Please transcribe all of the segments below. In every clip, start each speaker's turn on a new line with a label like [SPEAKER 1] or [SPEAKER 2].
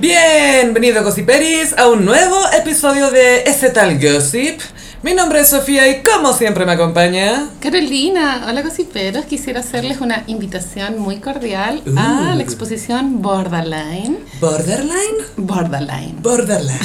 [SPEAKER 1] Bienvenido Gossiperis a un nuevo episodio de Ese Tal Gossip. Mi nombre es Sofía y como siempre me acompaña...
[SPEAKER 2] Carolina, hola gossiperos, quisiera hacerles una invitación muy cordial a la exposición Borderline.
[SPEAKER 1] ¿Borderline?
[SPEAKER 2] Borderline.
[SPEAKER 1] Borderline.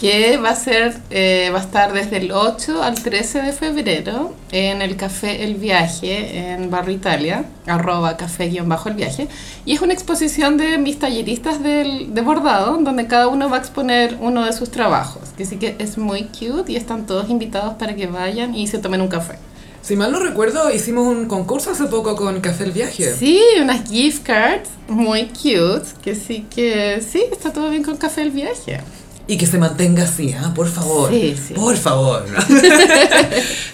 [SPEAKER 2] Que va a ser, eh, va a estar desde el 8 al 13 de febrero en el Café El Viaje, en Barrio Italia, arroba café-el viaje. Y es una exposición de mis talleristas del, de bordado, donde cada uno va a exponer uno de sus trabajos. Que sí que es muy cute y están todos invitados para que vayan y se tomen un café.
[SPEAKER 1] Si mal no recuerdo, hicimos un concurso hace poco con Café El Viaje.
[SPEAKER 2] Sí, unas gift cards muy cute, que sí que sí, está todo bien con Café El Viaje.
[SPEAKER 1] Y que se mantenga así, ¿ah? por favor.
[SPEAKER 2] Sí, sí.
[SPEAKER 1] Por favor.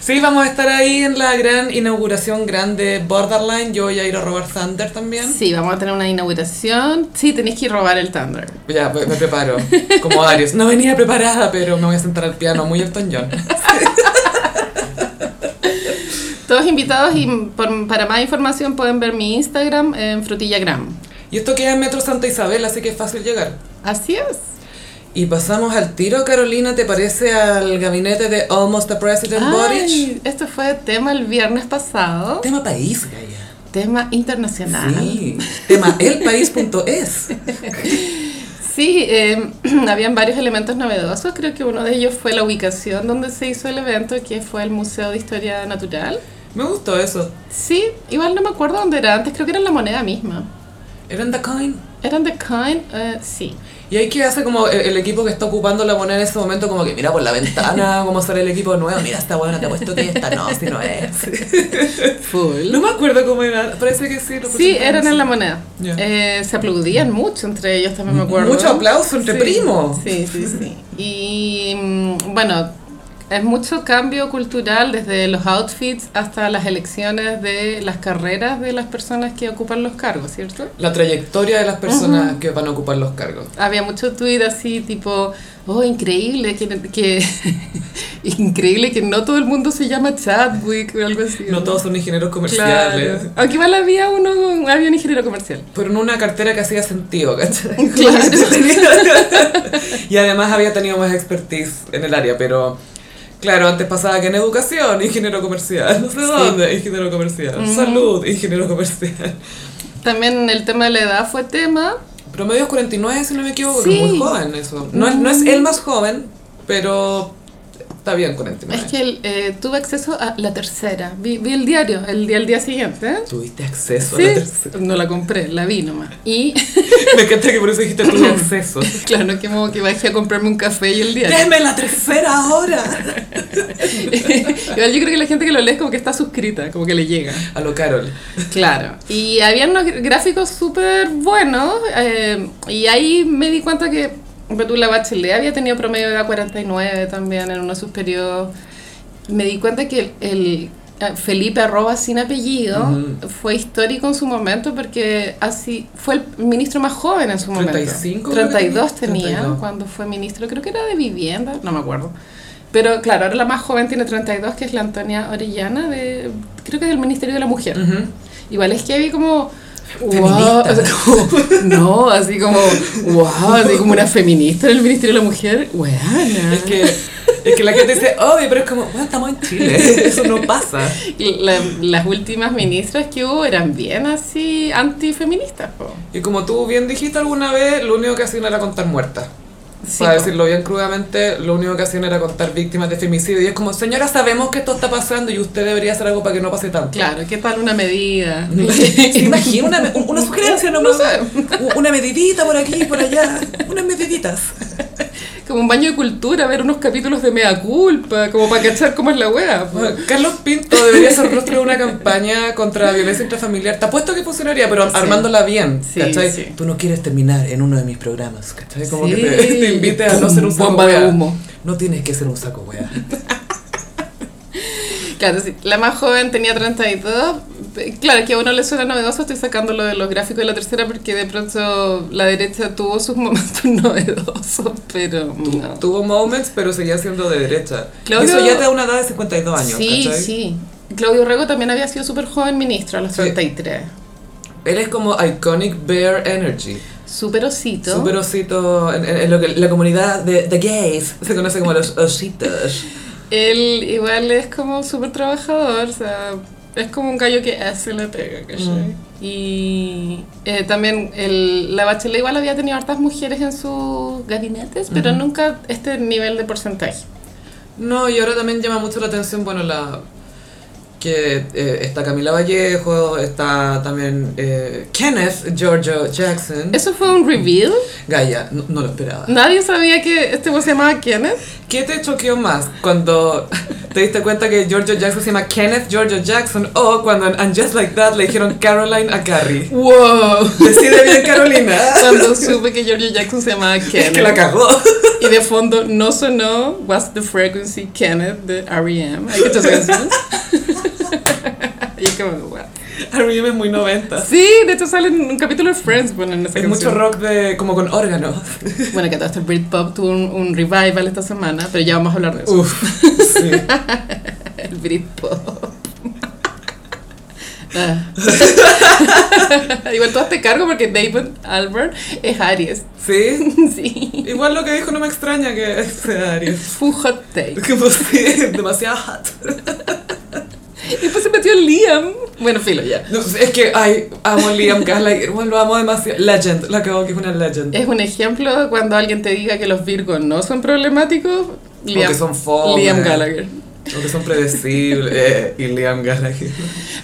[SPEAKER 1] sí, vamos a estar ahí en la gran inauguración grande Borderline. Yo voy a ir a robar Thunder también.
[SPEAKER 2] Sí, vamos a tener una inauguración. Sí, tenéis que ir robar el Thunder.
[SPEAKER 1] Ya, me, me preparo. Como Darius. No venía preparada, pero me voy a sentar al piano muy Elton John.
[SPEAKER 2] Todos invitados y por- para más información pueden ver mi Instagram en frutillagram.
[SPEAKER 1] Y esto queda en Metro Santa Isabel, así que es fácil llegar.
[SPEAKER 2] Así es.
[SPEAKER 1] Y pasamos al tiro, Carolina, ¿te parece al gabinete de Almost the President Boric?
[SPEAKER 2] Ay, esto fue tema el viernes pasado.
[SPEAKER 1] Tema país, Gaya.
[SPEAKER 2] Tema internacional.
[SPEAKER 1] Sí. Tema elpaís.es.
[SPEAKER 2] Sí, eh, habían varios elementos novedosos. Creo que uno de ellos fue la ubicación donde se hizo el evento, que fue el Museo de Historia Natural.
[SPEAKER 1] Me gustó eso.
[SPEAKER 2] Sí, igual no me acuerdo dónde era antes, creo que era en la moneda misma.
[SPEAKER 1] Eran The Coin.
[SPEAKER 2] ¿Eran The Coin? Eh, sí.
[SPEAKER 1] Y ahí que hace como el, el equipo que está ocupando la moneda en ese momento, como que mira por la ventana cómo sale el equipo nuevo. Mira, esta buena, te ha puesto que esta no, si no es.
[SPEAKER 2] Full.
[SPEAKER 1] No me acuerdo cómo era, parece que sí.
[SPEAKER 2] Sí,
[SPEAKER 1] representaban
[SPEAKER 2] eran
[SPEAKER 1] eso.
[SPEAKER 2] en la moneda.
[SPEAKER 1] Ya.
[SPEAKER 2] Eh, se aplaudían mucho entre ellos, también me acuerdo.
[SPEAKER 1] Mucho aplauso entre
[SPEAKER 2] Sí,
[SPEAKER 1] primos.
[SPEAKER 2] Sí, sí, sí. Y mm, bueno, es mucho cambio cultural desde los outfits hasta las elecciones de las carreras de las personas que ocupan los cargos, ¿cierto?
[SPEAKER 1] La trayectoria de las personas que van a ocupar los cargos.
[SPEAKER 2] Había mucho tweet así tipo, oh, increíble que, que increíble que no todo el mundo se llama Chadwick o algo así.
[SPEAKER 1] No todos son ingenieros
[SPEAKER 2] Claro.
[SPEAKER 1] comerciales.
[SPEAKER 2] Aunque igual había uno, había un ingeniero comercial.
[SPEAKER 1] Pero en una cartera que hacía sentido, ¿cachai?
[SPEAKER 2] Claro.
[SPEAKER 1] y además había tenido más expertise en el área, pero claro, antes pasaba que en educación, ingeniero comercial, no sé dónde, ingeniero comercial, salud, ingeniero comercial.
[SPEAKER 2] También el tema de la edad fue tema.
[SPEAKER 1] Promedio es 49, si no me equivoco, que
[SPEAKER 2] Sí.
[SPEAKER 1] es muy joven eso. No, es- no es el más joven, pero está bien 49.
[SPEAKER 2] Es que el, eh, tuve acceso a la tercera. Vi, vi el diario, el día, el día siguiente.
[SPEAKER 1] Tuviste acceso a la
[SPEAKER 2] Sí,
[SPEAKER 1] tercera.
[SPEAKER 2] no la compré, la vi nomás. Y
[SPEAKER 1] Me encanta que por eso dijiste tuve acceso.
[SPEAKER 2] claro, no que, como que bajé a comprarme un café y el diario.
[SPEAKER 1] ¡Deme la tercera ahora!
[SPEAKER 2] Igual yo creo que la gente que lo lee es como que está suscrita, como que le llega.
[SPEAKER 1] A lo Carol.
[SPEAKER 2] Claro. Y había unos gr- gráficos súper buenos. eh, y ahí me di cuenta que Betula Bachelet había tenido promedio de edad 49 también en uno de sus periodos. Me di cuenta que el, el, eh, Felipe arroba sin apellido
[SPEAKER 1] Ujú.
[SPEAKER 2] fue histórico en su momento porque así fue el ministro más joven en su momento.
[SPEAKER 1] 35 creo que
[SPEAKER 2] 32
[SPEAKER 1] tenía.
[SPEAKER 2] tenía
[SPEAKER 1] 32.
[SPEAKER 2] cuando fue ministro, creo que era de vivienda, no me acuerdo. Pero claro, ahora la más joven tiene 32, que es la Antonia Orellana, de, creo que del Ministerio de la Mujer.
[SPEAKER 1] Ujú.
[SPEAKER 2] Igual es que había como... Wow,
[SPEAKER 1] Feminista.
[SPEAKER 2] o sea, como- no, así como, wow, así como una feminista en el Ministerio de la Mujer, weana.
[SPEAKER 1] Es que, es que la gente dice, obvio, pero es como, bueno, estamos en Chile, eso no pasa.
[SPEAKER 2] Y la- las últimas ministras que hubo eran bien así antifeministas, po.
[SPEAKER 1] Y como tú bien dijiste alguna vez, lo único que hacían era contar muertas.
[SPEAKER 2] Sí,
[SPEAKER 1] Para
[SPEAKER 2] po.
[SPEAKER 1] decirlo bien crudamente, lo único que hacían era contar víctimas de femicidio. Y es como, señora, sabemos que esto está pasando y usted debería hacer algo para que no pase tanto.
[SPEAKER 2] Claro, ¿qué tal una medida?
[SPEAKER 1] ¿Se imagina una, una sugerencia
[SPEAKER 2] No
[SPEAKER 1] nomás?
[SPEAKER 2] sé.
[SPEAKER 1] Una medidita por aquí y por allá. Unas mediditas.
[SPEAKER 2] Como un baño de cultura, ver unos capítulos de mea culpa, como para cachar cómo es la wea. po.
[SPEAKER 1] Bueno, Carlos Pinto debería ser rostro de una campaña contra la violencia intrafamiliar. Te apuesto que funcionaría, pero
[SPEAKER 2] Sí.
[SPEAKER 1] armándola bien.
[SPEAKER 2] Sí,
[SPEAKER 1] ¿cachai?
[SPEAKER 2] sí.
[SPEAKER 1] Tú no quieres terminar en uno de mis programas. ¿cachai? Como que
[SPEAKER 2] Sí.
[SPEAKER 1] te, te invite a no ser un saco
[SPEAKER 2] Bomba de
[SPEAKER 1] wea.
[SPEAKER 2] humo.
[SPEAKER 1] No tienes que ser un saco wea.
[SPEAKER 2] Claro, sí, la más joven tenía 32. Pe- Claro, que a uno le suena novedoso, estoy sacando lo de los gráficos de la tercera porque de pronto la derecha tuvo sus momentos novedosos, pero no.
[SPEAKER 1] Tuvo moments, pero seguía siendo de derecha.
[SPEAKER 2] Claudio-
[SPEAKER 1] Y eso ya te da una edad de 52 años.
[SPEAKER 2] sí,
[SPEAKER 1] ¿cachai?
[SPEAKER 2] sí. Claudio Rego también había sido súper joven ministro a los
[SPEAKER 1] Sí.
[SPEAKER 2] 33.
[SPEAKER 1] Él es como Iconic Bear Energy.
[SPEAKER 2] Super osito.
[SPEAKER 1] Super osito, en, en- en lo que la comunidad de, de gays se conoce como los ositos.
[SPEAKER 2] Él igual es como súper trabajador, o sea, es como un gallo que hace la pega, ¿cachai?
[SPEAKER 1] Mm.
[SPEAKER 2] Y eh, también el- la bachelet igual había tenido hartas mujeres en sus gabinetes, pero
[SPEAKER 1] Ujú.
[SPEAKER 2] nunca este nivel de porcentaje.
[SPEAKER 1] No, y ahora también llama mucho la atención, bueno, la que eh, está Camila Vallejo, está también eh, Kenneth Giorgio Jackson.
[SPEAKER 2] Eso fue un reveal.
[SPEAKER 1] Gaia, no, no lo esperaba.
[SPEAKER 2] Nadie sabía que este güey se llamaba Kenneth.
[SPEAKER 1] ¿Qué te choqueó más cuando te diste cuenta que Giorgio Jackson se llama Kenneth Giorgio Jackson o cuando en And Just Like That le dijeron Caroline a Carrie?
[SPEAKER 2] ¡Wow!
[SPEAKER 1] Decide bien Carolina.
[SPEAKER 2] Cuando supe que Giorgio Jackson se llamaba
[SPEAKER 1] Es
[SPEAKER 2] Kenneth.
[SPEAKER 1] que la cagó.
[SPEAKER 2] Y de fondo no sonó What's the Frequency Kenneth de E R.E.M. Hay que esa canción. y es como, wow.
[SPEAKER 1] R.E.M. es muy 90.
[SPEAKER 2] Sí, de hecho sale en un capítulo de Friends, bueno, en esa
[SPEAKER 1] Es
[SPEAKER 2] canción.
[SPEAKER 1] mucho rock de como con órganos.
[SPEAKER 2] Bueno, que todo este Britpop tuvo un, un revival esta semana, pero ya vamos a hablar de eso.
[SPEAKER 1] Uf, sí.
[SPEAKER 2] El Britpop. Ah. Igual todo este cargo porque David Albert es Aries.
[SPEAKER 1] Sí.
[SPEAKER 2] Sí.
[SPEAKER 1] Igual lo que dijo no me extraña que sea Aries.
[SPEAKER 2] Fue un hot take.
[SPEAKER 1] Que pues, sí, demasiado hot.
[SPEAKER 2] Y después se metió Liam. Bueno, filo, ya.
[SPEAKER 1] No, es que, ay, amo a Liam Gallagher, bueno, lo amo demasiado. Legend, la acabo que es una legend.
[SPEAKER 2] Es un ejemplo de cuando alguien te diga que los Virgos no son problemáticos. Liam,
[SPEAKER 1] que son fome.
[SPEAKER 2] Liam Gallagher.
[SPEAKER 1] Porque son predecibles. eh, y Liam Gallagher.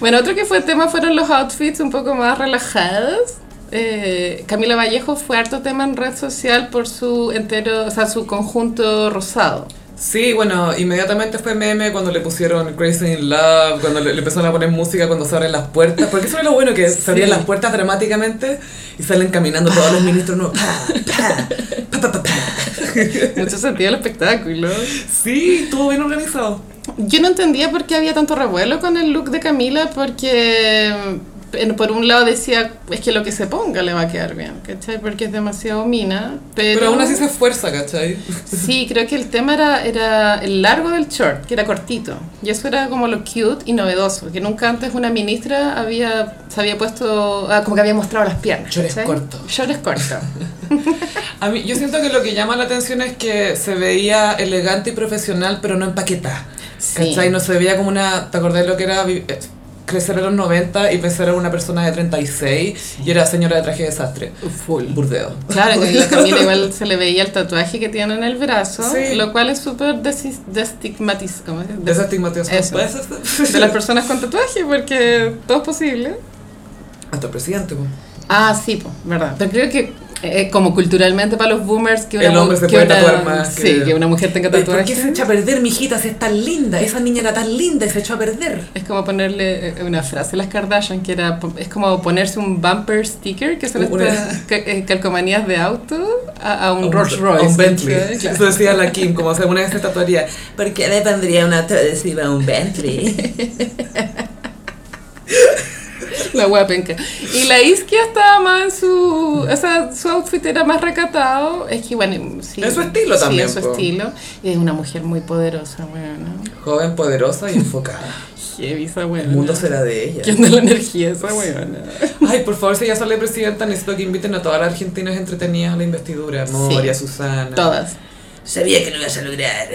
[SPEAKER 2] Bueno, otro que fue tema fueron los outfits un poco más relajados. Eh, Camila Vallejo fue harto tema en red social por su entero, o sea, su conjunto rosado.
[SPEAKER 1] Sí, bueno, inmediatamente fue meme cuando le pusieron Crazy in Love, cuando le, le empezaron a poner música cuando se abren las puertas. Porque eso es lo bueno, que se abrían
[SPEAKER 2] Sí.
[SPEAKER 1] las puertas dramáticamente y salen caminando todos los ministros nuevos. Pa, pa, pa, pa, pa, pa.
[SPEAKER 2] Mucho sentido el espectáculo.
[SPEAKER 1] Sí, estuvo bien organizado.
[SPEAKER 2] Yo no entendía por qué había tanto revuelo con el look de Camila, porque en- por un lado decía, es que lo que se ponga le va a quedar bien, ¿cachai? Porque es demasiado mina, pero...
[SPEAKER 1] Pero aún así se esfuerza, ¿cachai?
[SPEAKER 2] Sí, creo que el tema era, era el largo del short, que era cortito. Y eso era como lo cute y novedoso, que nunca antes una ministra había, se había puesto, ah, como que había mostrado las piernas.
[SPEAKER 1] Short es
[SPEAKER 2] ¿cachai?
[SPEAKER 1] corto.
[SPEAKER 2] Short es corto.
[SPEAKER 1] A mí, yo siento que lo que llama la atención es que se veía elegante y profesional, pero no empaquetada.
[SPEAKER 2] Sí.
[SPEAKER 1] ¿Cachai? No se veía como una... ¿Te acordás lo que era vi- eh, crecer en los 90 y pensar en una persona de 36 y era señora de traje de desastre?
[SPEAKER 2] Full.
[SPEAKER 1] Burdeo.
[SPEAKER 2] Claro, que la Camila igual se le veía el tatuaje que tiene en el brazo,
[SPEAKER 1] Sí.
[SPEAKER 2] lo cual es súper desis- destigmatiz- ¿cómo es? De,
[SPEAKER 1] Desestigmatización.
[SPEAKER 2] Eso. de las personas con tatuaje, porque todo es posible.
[SPEAKER 1] Hasta el presidente. po.
[SPEAKER 2] Ah, sí, po, verdad. Pero creo que eh, como culturalmente para los boomers que una
[SPEAKER 1] El hombre
[SPEAKER 2] mu-
[SPEAKER 1] se
[SPEAKER 2] que
[SPEAKER 1] puede
[SPEAKER 2] una-
[SPEAKER 1] tatuar más
[SPEAKER 2] sí,
[SPEAKER 1] que-
[SPEAKER 2] que, una mujer tenga
[SPEAKER 1] Ay, ¿Por
[SPEAKER 2] tatuaje.
[SPEAKER 1] qué se echa a perder, mijita? Si es tan linda. Esa niña era tan linda y se echó a perder.
[SPEAKER 2] Es como ponerle eh, una frase a las Kardashian, que era, po- es como ponerse un bumper sticker, que son
[SPEAKER 1] Una-
[SPEAKER 2] estas ca- eh, calcomanías de auto, a, a un
[SPEAKER 1] A
[SPEAKER 2] Rolls Royce.
[SPEAKER 1] a un Bentley.
[SPEAKER 2] ¿cachai? Claro.
[SPEAKER 1] Eso decía la Kim, como según ella se tatuaría. ¿Por qué le pondría una travesiva a un Bentley?
[SPEAKER 2] La wea penca. Y la Isquia estaba más en su. O sea, su outfit era más recatado. Es que, bueno, sí.
[SPEAKER 1] Es su estilo también,
[SPEAKER 2] Sí, es su
[SPEAKER 1] po.
[SPEAKER 2] estilo. Y es una mujer muy poderosa, weón.
[SPEAKER 1] Joven, poderosa y enfocada.
[SPEAKER 2] Heavy esa
[SPEAKER 1] El
[SPEAKER 2] weona.
[SPEAKER 1] mundo será de ella.
[SPEAKER 2] ¿Qué onda la energía esa weona?
[SPEAKER 1] Ay, por favor, si ya sale presidenta, necesito que inviten a todas las argentinas entretenidas a la investidura. Moria,
[SPEAKER 2] Sí.
[SPEAKER 1] Susana.
[SPEAKER 2] Todas.
[SPEAKER 1] Sabía que lo ibas a lograr.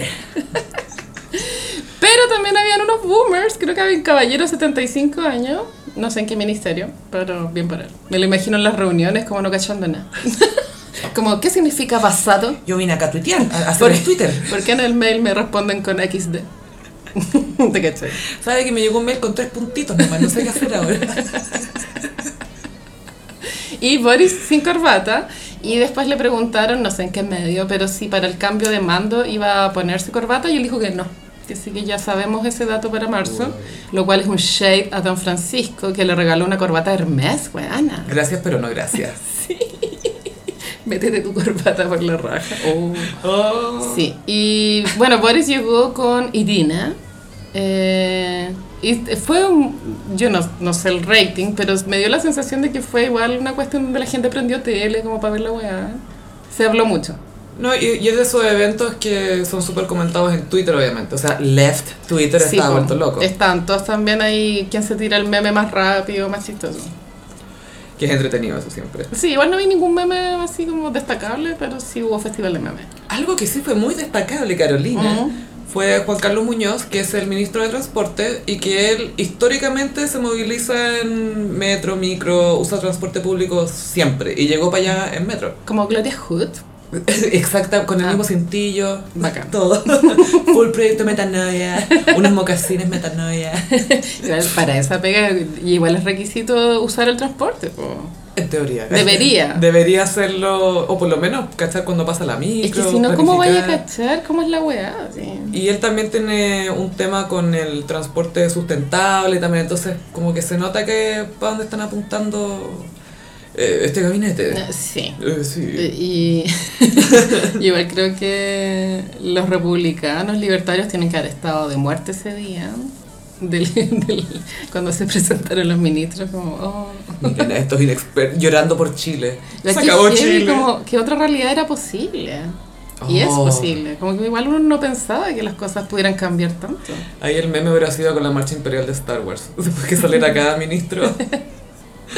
[SPEAKER 2] Pero también habían unos boomers, creo que había un caballero de 75 años, no sé en qué ministerio, pero bien por él. Me lo imagino en las reuniones como no cachando nada. como, ¿qué significa basado?
[SPEAKER 1] Yo vine acá a tuitear, a hacer
[SPEAKER 2] Por-
[SPEAKER 1] un Twitter.
[SPEAKER 2] ¿Por qué en el mail me responden con XD? ¿Te caché?
[SPEAKER 1] Sabe que me llegó un mail con tres puntitos nomás, no sé qué hacer ahora.
[SPEAKER 2] Y Boris sin corbata. Y después le preguntaron, no sé en qué medio, pero si para el cambio de mando iba a ponerse corbata y él dijo que no. Que sí que ya sabemos ese dato para marzo, lo cual es un shade a Don Francisco que le regaló una corbata Hermes, weana.
[SPEAKER 1] Gracias, pero no gracias.
[SPEAKER 2] Métete tu corbata por la raja.
[SPEAKER 1] Oh.
[SPEAKER 2] Sí, y bueno, Boris llegó con Irina. eh, y fue un. Yo no, no sé el rating, pero me dio la sensación de que fue igual una cuestión donde la gente prendió tele como para ver la weá. Se habló mucho.
[SPEAKER 1] No, y, y es de esos eventos que son súper comentados en Twitter, obviamente. O sea, left Twitter
[SPEAKER 2] Sí, pues,
[SPEAKER 1] está
[SPEAKER 2] po,
[SPEAKER 1] vuelto loco.
[SPEAKER 2] Están todos también ahí. ¿Quién se tira el meme más rápido, más chistoso?
[SPEAKER 1] Que es entretenido eso siempre.
[SPEAKER 2] Sí, igual no vi ningún meme así como destacable, pero sí hubo festival de memes.
[SPEAKER 1] Algo que sí fue muy destacable, Carolina,
[SPEAKER 2] Ujú.
[SPEAKER 1] fue Juan Carlos Muñoz, que es el ministro de Transporte y que él históricamente se moviliza en metro, micro, usa transporte público siempre y llegó para allá en metro.
[SPEAKER 2] Como Gloria Hood.
[SPEAKER 1] Exacta, con el
[SPEAKER 2] Ah.
[SPEAKER 1] mismo cintillo,
[SPEAKER 2] Bacán.
[SPEAKER 1] todo. Full proyecto metanoia, unos mocasines metanoia.
[SPEAKER 2] Igual para esa pega, y igual es requisito usar el transporte. po.
[SPEAKER 1] En teoría.
[SPEAKER 2] Debería.
[SPEAKER 1] Debería hacerlo, o por lo menos, ¿cachai? Cuando pasa la micro.
[SPEAKER 2] Es que si no, ¿cómo vaya a
[SPEAKER 1] planificar.
[SPEAKER 2] cachar? ¿Cómo es la weá? Sí.
[SPEAKER 1] Y él también tiene un tema con el transporte sustentable también, entonces como que se nota que para dónde están apuntando eh, este gabinete.
[SPEAKER 2] Sí.
[SPEAKER 1] Eh, sí.
[SPEAKER 2] Y y igual creo que los republicanos libertarios tienen que haber estado de muerte ese día. del- del- cuando se presentaron los ministros, como, oh.
[SPEAKER 1] Miren a estos inexpertos llorando por Chile.
[SPEAKER 2] Pero
[SPEAKER 1] Se
[SPEAKER 2] aquí
[SPEAKER 1] acabó
[SPEAKER 2] heavy,
[SPEAKER 1] Chile.
[SPEAKER 2] Como, ¿Qué otra realidad era posible? Y es
[SPEAKER 1] Oh.
[SPEAKER 2] posible. Como que igual uno no pensaba que las cosas pudieran cambiar tanto.
[SPEAKER 1] Ahí el meme hubiera sido con la marcha imperial de Star Wars, después que saliera cada ministro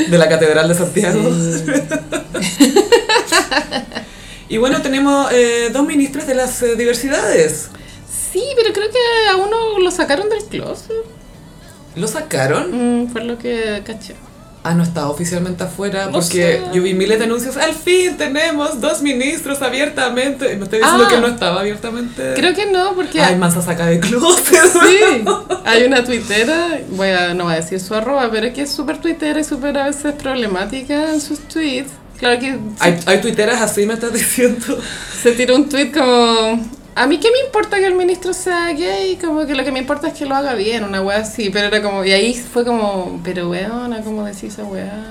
[SPEAKER 1] de la Catedral de Santiago. Y bueno, tenemos eh, dos ministros de las eh, diversidades.
[SPEAKER 2] Sí, pero creo que a uno lo sacaron del closet.
[SPEAKER 1] ¿Lo sacaron?
[SPEAKER 2] Mm, por lo que caché.
[SPEAKER 1] Ah, no está oficialmente afuera
[SPEAKER 2] No
[SPEAKER 1] porque
[SPEAKER 2] sé.
[SPEAKER 1] yo vi miles de anuncios. Al fin tenemos dos ministros abiertamente. Y Me estoy diciendo
[SPEAKER 2] Ah.
[SPEAKER 1] que no estaba abiertamente.
[SPEAKER 2] Creo que no, porque
[SPEAKER 1] Ay, mansa saca de closet.
[SPEAKER 2] Sí, hay una tuitera, voy a, no voy a decir su arroba, pero es que es súper tuitera y súper a veces problemática en sus tweets. Claro que
[SPEAKER 1] Hay, hay tuiteras así, me estás diciendo.
[SPEAKER 2] se tira un tweet como, a mí qué me importa que el ministro sea gay, como que lo que me importa es que lo haga bien, una wea así, pero era como, y ahí fue como, pero weona, ¿cómo decís esa wea?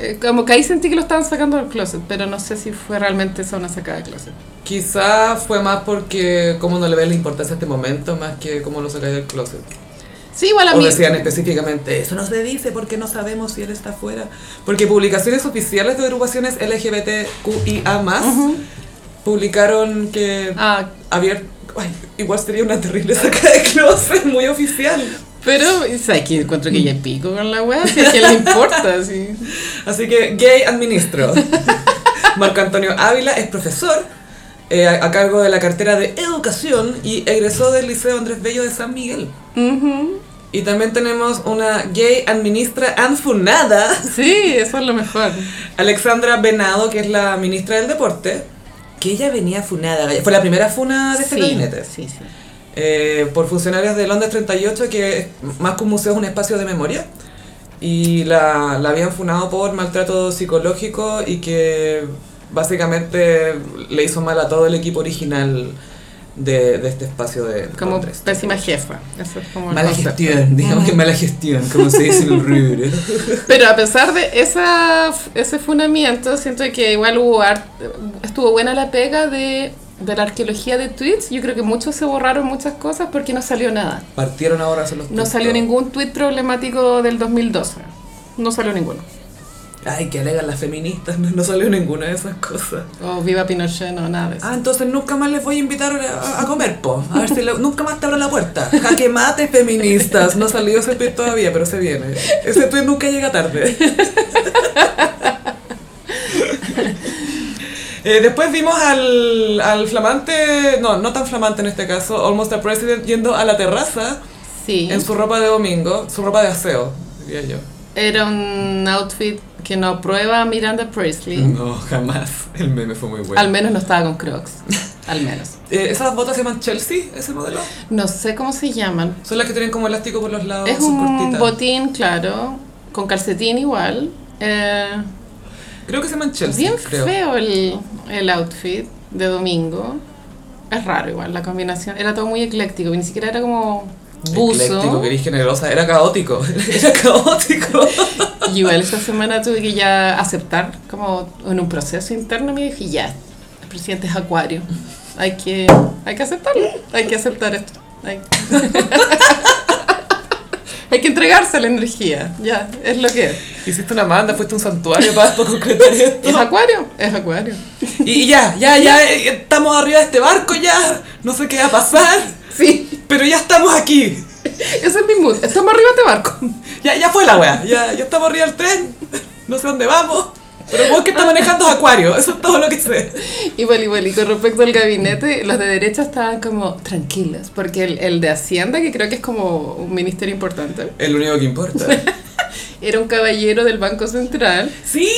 [SPEAKER 2] Eh, Como que ahí sentí que lo estaban sacando del closet, pero no sé si fue realmente esa una sacada del closet.
[SPEAKER 1] Quizá fue más porque como no le ven la importancia a este momento, más que cómo lo sacáis del closet.
[SPEAKER 2] Sí, igual a
[SPEAKER 1] O
[SPEAKER 2] mí...
[SPEAKER 1] decían específicamente, eso no se dice porque no sabemos si él está afuera. Porque publicaciones oficiales de agrupaciones LGBTQIA+,
[SPEAKER 2] Ujú.
[SPEAKER 1] publicaron que
[SPEAKER 2] Ah,
[SPEAKER 1] Javier, ay, igual sería una terrible saca de closet, muy oficial.
[SPEAKER 2] Pero, ¿sabes que Encuentro que ya es pico con la wea, si es que le importa, sí.
[SPEAKER 1] Así que gay administro. Marco Antonio Ávila es profesor eh, a, a cargo de la cartera de educación y egresó del Liceo Andrés Bello de San Miguel.
[SPEAKER 2] Ujú.
[SPEAKER 1] Y también tenemos una gay administra anfunada,
[SPEAKER 2] Sí, eso es lo mejor.
[SPEAKER 1] Alexandra Venado, que es la ministra del deporte, que ella venía funada, fue la primera funa de este
[SPEAKER 2] sí,
[SPEAKER 1] gabinete.
[SPEAKER 2] Sí, sí.
[SPEAKER 1] eh, por funcionarios de Londres 38, que es más que un museo es un espacio de memoria. Y la, la habían funado por maltrato psicológico y que básicamente le hizo mal a todo el equipo original de, de este espacio de
[SPEAKER 2] Como
[SPEAKER 1] Londres.
[SPEAKER 2] pésima jefa. Eso es como el
[SPEAKER 1] Mala
[SPEAKER 2] concepto.
[SPEAKER 1] gestión, digamos que mala gestión, como se dice en el rubro.
[SPEAKER 2] Pero a pesar de esa, ese funamiento, siento que igual hubo har- estuvo buena la pega de, de la arqueología de tweets. Yo creo que muchos se borraron muchas cosas porque no salió nada.
[SPEAKER 1] Partieron ahora son los
[SPEAKER 2] No salió
[SPEAKER 1] TikTok.
[SPEAKER 2] ningún tweet problemático del 2012. No salió ninguno.
[SPEAKER 1] Ay, que alegan las feministas, no, no salió ninguna de esas cosas.
[SPEAKER 2] O viva Pinochet, no, nada de eso.
[SPEAKER 1] Ah, entonces nunca más les voy a invitar a, a comer, po. A ver si le- nunca más te abro la puerta. Jaque mate, feministas. No ha salido ese tweet todavía, pero se viene. Ese tweet nunca llega tarde. Eh, después vimos al, al flamante, no, no tan flamante en este caso, Almost a President yendo a la terraza
[SPEAKER 2] sí.
[SPEAKER 1] en su ropa de domingo, su ropa de aseo, diría yo.
[SPEAKER 2] Era un outfit que no aprueba Miranda Presley.
[SPEAKER 1] No, jamás. El meme fue muy bueno.
[SPEAKER 2] Al menos no estaba con Crocs. Al menos.
[SPEAKER 1] Eh, ¿Esas botas se llaman Chelsea, ese modelo?
[SPEAKER 2] No sé cómo se llaman.
[SPEAKER 1] Son las que tienen como elástico por los lados,
[SPEAKER 2] es
[SPEAKER 1] son
[SPEAKER 2] un
[SPEAKER 1] cortitas.
[SPEAKER 2] botín, claro, con calcetín igual. Eh,
[SPEAKER 1] Creo que se llaman Chelsea.
[SPEAKER 2] bien
[SPEAKER 1] creo.
[SPEAKER 2] feo el, el outfit de domingo. Es raro igual la combinación. Era todo muy ecléctico, ni siquiera era como
[SPEAKER 1] Ecléctico,
[SPEAKER 2] buzo.
[SPEAKER 1] querís generosa. Era caótico. Era caótico.
[SPEAKER 2] Y igual esta semana tuve que ya aceptar como en un proceso interno me dije ya, el presidente es acuario, hay que, hay que aceptarlo, hay que aceptar esto. Hay, hay que entregarse a la energía, ya, es lo que es.
[SPEAKER 1] Hiciste una manda, fuiste a un santuario para, para concretar
[SPEAKER 2] ¿Es
[SPEAKER 1] esto.
[SPEAKER 2] acuario? Es acuario.
[SPEAKER 1] Y, y ya, ya, ya. eh, Estamos arriba de este barco ya. No sé qué va a pasar.
[SPEAKER 2] Sí,
[SPEAKER 1] Pero ya estamos aquí.
[SPEAKER 2] ese es mi mood. Estamos arriba de este barco.
[SPEAKER 1] Ya, ya fue la wea. Ya, ya estamos arriba del tren. no sé dónde vamos. Pero vos que está manejando acuario, eso es todo lo que sé.
[SPEAKER 2] Igual, igual, y con respecto al gabinete, los de derecha estaban como tranquilos, porque el, el de Hacienda, que creo que es como un ministerio importante,
[SPEAKER 1] Es lo único que importa.
[SPEAKER 2] era un caballero del Banco Central,
[SPEAKER 1] ¡Sí!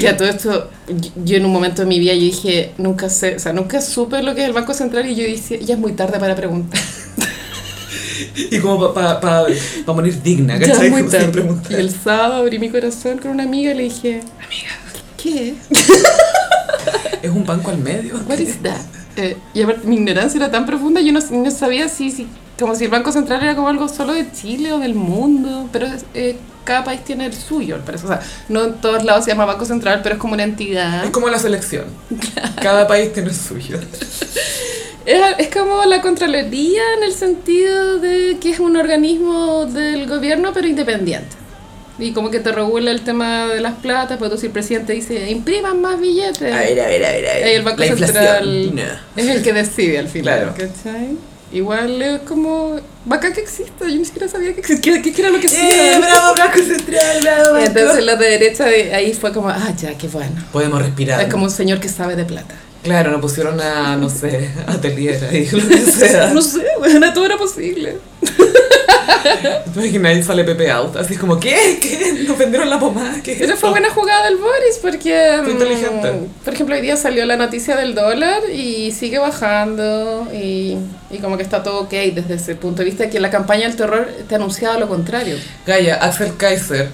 [SPEAKER 2] que a todo esto, yo, yo en un momento de mi vida yo dije, nunca sé, o sea, nunca supe lo que es el Banco Central, y yo dije, ya es muy tarde para preguntar.
[SPEAKER 1] Y como para pa, pa, pa morir digna,
[SPEAKER 2] Ya
[SPEAKER 1] ¿cachai?
[SPEAKER 2] es muy
[SPEAKER 1] Como siempre
[SPEAKER 2] tarde.
[SPEAKER 1] preguntar.
[SPEAKER 2] Y el sábado abrí mi corazón con una amiga y le dije, amiga, ¿qué es?
[SPEAKER 1] Es un banco al medio.
[SPEAKER 2] What is that? Eh, y aparte, mi ignorancia era tan profunda, yo no, no sabía si, si, como si el Banco Central era como algo solo de Chile o del mundo, pero es- eh, cada país tiene el suyo, al parecer. O sea, no en todos lados se llama Banco Central, pero es como una entidad.
[SPEAKER 1] Es como la selección. Cada país tiene el suyo.
[SPEAKER 2] Es, es como la Contraloría en el sentido de que es un organismo del gobierno, pero independiente. Y como que te regula el tema de las platas, pero tú si el presidente dice, impriman más billetes.
[SPEAKER 1] a ver, a ver, a
[SPEAKER 2] Eh, el Banco
[SPEAKER 1] la
[SPEAKER 2] Central
[SPEAKER 1] inflación.
[SPEAKER 2] es el que decide al
[SPEAKER 1] Claro.
[SPEAKER 2] final. ¿cachai? Igual es como. Bacán que exista, yo ni siquiera sabía que existía. ¿Qué era lo que
[SPEAKER 1] ¡Eh,
[SPEAKER 2] hacía?
[SPEAKER 1] bravo, Banco Central, bravo! Banco!
[SPEAKER 2] Entonces los de derecha de ahí fue como, ah, ya, qué bueno.
[SPEAKER 1] Podemos respirar.
[SPEAKER 2] Es como un señor que sabe de plata.
[SPEAKER 1] Claro, nos pusieron a, no sé, a Telier ahí, lo que sea.
[SPEAKER 2] No sé, bueno, todo era posible.
[SPEAKER 1] ¿Te imaginas? Ahí sale Pepe Out, así como, ¿qué? ¿Qué? Nos vendieron la pomada, ¿qué es
[SPEAKER 2] Pero fue
[SPEAKER 1] esto?
[SPEAKER 2] buena jugada del Boris porque.
[SPEAKER 1] Fue
[SPEAKER 2] mm,
[SPEAKER 1] inteligente.
[SPEAKER 2] Por ejemplo, hoy día salió la noticia del dólar y sigue bajando y, y como que está todo ok desde ese punto de vista que la campaña del terror te anunciaba lo contrario.
[SPEAKER 1] Gaya, Axel Kaiser.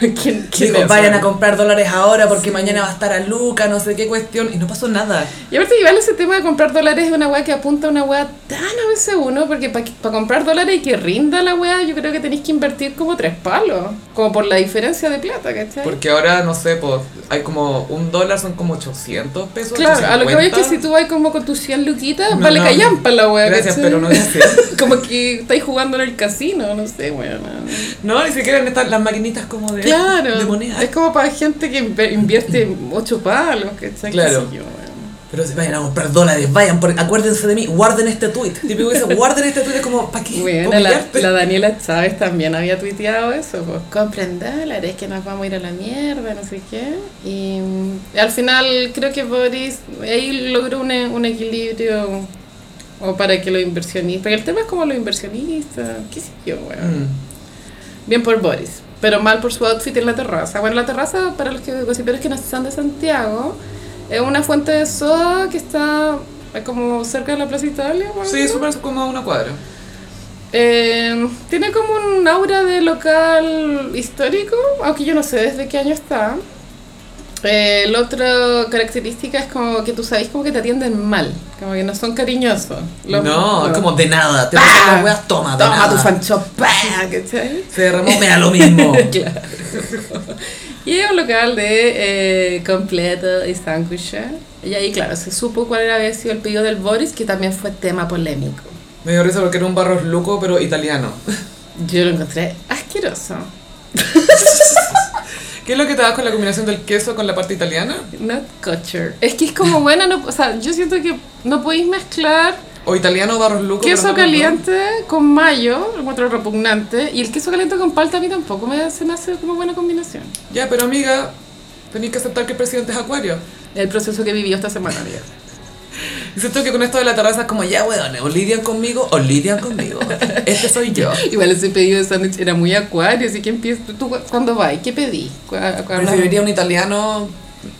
[SPEAKER 2] ¿Quién, quién
[SPEAKER 1] Dijo,
[SPEAKER 2] es?
[SPEAKER 1] vayan a comprar dólares ahora porque mañana va a estar a Luca, no sé qué cuestión. Y no pasó nada.
[SPEAKER 2] Y aparte igual ese tema de comprar dólares es una weá que apunta a una weá tan a veces uno, porque para comprar dólares y que rinda la weá, yo creo que tenéis que invertir como tres palos, como por la diferencia de plata, ¿cachai?
[SPEAKER 1] Porque ahora, no sé, pues, hay como un dólar, son como 800 pesos.
[SPEAKER 2] claro, a lo que voy es que
[SPEAKER 1] 850.
[SPEAKER 2] si tú vas como con tus 100 luquitas,
[SPEAKER 1] No,
[SPEAKER 2] vale
[SPEAKER 1] no.
[SPEAKER 2] callampa la weá,
[SPEAKER 1] Gracias,
[SPEAKER 2] ¿cachai?
[SPEAKER 1] pero no gracias.
[SPEAKER 2] como que estáis jugando en el casino, no sé, weón.
[SPEAKER 1] No, ni siquiera en estas, las maquinitas como de,
[SPEAKER 2] Claro,
[SPEAKER 1] de moneda.
[SPEAKER 2] es como para gente que inv- invierte ocho palos, ¿cachai? ¿Qué
[SPEAKER 1] Claro.
[SPEAKER 2] sé yo, weón.
[SPEAKER 1] Pero si vayan a comprar dólares, vayan, por, acuérdense de mí, guarden este tweet. Típico que dice, guarden este tweet, es como, ¿para qué?
[SPEAKER 2] Bueno,
[SPEAKER 1] ¿Para
[SPEAKER 2] la,
[SPEAKER 1] humillarte?
[SPEAKER 2] la Daniela Chávez también había tuiteado eso, pues compren dólares que nos vamos a ir a la mierda, no sé qué. Y, mm, al final creo que Boris ahí logró un, e- un equilibrio o para que los inversionistas, porque el tema es como los inversionistas, qué sé yo, weón.
[SPEAKER 1] Mm.
[SPEAKER 2] Bien por Boris, pero mal por su outfit en la terraza. Bueno, la terraza, para los que gossiperos que no son de Santiago, es una fuente de soda que está eh, como cerca de la Plaza Italia. más o
[SPEAKER 1] Sí,
[SPEAKER 2] menos.
[SPEAKER 1] súper como a una cuadra.
[SPEAKER 2] Eh, tiene como un aura de local histórico, aunque yo no sé desde qué año está. Eh, la otra característica es como que tú sabes como que te atienden mal, como que no son cariñosos. Los-
[SPEAKER 1] no, es como de nada. Te
[SPEAKER 2] ¡Pah!
[SPEAKER 1] pasan las weas, toma, de
[SPEAKER 2] Ah. Toma
[SPEAKER 1] nada.
[SPEAKER 2] tu fancho, ¡pah! ¿cachai?
[SPEAKER 1] Se derramó, me da lo mismo.
[SPEAKER 2] Claro. Y es un local de eh, completo y sándwiches. Y ahí, claro, se supo cuál era había sido el pedido del Boris, que también fue tema polémico.
[SPEAKER 1] Me dio risa porque era un barros luco, pero italiano.
[SPEAKER 2] Yo lo encontré asqueroso.
[SPEAKER 1] ¿Qué es lo que te das con la combinación del queso con la parte italiana?
[SPEAKER 2] Not kosher. Es que es como buena, no, o sea, yo siento que no podéis mezclar
[SPEAKER 1] O italiano barros luco. pero no,
[SPEAKER 2] queso
[SPEAKER 1] no, no.
[SPEAKER 2] caliente con mayo, lo encuentro repugnante, y el queso caliente con palta a mí tampoco me, se me hace como buena combinación.
[SPEAKER 1] Ya, pero amiga, tenéis que aceptar que el presidente es acuario.
[SPEAKER 2] El proceso que vivió esta semana, amiga.
[SPEAKER 1] Y siento que con esto de la terraza es como, ya, weones, o lidian conmigo o lidian conmigo. Este soy yo.
[SPEAKER 2] Igual ese pedido de sándwich era muy acuario, así que empieza, tú, tú cuando vas, ¿qué pedí? Cu- cu- hablas-
[SPEAKER 1] Preferiría un italiano,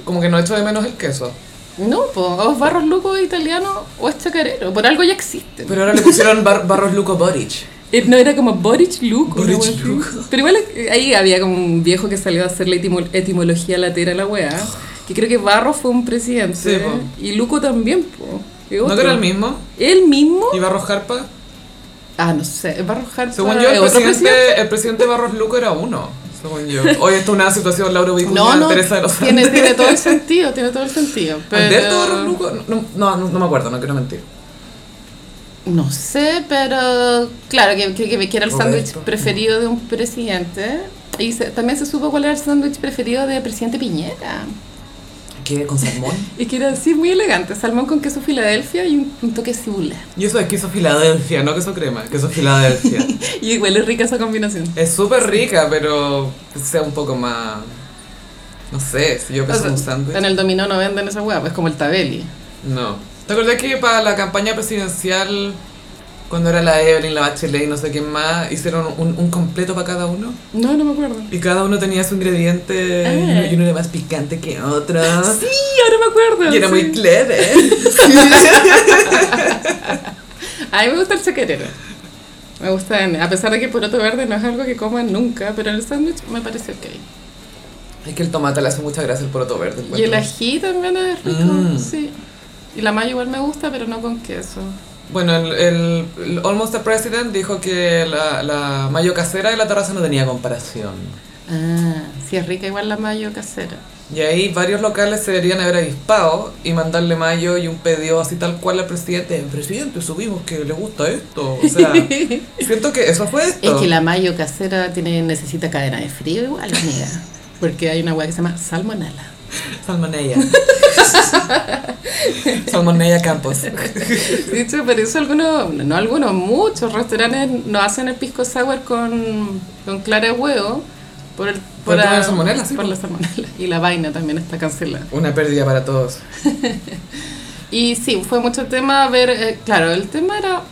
[SPEAKER 1] como que no echo de menos el queso.
[SPEAKER 2] No, pues, o es barros locos italiano o es chacarero, por algo ya existe.
[SPEAKER 1] Pero ahora le pusieron bar- barros Luco Boric.
[SPEAKER 2] Eh, No, era como Boric Luco. una
[SPEAKER 1] Boric
[SPEAKER 2] wea así.
[SPEAKER 1] Luco.
[SPEAKER 2] Pero igual eh, ahí había como un viejo que salió a hacer la etimo- etimología lateral a la weá. Que creo que Barro fue un presidente.
[SPEAKER 1] Sí, po.
[SPEAKER 2] Y Luco también, po. Y
[SPEAKER 1] ¿No
[SPEAKER 2] otro.
[SPEAKER 1] que era el mismo?
[SPEAKER 2] ¿El mismo?
[SPEAKER 1] ¿Y Barros Jarpa?
[SPEAKER 2] Ah, no sé. Barro Harpa
[SPEAKER 1] Según yo, el
[SPEAKER 2] ¿es otro
[SPEAKER 1] presidente, el presidente Barros Luco era uno. Según yo. Hoy está una situación Laura
[SPEAKER 2] presidente?
[SPEAKER 1] Vicuña,
[SPEAKER 2] No, no.
[SPEAKER 1] Teresa de los
[SPEAKER 2] tiene,
[SPEAKER 1] Andes.
[SPEAKER 2] tiene todo el sentido, tiene todo el sentido. Pero...
[SPEAKER 1] ¿Alberto Barros Luco? No, no, no, no me acuerdo, no quiero mentir.
[SPEAKER 2] No sé, pero claro, que, que, que- que era el
[SPEAKER 1] Roberto.
[SPEAKER 2] sándwich preferido de un presidente. Y se- también se supo cuál era el sándwich preferido de presidente Piñera.
[SPEAKER 1] qué? ¿Con salmón?
[SPEAKER 2] Y que era así muy elegante, salmón con queso Filadelfia y un, un toque de cibula.
[SPEAKER 1] Y eso es queso Filadelfia, no queso crema, queso Filadelfia.
[SPEAKER 2] Y igual es rica esa combinación.
[SPEAKER 1] es súper rica, pero sea un poco más... No sé, si yo
[SPEAKER 2] O
[SPEAKER 1] pienso en un
[SPEAKER 2] sea,
[SPEAKER 1] sándwich...
[SPEAKER 2] en el dominó no venden esa hueá, pues como el tabeli.
[SPEAKER 1] No. ¿Te acordás que para la campaña presidencial, cuando era la Evelyn, la Bachelet y no sé quién más, hicieron un, un completo para cada uno?
[SPEAKER 2] No, no me acuerdo.
[SPEAKER 1] Y cada uno tenía su ingrediente
[SPEAKER 2] Ah.
[SPEAKER 1] y uno- y uno era más picante que otro.
[SPEAKER 2] Sí, ahora me acuerdo.
[SPEAKER 1] Ah. Y era
[SPEAKER 2] sí.
[SPEAKER 1] muy clever.
[SPEAKER 2] A mí me gusta el chaquerero. Me gusta, en- a pesar de que el poroto verde no es algo que coman nunca, pero en el sándwich me parece ok.
[SPEAKER 1] es que el tomate le hace mucha gracia al poroto verde.
[SPEAKER 2] Y
[SPEAKER 1] encuentro.
[SPEAKER 2] el ají también es rico,
[SPEAKER 1] Mm.
[SPEAKER 2] sí. Y la mayo igual me gusta, pero no con queso.
[SPEAKER 1] Bueno, el, el- el Almost the President dijo que la, la mayo casera de la terraza no tenía comparación.
[SPEAKER 2] Ah, sí es rica igual la mayo casera.
[SPEAKER 1] Y ahí varios locales se deberían haber avispado y mandarle mayo y un pedido así tal cual al presidente. "Eh, Presidente, subimos que le gusta esto. O sea, siento que eso fue
[SPEAKER 2] Es
[SPEAKER 1] esto.
[SPEAKER 2] que la mayo casera tiene, necesita cadena de frío igual, amiga. Porque hay una hueá que se llama salmonella.
[SPEAKER 1] Salmonella. Salmonella Campos.
[SPEAKER 2] De hecho, por eso algunos, no algunos, muchos restaurantes no hacen el pisco sour con, con clara de huevo por, el,
[SPEAKER 1] Por el tema de
[SPEAKER 2] la-
[SPEAKER 1] la salmonela, sí,
[SPEAKER 2] por
[SPEAKER 1] po.
[SPEAKER 2] la salmonela. Y la vaina también está cancelada.
[SPEAKER 1] Una pérdida para todos.
[SPEAKER 2] Y sí, fue mucho tema ver, eh, claro, el tema era,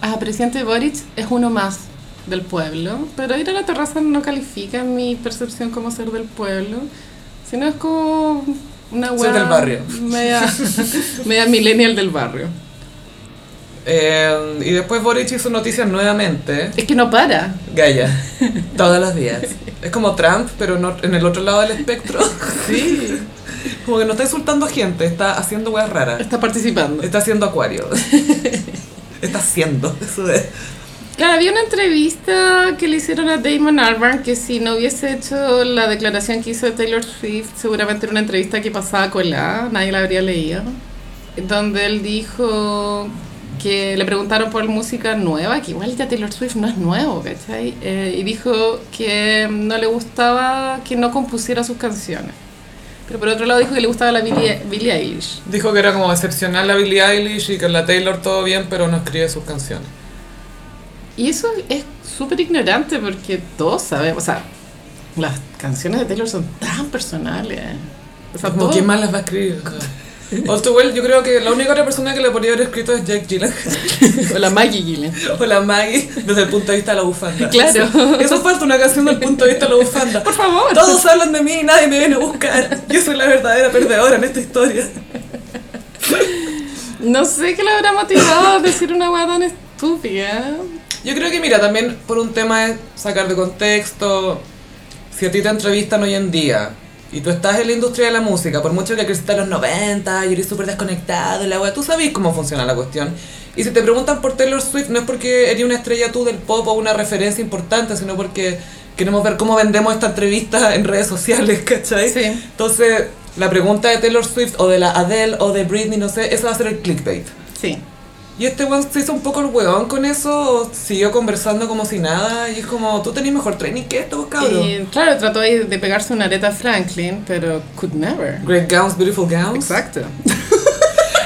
[SPEAKER 2] ah, presidente Boric es uno más del pueblo, pero ir a la terraza no califica en mi percepción como ser del pueblo, sino es como una
[SPEAKER 1] Soy
[SPEAKER 2] hueá
[SPEAKER 1] del barrio.
[SPEAKER 2] Media, media millennial del barrio.
[SPEAKER 1] Eh, y después Boric hizo noticias nuevamente.
[SPEAKER 2] Es que no para.
[SPEAKER 1] Gaya. Todos los días. Es como Trump, pero no- en el otro lado del espectro.
[SPEAKER 2] Sí.
[SPEAKER 1] Como que no está insultando a gente, está haciendo weas raras.
[SPEAKER 2] Está participando.
[SPEAKER 1] Está haciendo acuario. Está haciendo, eso es.
[SPEAKER 2] Claro, había una entrevista que le hicieron a Damon Albarn que si no hubiese hecho la declaración que hizo Taylor Swift, seguramente era una entrevista que pasaba colada, nadie la habría leído, donde él dijo que le preguntaron por música nueva, que igual ya Taylor Swift no es nuevo, ¿cachai? Eh, y dijo que no le gustaba que no compusiera sus canciones. Pero por otro lado dijo que le gustaba la Billie, Billie Eilish.
[SPEAKER 1] Dijo que era como excepcional la Billie Eilish y que la Taylor todo bien, pero no escribe sus canciones.
[SPEAKER 2] Y eso es súper ignorante porque todos sabemos, o sea, las canciones de Taylor son tan personales. O sea,
[SPEAKER 1] Como,
[SPEAKER 2] todos-
[SPEAKER 1] ¿Quién más las va a escribir? All Too Well, yo creo que la única otra persona que le podría haber escrito es Jack Gyllenhaal
[SPEAKER 2] o la Maggie Gyllenhaal.
[SPEAKER 1] o la Maggie desde el punto de vista de la bufanda.
[SPEAKER 2] Claro.
[SPEAKER 1] Eso, eso falta una canción del punto de vista de la bufanda.
[SPEAKER 2] Por favor.
[SPEAKER 1] Todos hablan de mí y nadie me viene a buscar. Yo soy la verdadera perdedora en esta historia.
[SPEAKER 2] No sé qué le habrá motivado a decir una hueá tan estúpida.
[SPEAKER 1] Yo creo que, mira, también por un tema es sacar de contexto. Si a ti te entrevistan hoy en día y tú estás en la industria de la música, por mucho que creciste en los 90 y eres súper desconectado y la wea, tú sabes cómo funciona la cuestión. Y si te preguntan por Taylor Swift, no es porque eres una estrella tú del pop o una referencia importante, sino porque queremos ver cómo vendemos esta entrevista en redes sociales, ¿cachai?
[SPEAKER 2] Sí.
[SPEAKER 1] Entonces, la pregunta de Taylor Swift o de la Adele o de Britney, no sé, esa va a ser el clickbait.
[SPEAKER 2] Sí.
[SPEAKER 1] Y este weón se hizo un poco el weón con eso, siguió conversando como si nada, y es como, tú tenés mejor training que esto, vos, cabrón.
[SPEAKER 2] Y Eh, claro, trató ahí de pegarse una areta Franklin, pero could never.
[SPEAKER 1] Great gowns, beautiful gowns.
[SPEAKER 2] Exacto.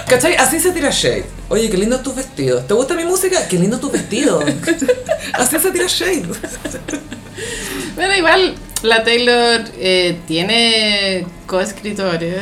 [SPEAKER 1] ¿Cachai? Así se tira shade. Oye, qué lindos tus vestidos. ¿Te gusta mi música? Qué lindos tus vestidos. Así se tira shade.
[SPEAKER 2] Bueno, igual la Taylor eh, tiene coescritores.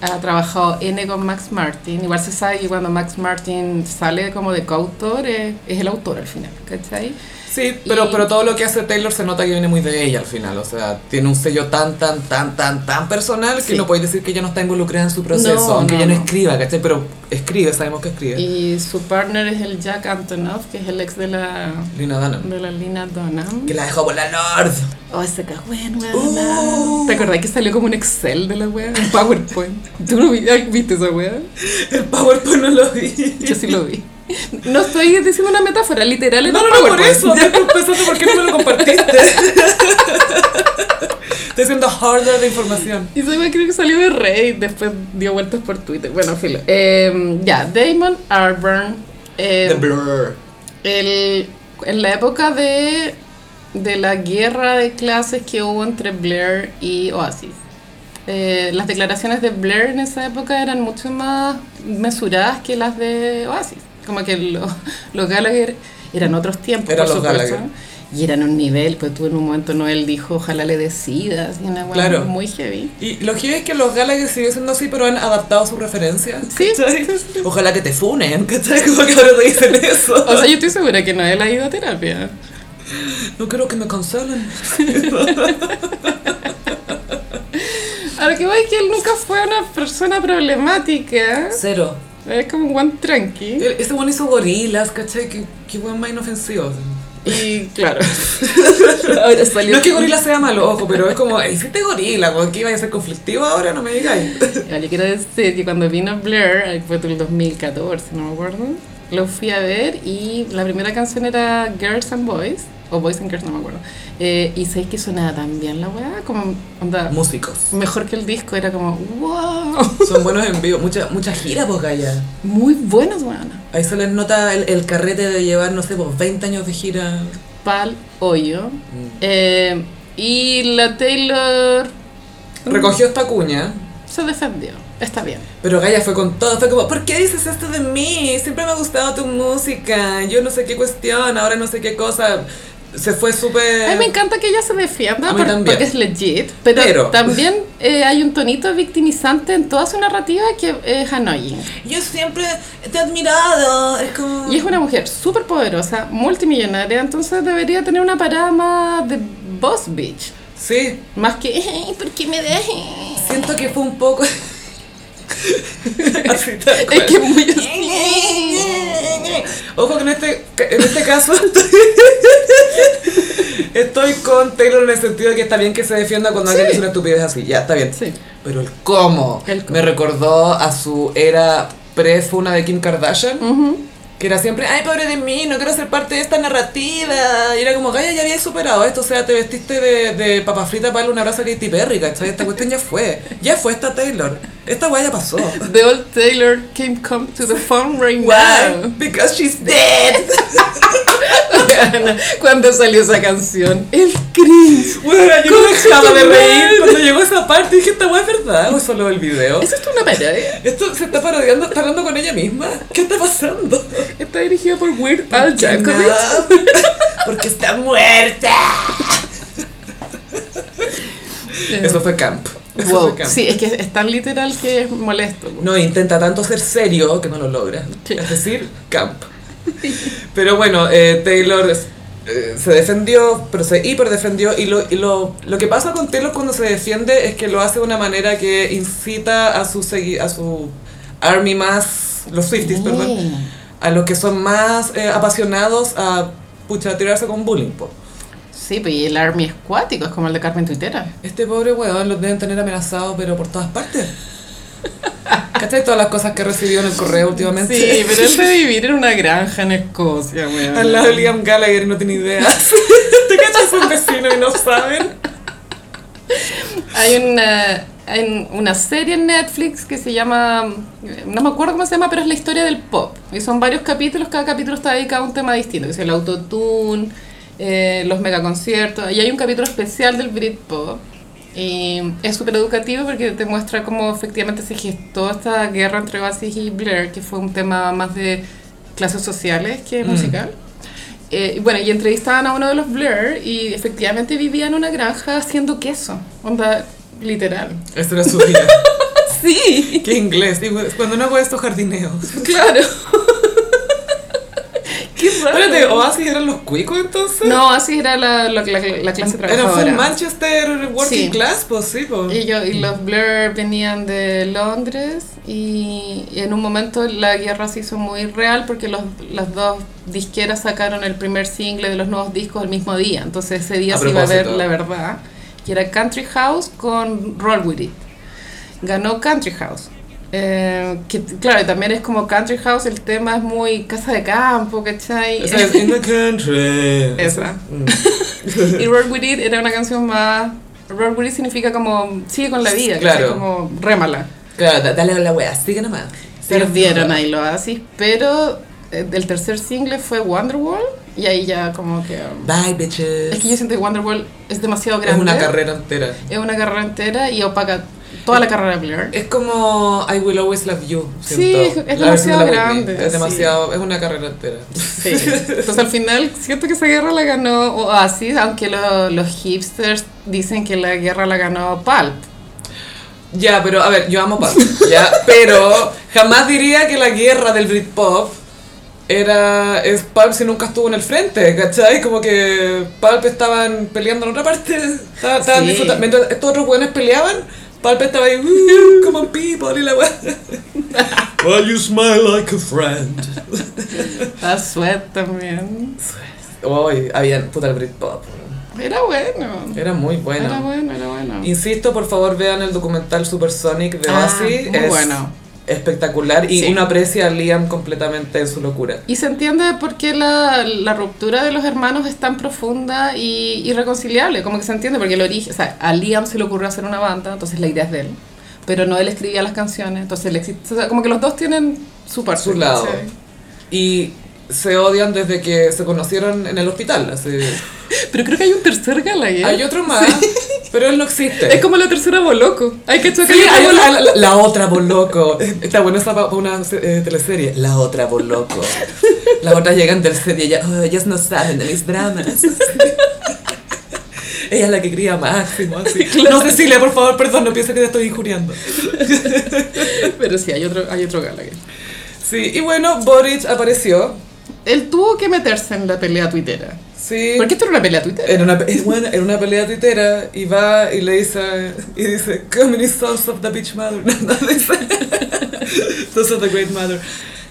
[SPEAKER 2] Ha trabajado N con Max Martin. Igual se sabe que cuando Max Martin sale como de coautor, eh, es el autor al final, ¿cachai?
[SPEAKER 1] Sí, pero,
[SPEAKER 2] Y-
[SPEAKER 1] pero todo lo que hace Taylor se nota que viene muy de ella al final. O sea, tiene un sello tan, tan, tan, tan, tan personal que
[SPEAKER 2] Sí.
[SPEAKER 1] no podéis decir que ella no está involucrada en su proceso,
[SPEAKER 2] No,
[SPEAKER 1] aunque
[SPEAKER 2] no,
[SPEAKER 1] ella no,
[SPEAKER 2] no.
[SPEAKER 1] escriba, ¿cachai? Pero escribe, sabemos que escribe.
[SPEAKER 2] Y su partner es el Jack Antonoff, que es el ex de la,
[SPEAKER 1] Lina Dunham.
[SPEAKER 2] de la Lina Dunham.
[SPEAKER 1] Que la dejó por la Lord.
[SPEAKER 2] Oh, ese cagüen,
[SPEAKER 1] Uh.
[SPEAKER 2] ¿Te acordás que salió como un Excel de la wea? Un PowerPoint. ¿Tú no vi- ay, viste esa wea?
[SPEAKER 1] El PowerPoint no lo vi.
[SPEAKER 2] Yo sí lo vi. No estoy diciendo una metáfora, literal. era
[SPEAKER 1] No,
[SPEAKER 2] un
[SPEAKER 1] no, no, por
[SPEAKER 2] PowerPoint.
[SPEAKER 1] eso. Estoy pensando por qué no me lo compartiste. Estoy siendo harder de información.
[SPEAKER 2] Y se me creo que salió de Reddit, después dio vueltas por Twitter. Bueno, filo. Eh, ya, Damon Albarn. eh,
[SPEAKER 1] The Blur.
[SPEAKER 2] el- en la época de, de la guerra de clases que hubo entre Blair y Oasis. eh, las declaraciones de Blair en esa época eran mucho más mesuradas que las de Oasis. Como que lo- los Gallagher eran otros tiempos,
[SPEAKER 1] Eran
[SPEAKER 2] por
[SPEAKER 1] los
[SPEAKER 2] supuesto,
[SPEAKER 1] Gallagher.
[SPEAKER 2] Y eran un nivel, pues tú en un momento Noel dijo, ojalá le decidas, y una hueá
[SPEAKER 1] Claro.
[SPEAKER 2] muy heavy.
[SPEAKER 1] Y lo que es que los Gallagher siguen siendo así, pero han adaptado sus referencias.
[SPEAKER 2] Sí,
[SPEAKER 1] ¿cachai?
[SPEAKER 2] sí, sí.
[SPEAKER 1] Ojalá que te funen, ¿cachai? Como que ahora te dicen eso.
[SPEAKER 2] O sea, yo estoy segura que Noel ha ido a terapia.
[SPEAKER 1] no quiero que me cancelen.
[SPEAKER 2] A lo que voy es que él nunca fue una persona problemática.
[SPEAKER 1] Cero.
[SPEAKER 2] Es como un guan tranqui.
[SPEAKER 1] El- Ese weón hizo gorilas, ¿cachai? Qué, qué weón más inofensivo.
[SPEAKER 2] Y claro. Ahora salió.
[SPEAKER 1] No es que gorila sea malo, ojo, pero es como, hiciste gorila, ¿con qué iba a ser conflictivo ahora? No me digáis.
[SPEAKER 2] Ya, Yo quiero decir que cuando vino Blair, ahí fue el 2014, no me acuerdo, lo fui a ver y la primera canción era Girls and Boys, o Boys and Girls, no me acuerdo. Eh, y sabéis que sonaba tan bien la weá, como, onda,
[SPEAKER 1] Músicos.
[SPEAKER 2] mejor que el disco, era como, wow,
[SPEAKER 1] Son buenos en vivo. Mucha, mucha gira, pues, Gaya.
[SPEAKER 2] muy buenos, weón.
[SPEAKER 1] Ahí se les nota el, el carrete de llevar, no sé, pues, 20 años de gira.
[SPEAKER 2] Pal hoyo.
[SPEAKER 1] Mm.
[SPEAKER 2] Eh, y la Taylor
[SPEAKER 1] Recogió esta cuña.
[SPEAKER 2] se defendió, está bien.
[SPEAKER 1] Pero Gaia fue con todo, fue como, ¿por qué dices esto de mí? Siempre me ha gustado tu música, yo no sé qué cuestión, ahora no sé qué cosa. Se fue súper...
[SPEAKER 2] A mí me encanta que ella se defienda
[SPEAKER 1] Eh, A mí
[SPEAKER 2] por-
[SPEAKER 1] también.
[SPEAKER 2] porque es legit, pero,
[SPEAKER 1] Pero-
[SPEAKER 2] también eh, hay un tonito victimizante en toda su narrativa que es annoying.
[SPEAKER 1] Yo siempre te he admirado, es como...
[SPEAKER 2] Y es una mujer súper poderosa, multimillonaria, entonces debería tener una parada más de boss bitch.
[SPEAKER 1] Sí,
[SPEAKER 2] Más que, "Ay, ¿por qué me dejes?
[SPEAKER 1] siento que fue un poco... Así tal cual.
[SPEAKER 2] Es que es muy así.
[SPEAKER 1] Ojo que en este, en este caso estoy, estoy con Taylor en el sentido de que está bien que se defienda cuando alguien dice una estupidez así. Ya, está bien.
[SPEAKER 2] Sí.
[SPEAKER 1] Pero el cómo,
[SPEAKER 2] El cómo.
[SPEAKER 1] me recordó a su era pre-funa de Kim Kardashian.
[SPEAKER 2] Mm.
[SPEAKER 1] Que era siempre, ay, pobre de mí, no quiero ser parte de esta narrativa. Y era como, Gaya, ya había superado esto. O sea, te vestiste de, de papa frita para darle un abrazo a Katy Perry, ¿cachai? Esta cuestión ya fue. Ya fue esta Taylor. Esta guaya ya pasó.
[SPEAKER 2] The old Taylor came come to the phone right
[SPEAKER 1] Why?
[SPEAKER 2] now.
[SPEAKER 1] Because she's dead.
[SPEAKER 2] Cuando salió esa canción, el cringe.
[SPEAKER 1] Bueno, yo no
[SPEAKER 2] Concha
[SPEAKER 1] dejaba
[SPEAKER 2] tu
[SPEAKER 1] de reír
[SPEAKER 2] madre.
[SPEAKER 1] cuando llegó esa parte. Dije, esta weá es verdad, o es solo el video.
[SPEAKER 2] ¿Es esto una ¿eh? parodia?
[SPEAKER 1] Esto se está parodiando, está hablando con ella misma. ¿Qué está pasando?
[SPEAKER 2] Está dirigida por Weird Al Yankovic.
[SPEAKER 1] Porque está muerta.
[SPEAKER 2] Eh.
[SPEAKER 1] Eso fue camp. Eso
[SPEAKER 2] Wow,
[SPEAKER 1] fue camp.
[SPEAKER 2] sí, es que es tan literal que es molesto.
[SPEAKER 1] No, intenta tanto ser serio que no lo logra.
[SPEAKER 2] Sí.
[SPEAKER 1] Es decir, camp. Pero bueno, eh, Taylor eh, se defendió, pero se hiperdefendió. Y, lo, y lo, lo que pasa con Taylor cuando se defiende es que lo hace de una manera que incita a su, segui- a su army más, los Swifties, perdón,
[SPEAKER 2] Oh.
[SPEAKER 1] a los que son más eh, apasionados a pucha, a tirarse con bullying. po.
[SPEAKER 2] Sí, pues y el Army es cuático, es como el de Carmen Twittera.
[SPEAKER 1] Este pobre weón lo deben tener amenazado, pero por todas partes. ¿Cachai? Todas las cosas que recibió en el correo últimamente.
[SPEAKER 2] Sí, pero él de vivir en una granja en Escocia, weón.
[SPEAKER 1] Al lado de Liam Gallagher no tiene idea. ¿Te cachas un vecino y no saben?
[SPEAKER 2] Hay una, hay una serie en Netflix que se llama, no me acuerdo cómo se llama, pero es la historia del pop. Y son varios capítulos, cada capítulo está dedicado a un tema distinto, que es el autotune, eh, los megaconciertos. Y hay un capítulo especial del Britpop. Y es súper educativo porque te muestra cómo efectivamente se gestó esta guerra entre Oasis y Blair, que fue un tema más de clases sociales que
[SPEAKER 1] Mm.
[SPEAKER 2] musical. Eh, bueno, y entrevistaban a uno de los Blair y efectivamente vivía en una granja haciendo queso. Onda, literal.
[SPEAKER 1] Esta era su vida.
[SPEAKER 2] Sí,
[SPEAKER 1] Qué inglés. Digo, cuando no hago estos jardineos.
[SPEAKER 2] claro. Qué raro.
[SPEAKER 1] Espérate, ¿Oasis eran los cuicos entonces?
[SPEAKER 2] No, así era la, la- la- la clase
[SPEAKER 1] Era full
[SPEAKER 2] trabajadora.
[SPEAKER 1] Manchester working
[SPEAKER 2] Sí.
[SPEAKER 1] class, pues sí, pues.
[SPEAKER 2] Y, yo- y los Blair venían de Londres y, y en un momento la guerra se hizo muy real porque los, las dos disqueras sacaron el primer single de los nuevos discos el mismo día. Entonces ese día
[SPEAKER 1] A
[SPEAKER 2] se iba a ver
[SPEAKER 1] propósito.
[SPEAKER 2] la verdad, que era Country House con Roll With It. ganó Country House. Eh, que claro, también es como Country House, el tema es muy casa de campo, ¿cachai?
[SPEAKER 1] O sea, in the country.
[SPEAKER 2] Esa.
[SPEAKER 1] Mm.
[SPEAKER 2] y Roll With It era una canción más... Roll With It significa como sigue con la vida,
[SPEAKER 1] Claro.
[SPEAKER 2] ¿cachai? como rémala.
[SPEAKER 1] Claro, da- dale a la wea, sigue nomás. Sigue
[SPEAKER 2] Perdieron
[SPEAKER 1] nomás.
[SPEAKER 2] ahí lo así, pero eh, el tercer single fue Wonderwall y ahí ya como que... um,
[SPEAKER 1] Bye, bitches.
[SPEAKER 2] Es que yo siento que Wonderwall es demasiado
[SPEAKER 1] Es
[SPEAKER 2] grande.
[SPEAKER 1] una carrera entera.
[SPEAKER 2] Es una carrera entera y opaca toda la carrera de Blair.
[SPEAKER 1] Es como I Will Always Love You.
[SPEAKER 2] Sí,
[SPEAKER 1] siento.
[SPEAKER 2] es
[SPEAKER 1] La versión de la
[SPEAKER 2] demasiado
[SPEAKER 1] Whitney.
[SPEAKER 2] grande,
[SPEAKER 1] Es
[SPEAKER 2] sí.
[SPEAKER 1] demasiado, es una carrera entera.
[SPEAKER 2] Sí. Entonces al final siento que esa guerra la ganó Oasis, aunque lo- los hipsters dicen que la guerra la ganó Pulp.
[SPEAKER 1] Ya, pero a ver, yo amo Pulp, ya, pero jamás diría que la guerra del Britpop era es Pulp si nunca estuvo en el frente, ¿cachai? Como que Pulp estaban peleando en otra parte, estaban, estaban
[SPEAKER 2] Sí.
[SPEAKER 1] disfrutando. Mientras estos otros buenos peleaban, Pulp estaba ahí, "Uh, come on people, y la weá. Well, you smile like a friend.
[SPEAKER 2] La Sweat también.
[SPEAKER 1] Uy, había, puta, el Britpop,
[SPEAKER 2] Era bueno.
[SPEAKER 1] era muy
[SPEAKER 2] Era
[SPEAKER 1] bueno.
[SPEAKER 2] bueno, era bueno.
[SPEAKER 1] Insisto, por favor, vean el documental Supersonic de
[SPEAKER 2] Ah,
[SPEAKER 1] Ozzy.
[SPEAKER 2] muy
[SPEAKER 1] es
[SPEAKER 2] bueno.
[SPEAKER 1] espectacular y
[SPEAKER 2] Sí.
[SPEAKER 1] uno aprecia a Liam completamente en su locura.
[SPEAKER 2] Y se entiende por qué la, la ruptura de los hermanos es tan profunda y irreconciliable. Como que se entiende, porque el origen. O sea, a Liam se le ocurrió hacer una banda, entonces la idea es de él. Pero no él escribía las canciones, entonces él existe. O sea, como que los dos tienen su parte.
[SPEAKER 1] Su lado.
[SPEAKER 2] ¿cachai?
[SPEAKER 1] Y se odian desde que se conocieron en el hospital. así.
[SPEAKER 2] Pero creo que hay un tercer Gallagher.
[SPEAKER 1] Hay otro más, pero él no existe.
[SPEAKER 2] Es como la tercera Boloco. Hay que
[SPEAKER 1] Sí,
[SPEAKER 2] chocar.
[SPEAKER 1] hay una- la, la otra por loco. Está bueno esa para una eh, teleserie. La otra por loco. Las otras llegan del set y ellas, "Oh, ellas no saben de mis dramas. Ella es la que cría a Máximo. Así. No, Cecilia, por favor, perdón, no pienses que te estoy injuriando.
[SPEAKER 2] Pero sí, hay otro, hay otro Gallagher.
[SPEAKER 1] Sí, y bueno, Boric apareció.
[SPEAKER 2] Él tuvo que meterse en la pelea tuitera.
[SPEAKER 1] Sí.
[SPEAKER 2] Porque esto era una pelea tuitera.
[SPEAKER 1] En una, es buena, en una pelea titera y va y le dice, y dice, Communist Sons of the Bitch Mother. No, no, dice, Sons of the Great Mother.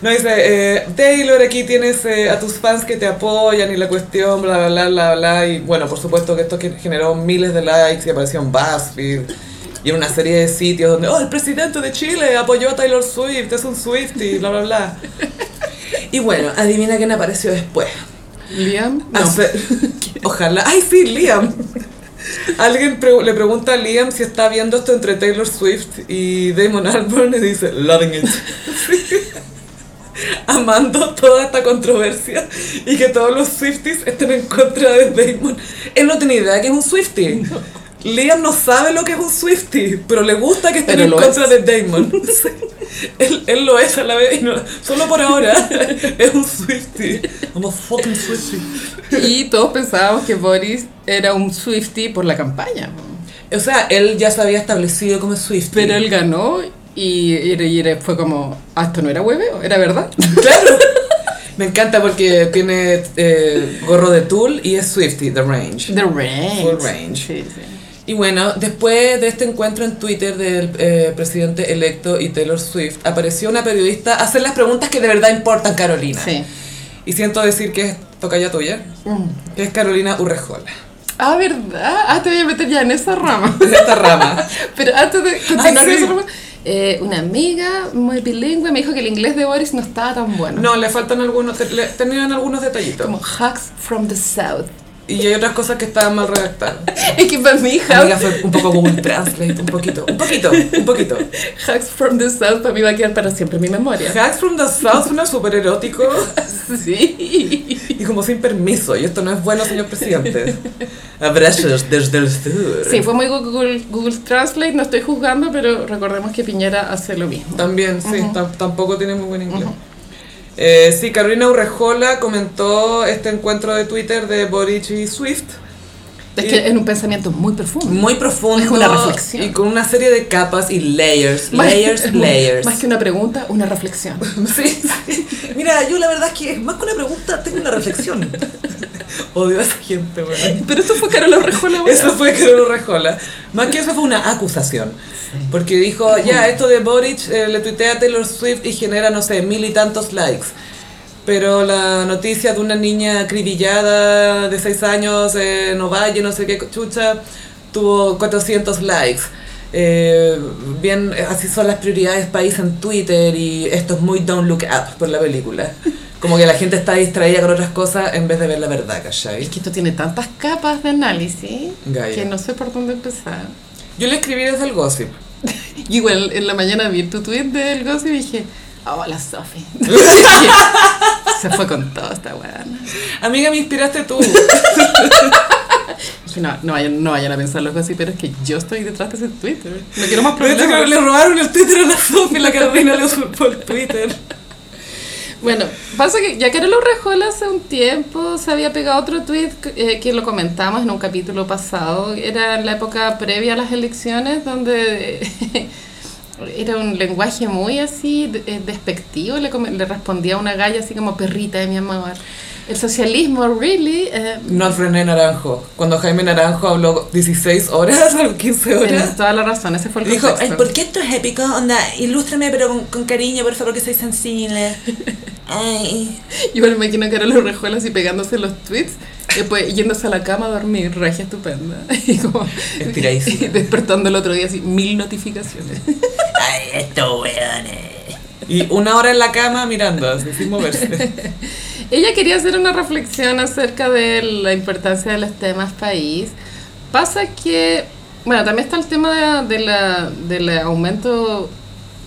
[SPEAKER 1] No, dice, eh, Taylor, aquí tienes eh, a tus fans que te apoyan y la cuestión, bla, bla, bla, bla, bla. Y bueno, por supuesto que esto que- generó miles de likes y apareció en BuzzFeed. Y en una serie de sitios donde, oh, el presidente de Chile apoyó a Taylor Swift, es un Swifty, bla, bla, bla. Y bueno, adivina quién apareció después.
[SPEAKER 2] Liam, no.
[SPEAKER 1] Hace- Ojalá. ¡Ay, sí, Liam! Alguien pre- le pregunta a Liam si está viendo esto entre Taylor Swift y Damon Albarn y dice, loving it. Sí. Amando toda esta controversia y que todos los Swifties estén en contra de Damon. Él no tiene idea que es un Swiftie. Liam no sabe lo que es un Swiftie, pero le gusta que estén
[SPEAKER 2] Pero
[SPEAKER 1] en
[SPEAKER 2] lo
[SPEAKER 1] contra de Damon. Sí. Él, él lo es a la vez, y no- solo por ahora es un Swiftie. I'm a fucking Swiftie.
[SPEAKER 2] Y todos pensábamos que Boris era un Swifty por la campaña.
[SPEAKER 1] O sea, él ya se había establecido como Swift.
[SPEAKER 2] Pero él ganó y, y- y era- fue como, ah, esto no era hueveo, era verdad.
[SPEAKER 1] Claro. Me encanta porque tiene eh, gorro de Tool y es Swifty, The Range.
[SPEAKER 2] The Range.
[SPEAKER 1] Full range.
[SPEAKER 2] Sí, sí.
[SPEAKER 1] Y bueno, después de este encuentro en Twitter del eh, presidente electo y Taylor Swift, apareció una periodista a hacer las preguntas que de verdad importan, Carolina.
[SPEAKER 2] Sí.
[SPEAKER 1] Y siento decir que es tocaya tuya,
[SPEAKER 2] Mm.
[SPEAKER 1] que es Carolina Urrejola.
[SPEAKER 2] Ah, ¿verdad? Ah, te voy a meter ya en esa rama.
[SPEAKER 1] De esta rama.
[SPEAKER 2] Pero antes de continuar
[SPEAKER 1] Ah, sí.
[SPEAKER 2] con esa rama, eh, una amiga muy bilingüe me dijo que el inglés de Boris no estaba tan bueno.
[SPEAKER 1] No, le faltan algunos, te- le- tenían algunos detallitos.
[SPEAKER 2] Como hacks from the south.
[SPEAKER 1] Y hay otras cosas que estaban mal redactadas.
[SPEAKER 2] Es que para mí
[SPEAKER 1] Amiga,
[SPEAKER 2] hacks,
[SPEAKER 1] fue un poco Google Translate, un poquito, un poquito, un poquito.
[SPEAKER 2] hacks from the south para mí va a quedar para siempre en mi memoria.
[SPEAKER 1] Hacks from the South suena súper erótico
[SPEAKER 2] Sí.
[SPEAKER 1] y como sin permiso, y esto no es bueno, señor presidente. Abrazos desde el sur.
[SPEAKER 2] Sí, fue muy Google, Google Translate, no estoy juzgando, pero recordemos que Piñera hace lo mismo.
[SPEAKER 1] También, sí, tam- tampoco tiene muy buen inglés. Eh, sí, Carolina Urrejola comentó este encuentro de Twitter de Boric y Swift.
[SPEAKER 2] Es
[SPEAKER 1] Y-
[SPEAKER 2] que en un pensamiento muy profundo.
[SPEAKER 1] Muy profundo.
[SPEAKER 2] Es una reflexión.
[SPEAKER 1] Y con una serie de capas y layers,
[SPEAKER 2] Más-
[SPEAKER 1] layers, layers.
[SPEAKER 2] Más que una pregunta, una reflexión.
[SPEAKER 1] Sí, sí. Mira, yo la verdad es que más que una pregunta, tengo una reflexión. Odio a esa gente, weón.
[SPEAKER 2] Pero esto fue Carola Rejola,
[SPEAKER 1] Eso fue Carol Rajola. Más que eso fue una acusación. Porque dijo, ya, esto de Boric eh, le tuitea a Taylor Swift y genera, no sé, mil y tantos likes. Pero la noticia de una niña acribillada de 6 años en Ovalle, no sé qué chucha, tuvo 400 likes. Eh, bien, eh, así son las prioridades país en Twitter y esto es muy Don't Look Up por la película. Como que la gente está distraída con otras cosas en vez de ver la verdad, ¿cachai?
[SPEAKER 2] Es que esto tiene tantas capas de análisis
[SPEAKER 1] Gaya.
[SPEAKER 2] que no sé por dónde empezar.
[SPEAKER 1] Yo le escribí desde el gossip.
[SPEAKER 2] Y Igual en la mañana vi tu tweet del gossip y dije, hola Sofi. Se fue con todo esta weá.
[SPEAKER 1] Amiga, me inspiraste tú.
[SPEAKER 2] Es que no, no, vayan, no vayan a pensar los así, pero es que yo estoy detrás de ese Twitter. No quiero más
[SPEAKER 1] Pero esto que
[SPEAKER 2] problemas.
[SPEAKER 1] le robaron el Twitter a la Sofi, la Carolina le usó por Twitter.
[SPEAKER 2] Bueno, pasa que ya Carol Urrejola hace un tiempo se había pegado otro tweet eh, que lo comentamos en un capítulo pasado. Era en la época previa a las elecciones donde era un lenguaje muy así de- eh, despectivo. Le, come- le respondía a una galla así como perrita de mi amor. El socialismo, really. eh,
[SPEAKER 1] No frené Naranjo. Cuando Jaime Naranjo habló 16 horas, o 15
[SPEAKER 2] tienes
[SPEAKER 1] horas.
[SPEAKER 2] toda la razón, ese fue el
[SPEAKER 1] Dijo,
[SPEAKER 2] contexto.
[SPEAKER 3] Ay, ¿por qué esto es épico? Onda, ilústrame, pero con, con cariño, por favor, que soy sensible. Ay.
[SPEAKER 2] Igual me imagino que ahora los rejuelas y pegándose los tweets, después yéndose a la cama a dormir, regia estupenda. Y como
[SPEAKER 1] Estiradísima.
[SPEAKER 2] y despertando el otro día así, mil notificaciones.
[SPEAKER 3] Ay, estos weones.
[SPEAKER 1] Y una hora en la cama mirando, así, sin moverse.
[SPEAKER 2] Ella quería hacer una reflexión acerca de la importancia de los temas país. Pasa que, bueno, también está el tema de, de la, del aumento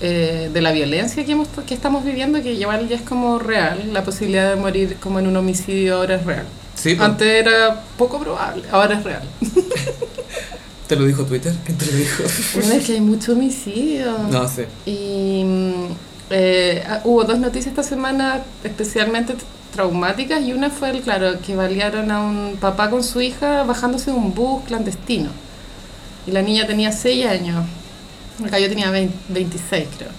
[SPEAKER 2] eh, de la violencia que, hemos, que estamos viviendo, que igual ya es como real, la posibilidad de morir como en un homicidio ahora es real.
[SPEAKER 1] Sí, pues,
[SPEAKER 2] Antes era poco probable, ahora es real.
[SPEAKER 1] te lo dijo Twitter. ¿Quién te lo dijo?
[SPEAKER 2] Bueno, es que hay mucho homicidio.
[SPEAKER 1] No sé.
[SPEAKER 2] Y mm, eh, ah, hubo dos noticias esta semana especialmente t- traumáticas y una fue, el, claro, que balearon a un papá con su hija bajándose de un bus clandestino. Y la niña tenía 6 años. Acá yo tenía 20 26, creo.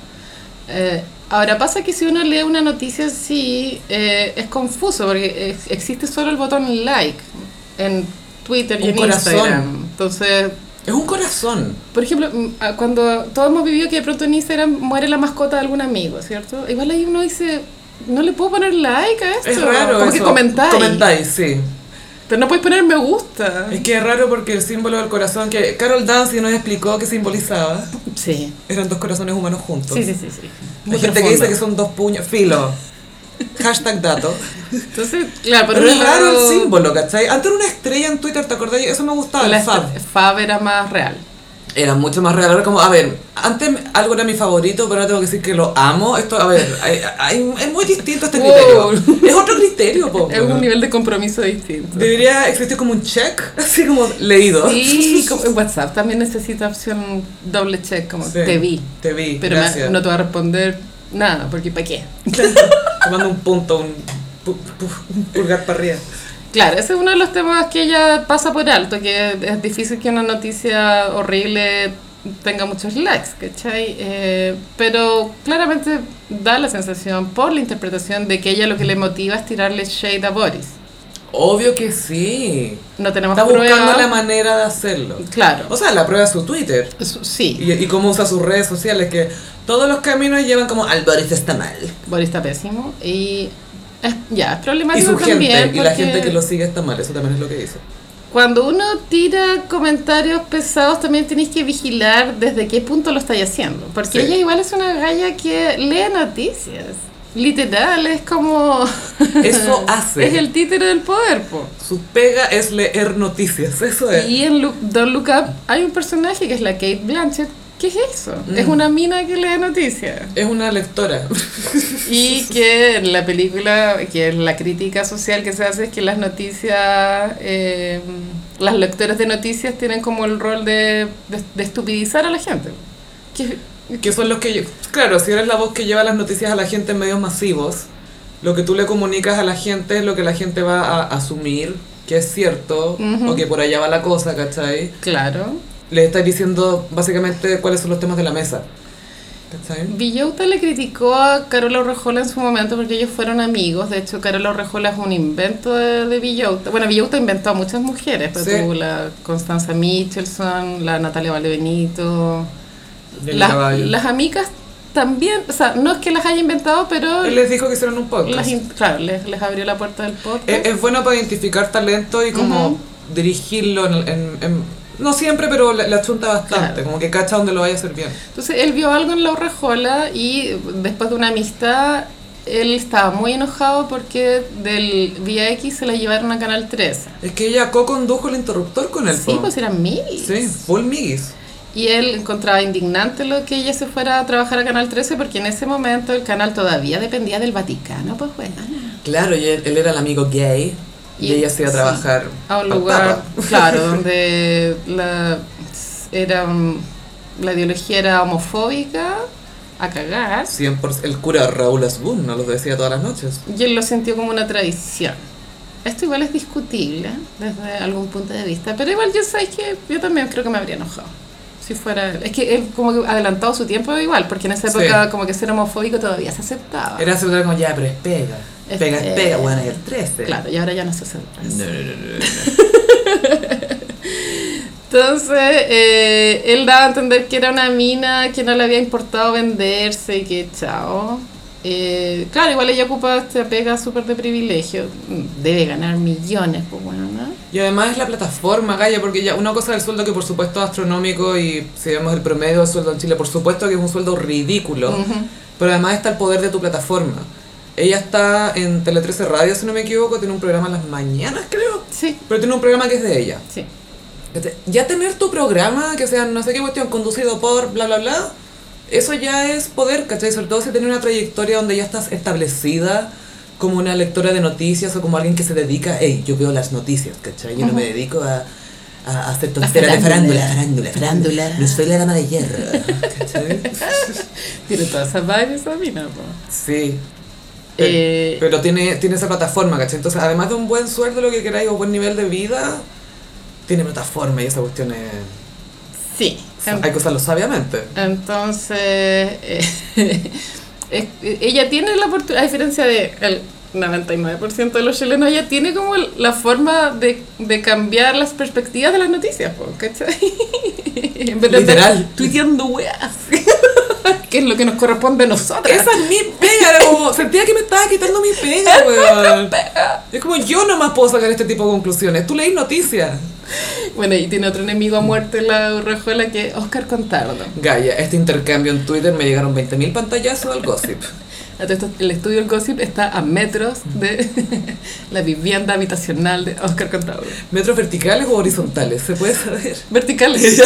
[SPEAKER 2] Eh, ahora pasa que si uno lee una noticia así, eh, es confuso porque ex- existe solo el botón like en Twitter y
[SPEAKER 1] Un
[SPEAKER 2] en
[SPEAKER 1] corazón.
[SPEAKER 2] Instagram. Entonces,
[SPEAKER 1] Es un corazón.
[SPEAKER 2] por ejemplo, mm, a- cuando todos hemos vivido que de pronto en Instagram muere la mascota de algún amigo, ¿cierto? Igual ahí uno dice, no le puedo poner like a esto.
[SPEAKER 1] Es raro
[SPEAKER 2] Como
[SPEAKER 1] eso.
[SPEAKER 2] que comentáis.
[SPEAKER 1] Comentáis, sí.
[SPEAKER 2] Pero no puedes poner me gusta.
[SPEAKER 1] Es que es raro porque el símbolo del corazón que Carol Dancy nos explicó que simbolizaba
[SPEAKER 2] Sí.
[SPEAKER 1] eran dos corazones humanos juntos.
[SPEAKER 2] Sí, sí, sí, sí.
[SPEAKER 1] Hay
[SPEAKER 2] Muy
[SPEAKER 1] gente que
[SPEAKER 2] profundo.
[SPEAKER 1] dice que son dos puños. Filo. Hashtag dato.
[SPEAKER 2] Entonces, claro, por
[SPEAKER 1] Pero
[SPEAKER 2] un
[SPEAKER 1] es raro
[SPEAKER 2] lado,
[SPEAKER 1] el símbolo, ¿cachai? Antes era una estrella en Twitter, ¿te acordás? Eso me gustaba,
[SPEAKER 2] La
[SPEAKER 1] el Fab.
[SPEAKER 2] est- Fab era más real.
[SPEAKER 1] Era mucho más real. Ahora como, a ver, antes algo era mi favorito, pero ahora tengo que decir que lo amo. Esto, a ver, hay- hay- es muy distinto este criterio.
[SPEAKER 2] Wow.
[SPEAKER 1] Es otro criterio, po.
[SPEAKER 2] Es un nivel de compromiso distinto.
[SPEAKER 1] Debería existir como un check, así como leído.
[SPEAKER 2] Sí, como en WhatsApp también necesita opción doble check, como
[SPEAKER 1] Sí.
[SPEAKER 2] te vi.
[SPEAKER 1] Te vi,
[SPEAKER 2] Pero me-
[SPEAKER 1] gracias.
[SPEAKER 2] no te va a responder nada, porque ¿para qué?
[SPEAKER 1] Te mando un punto, un, pu- pu- un pulgar para arriba.
[SPEAKER 2] Claro, ese es uno de los temas que ella pasa por alto, que es difícil que una noticia horrible tenga muchos likes, ¿cachai? Eh, pero claramente da la sensación, por la interpretación, de que ella lo que le motiva es tirarle shade a Boris.
[SPEAKER 1] Obvio que sí.
[SPEAKER 2] No tenemos
[SPEAKER 1] Está buscando
[SPEAKER 2] pruebas.
[SPEAKER 1] la manera de hacerlo.
[SPEAKER 2] Claro.
[SPEAKER 1] O sea, la prueba es su Twitter.
[SPEAKER 2] Su- Sí,
[SPEAKER 1] Y, y cómo usa sus redes sociales, que todos los caminos llevan como al Boris está mal.
[SPEAKER 2] Boris está pésimo y es- ya, es
[SPEAKER 1] Y
[SPEAKER 2] problemático
[SPEAKER 1] su gente,
[SPEAKER 2] también.
[SPEAKER 1] y la
[SPEAKER 2] porque-
[SPEAKER 1] gente que lo sigue está mal, eso también es lo que dice.
[SPEAKER 2] Cuando uno tira comentarios pesados, también tenéis que vigilar desde qué punto lo estáis haciendo. Porque
[SPEAKER 1] Sí.
[SPEAKER 2] ella igual es una galla que lee noticias. Literal, es como...
[SPEAKER 1] Eso hace.
[SPEAKER 2] es el títere del poder, po.
[SPEAKER 1] Su pega es leer noticias, eso es.
[SPEAKER 2] Y en Lu- Don't Look Up hay un personaje que es la Kate Blanchett. ¿Qué es eso?
[SPEAKER 1] Mm.
[SPEAKER 2] Es una mina que lee noticias.
[SPEAKER 1] Es una lectora.
[SPEAKER 2] Y que en la película, que es la crítica social que se hace es que las noticias, eh, las lectores de noticias tienen como el rol de, de, de estupidizar a la gente. Que,
[SPEAKER 1] que son los que... lle- Claro, si eres la voz que lleva las noticias a la gente en medios masivos, lo que tú le comunicas a la gente es lo que la gente va a asumir que es cierto
[SPEAKER 2] Ujú.
[SPEAKER 1] o que por allá va la cosa, ¿cachai?
[SPEAKER 2] claro.
[SPEAKER 1] Le estás diciendo básicamente cuáles son los temas de la mesa. ¿Cachai?
[SPEAKER 2] Villota le criticó a Carola Urrejola en su momento porque ellos fueron amigos. De hecho, Carola Urrejola es un invento de, de Villota. Bueno, Villota inventó a muchas mujeres, pero
[SPEAKER 1] Sí.
[SPEAKER 2] tuvo la Constanza Michelson, la Natalia Valdebenito.
[SPEAKER 1] Las-
[SPEAKER 2] Las, las amigas también, o sea, no es que las haya inventado, pero
[SPEAKER 1] Él les dijo que hicieron un podcast.
[SPEAKER 2] Las in- claro, les, les abrió la puerta del podcast.
[SPEAKER 1] Es, es bueno para identificar talento y como
[SPEAKER 2] Ujú.
[SPEAKER 1] dirigirlo en, en- en- No siempre, pero la, la chunta bastante.
[SPEAKER 2] Claro.
[SPEAKER 1] Como que cacha donde lo vaya a hacer bien.
[SPEAKER 2] Entonces él vio algo en la Urrejola y después de una amistad, él estaba muy enojado porque del Vía X se la llevaron a Canal 13.
[SPEAKER 1] Es que ella co-condujo el interruptor con él.
[SPEAKER 2] Sí,
[SPEAKER 1] po.
[SPEAKER 2] pues eran mil.
[SPEAKER 1] Sí, full miguis.
[SPEAKER 2] Y él encontraba indignante lo que ella se fuera a trabajar a Canal 13 porque en ese momento el canal todavía dependía del Vaticano, pues bueno.
[SPEAKER 1] Claro, y él, él era el amigo gay Y, ella se iba a trabajar
[SPEAKER 2] a un
[SPEAKER 1] al
[SPEAKER 2] lugar,
[SPEAKER 1] Papa.
[SPEAKER 2] claro, donde la, era, mm, la ideología era homofóbica, a cagar,
[SPEAKER 1] 100%. El cura Raúl Asbun nos lo decía todas las noches.
[SPEAKER 2] y él lo sintió como una traición. Esto igual es discutible desde algún punto de vista, pero igual yo sabes que yo también creo que me habría enojado. Si fuera, es que él como que adelantado su tiempo igual, porque en esa
[SPEAKER 1] Sí.
[SPEAKER 2] época como que ser homofóbico todavía se aceptaba.
[SPEAKER 1] Era aceptar como, ya, pero es pega.
[SPEAKER 2] Es
[SPEAKER 1] pega, es
[SPEAKER 2] pega.
[SPEAKER 1] pega, bueno, es el 13.
[SPEAKER 2] Claro, y ahora ya no se acepta. eso.
[SPEAKER 1] No, no, no, no, no.
[SPEAKER 2] Entonces, eh, él daba a entender que era una mina que no le había importado venderse y que chao. Eh, claro, igual ella ocupa esta pega súper de privilegio. Mm, Debe ganar millones, pues bueno, ¿no?
[SPEAKER 1] Y además es la plataforma, Gaya, porque ya una cosa del sueldo que por supuesto es astronómico y si vemos el promedio del sueldo en Chile, por supuesto que es un sueldo ridículo, pero además está el poder de tu plataforma. Ella está en Tele 13 Radio, si no me equivoco, tiene un programa en las mañanas, creo,
[SPEAKER 2] Sí,
[SPEAKER 1] pero tiene un programa que es de ella.
[SPEAKER 2] sí.
[SPEAKER 1] Este, Ya tener tu programa, que sea no sé qué cuestión, conducido por bla bla bla, eso ya es poder, ¿cachai? Sobre todo si tienes una trayectoria donde ya estás establecida como una lectora de noticias o como alguien que se dedica, hey, yo veo las noticias, ¿cachai? Yo no me dedico a, a hacer tonteras de farándula, farándula,
[SPEAKER 2] farándula.
[SPEAKER 1] farándula.
[SPEAKER 2] Farándula.
[SPEAKER 1] No soy la dama de hierro, ¿cachai?
[SPEAKER 2] Tiene todas esas vibes esa mina, po.
[SPEAKER 1] Sí. Pero,
[SPEAKER 2] Eh,
[SPEAKER 1] pero tiene, tiene esa plataforma, ¿cachai? Entonces, además de un buen sueldo, lo que queráis, o buen nivel de vida, tiene plataforma y esa cuestión es...
[SPEAKER 2] sí.
[SPEAKER 1] Hay que usarlo sabiamente.
[SPEAKER 2] Entonces, eh, es- ella tiene la oportunidad, a diferencia del 99% de los chilenos, ella tiene como la forma de, de cambiar las perspectivas de las noticias, po, ¿cachai? En vez de andar
[SPEAKER 1] Literal.
[SPEAKER 2] tuiteando weas, que es lo que nos corresponde a nosotras.
[SPEAKER 1] Esa es mi pega, era como, sentía que me estaba quitando mi pega, weón. Es como, yo nomás puedo sacar este tipo de conclusiones. Tú leí noticias.
[SPEAKER 2] Bueno, y tiene otro enemigo a muerte la Urrajola que es Oscar Contardo.
[SPEAKER 1] Gaya, este intercambio en Twitter me llegaron 20.000 pantallazos del gossip.
[SPEAKER 2] A todo esto, El estudio del Gossip está a metros de la vivienda habitacional de Oscar Contardo.
[SPEAKER 1] ¿Metros verticales o horizontales? ¿Se puede saber?
[SPEAKER 2] Verticales.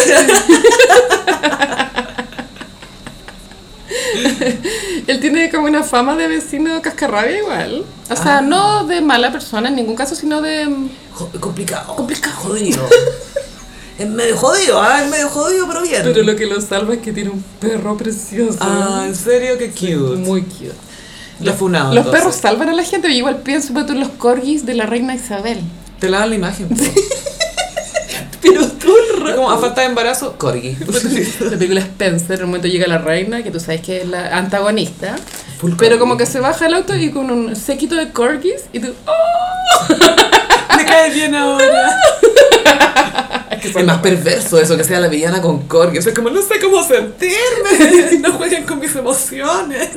[SPEAKER 2] Él tiene como una fama de vecino cascarrabia igual. O sea,
[SPEAKER 1] Ah.
[SPEAKER 2] no de mala persona en ningún caso, sino de... mm,
[SPEAKER 3] Jo- complicado.
[SPEAKER 2] Complicado.
[SPEAKER 3] Jodido. es medio jodido, ¿ah? Es medio jodido, pero bien.
[SPEAKER 2] Pero lo que lo salva es que tiene un perro precioso.
[SPEAKER 1] Ah, en serio, qué cute.
[SPEAKER 2] Muy cute.
[SPEAKER 1] Lo funado,
[SPEAKER 2] Los
[SPEAKER 1] entonces.
[SPEAKER 2] perros salvan a la gente. Yo igual pienso para los corgis de la reina Isabel.
[SPEAKER 1] Te lavan la imagen. po.
[SPEAKER 2] Pero tú
[SPEAKER 1] Es Como a falta de embarazo, corgi.
[SPEAKER 2] La película Spencer, en un momento llega la reina, que tú sabes que es la antagonista.
[SPEAKER 1] Full
[SPEAKER 2] pero
[SPEAKER 1] corgi.
[SPEAKER 2] como que se baja el auto y con un séquito de corgis y tú... ¡Oh!
[SPEAKER 1] Me cae bien ahora. Es más perverso eso, que sea la villana con corgi. Eso es como, no sé cómo sentirme. No jueguen con mis emociones.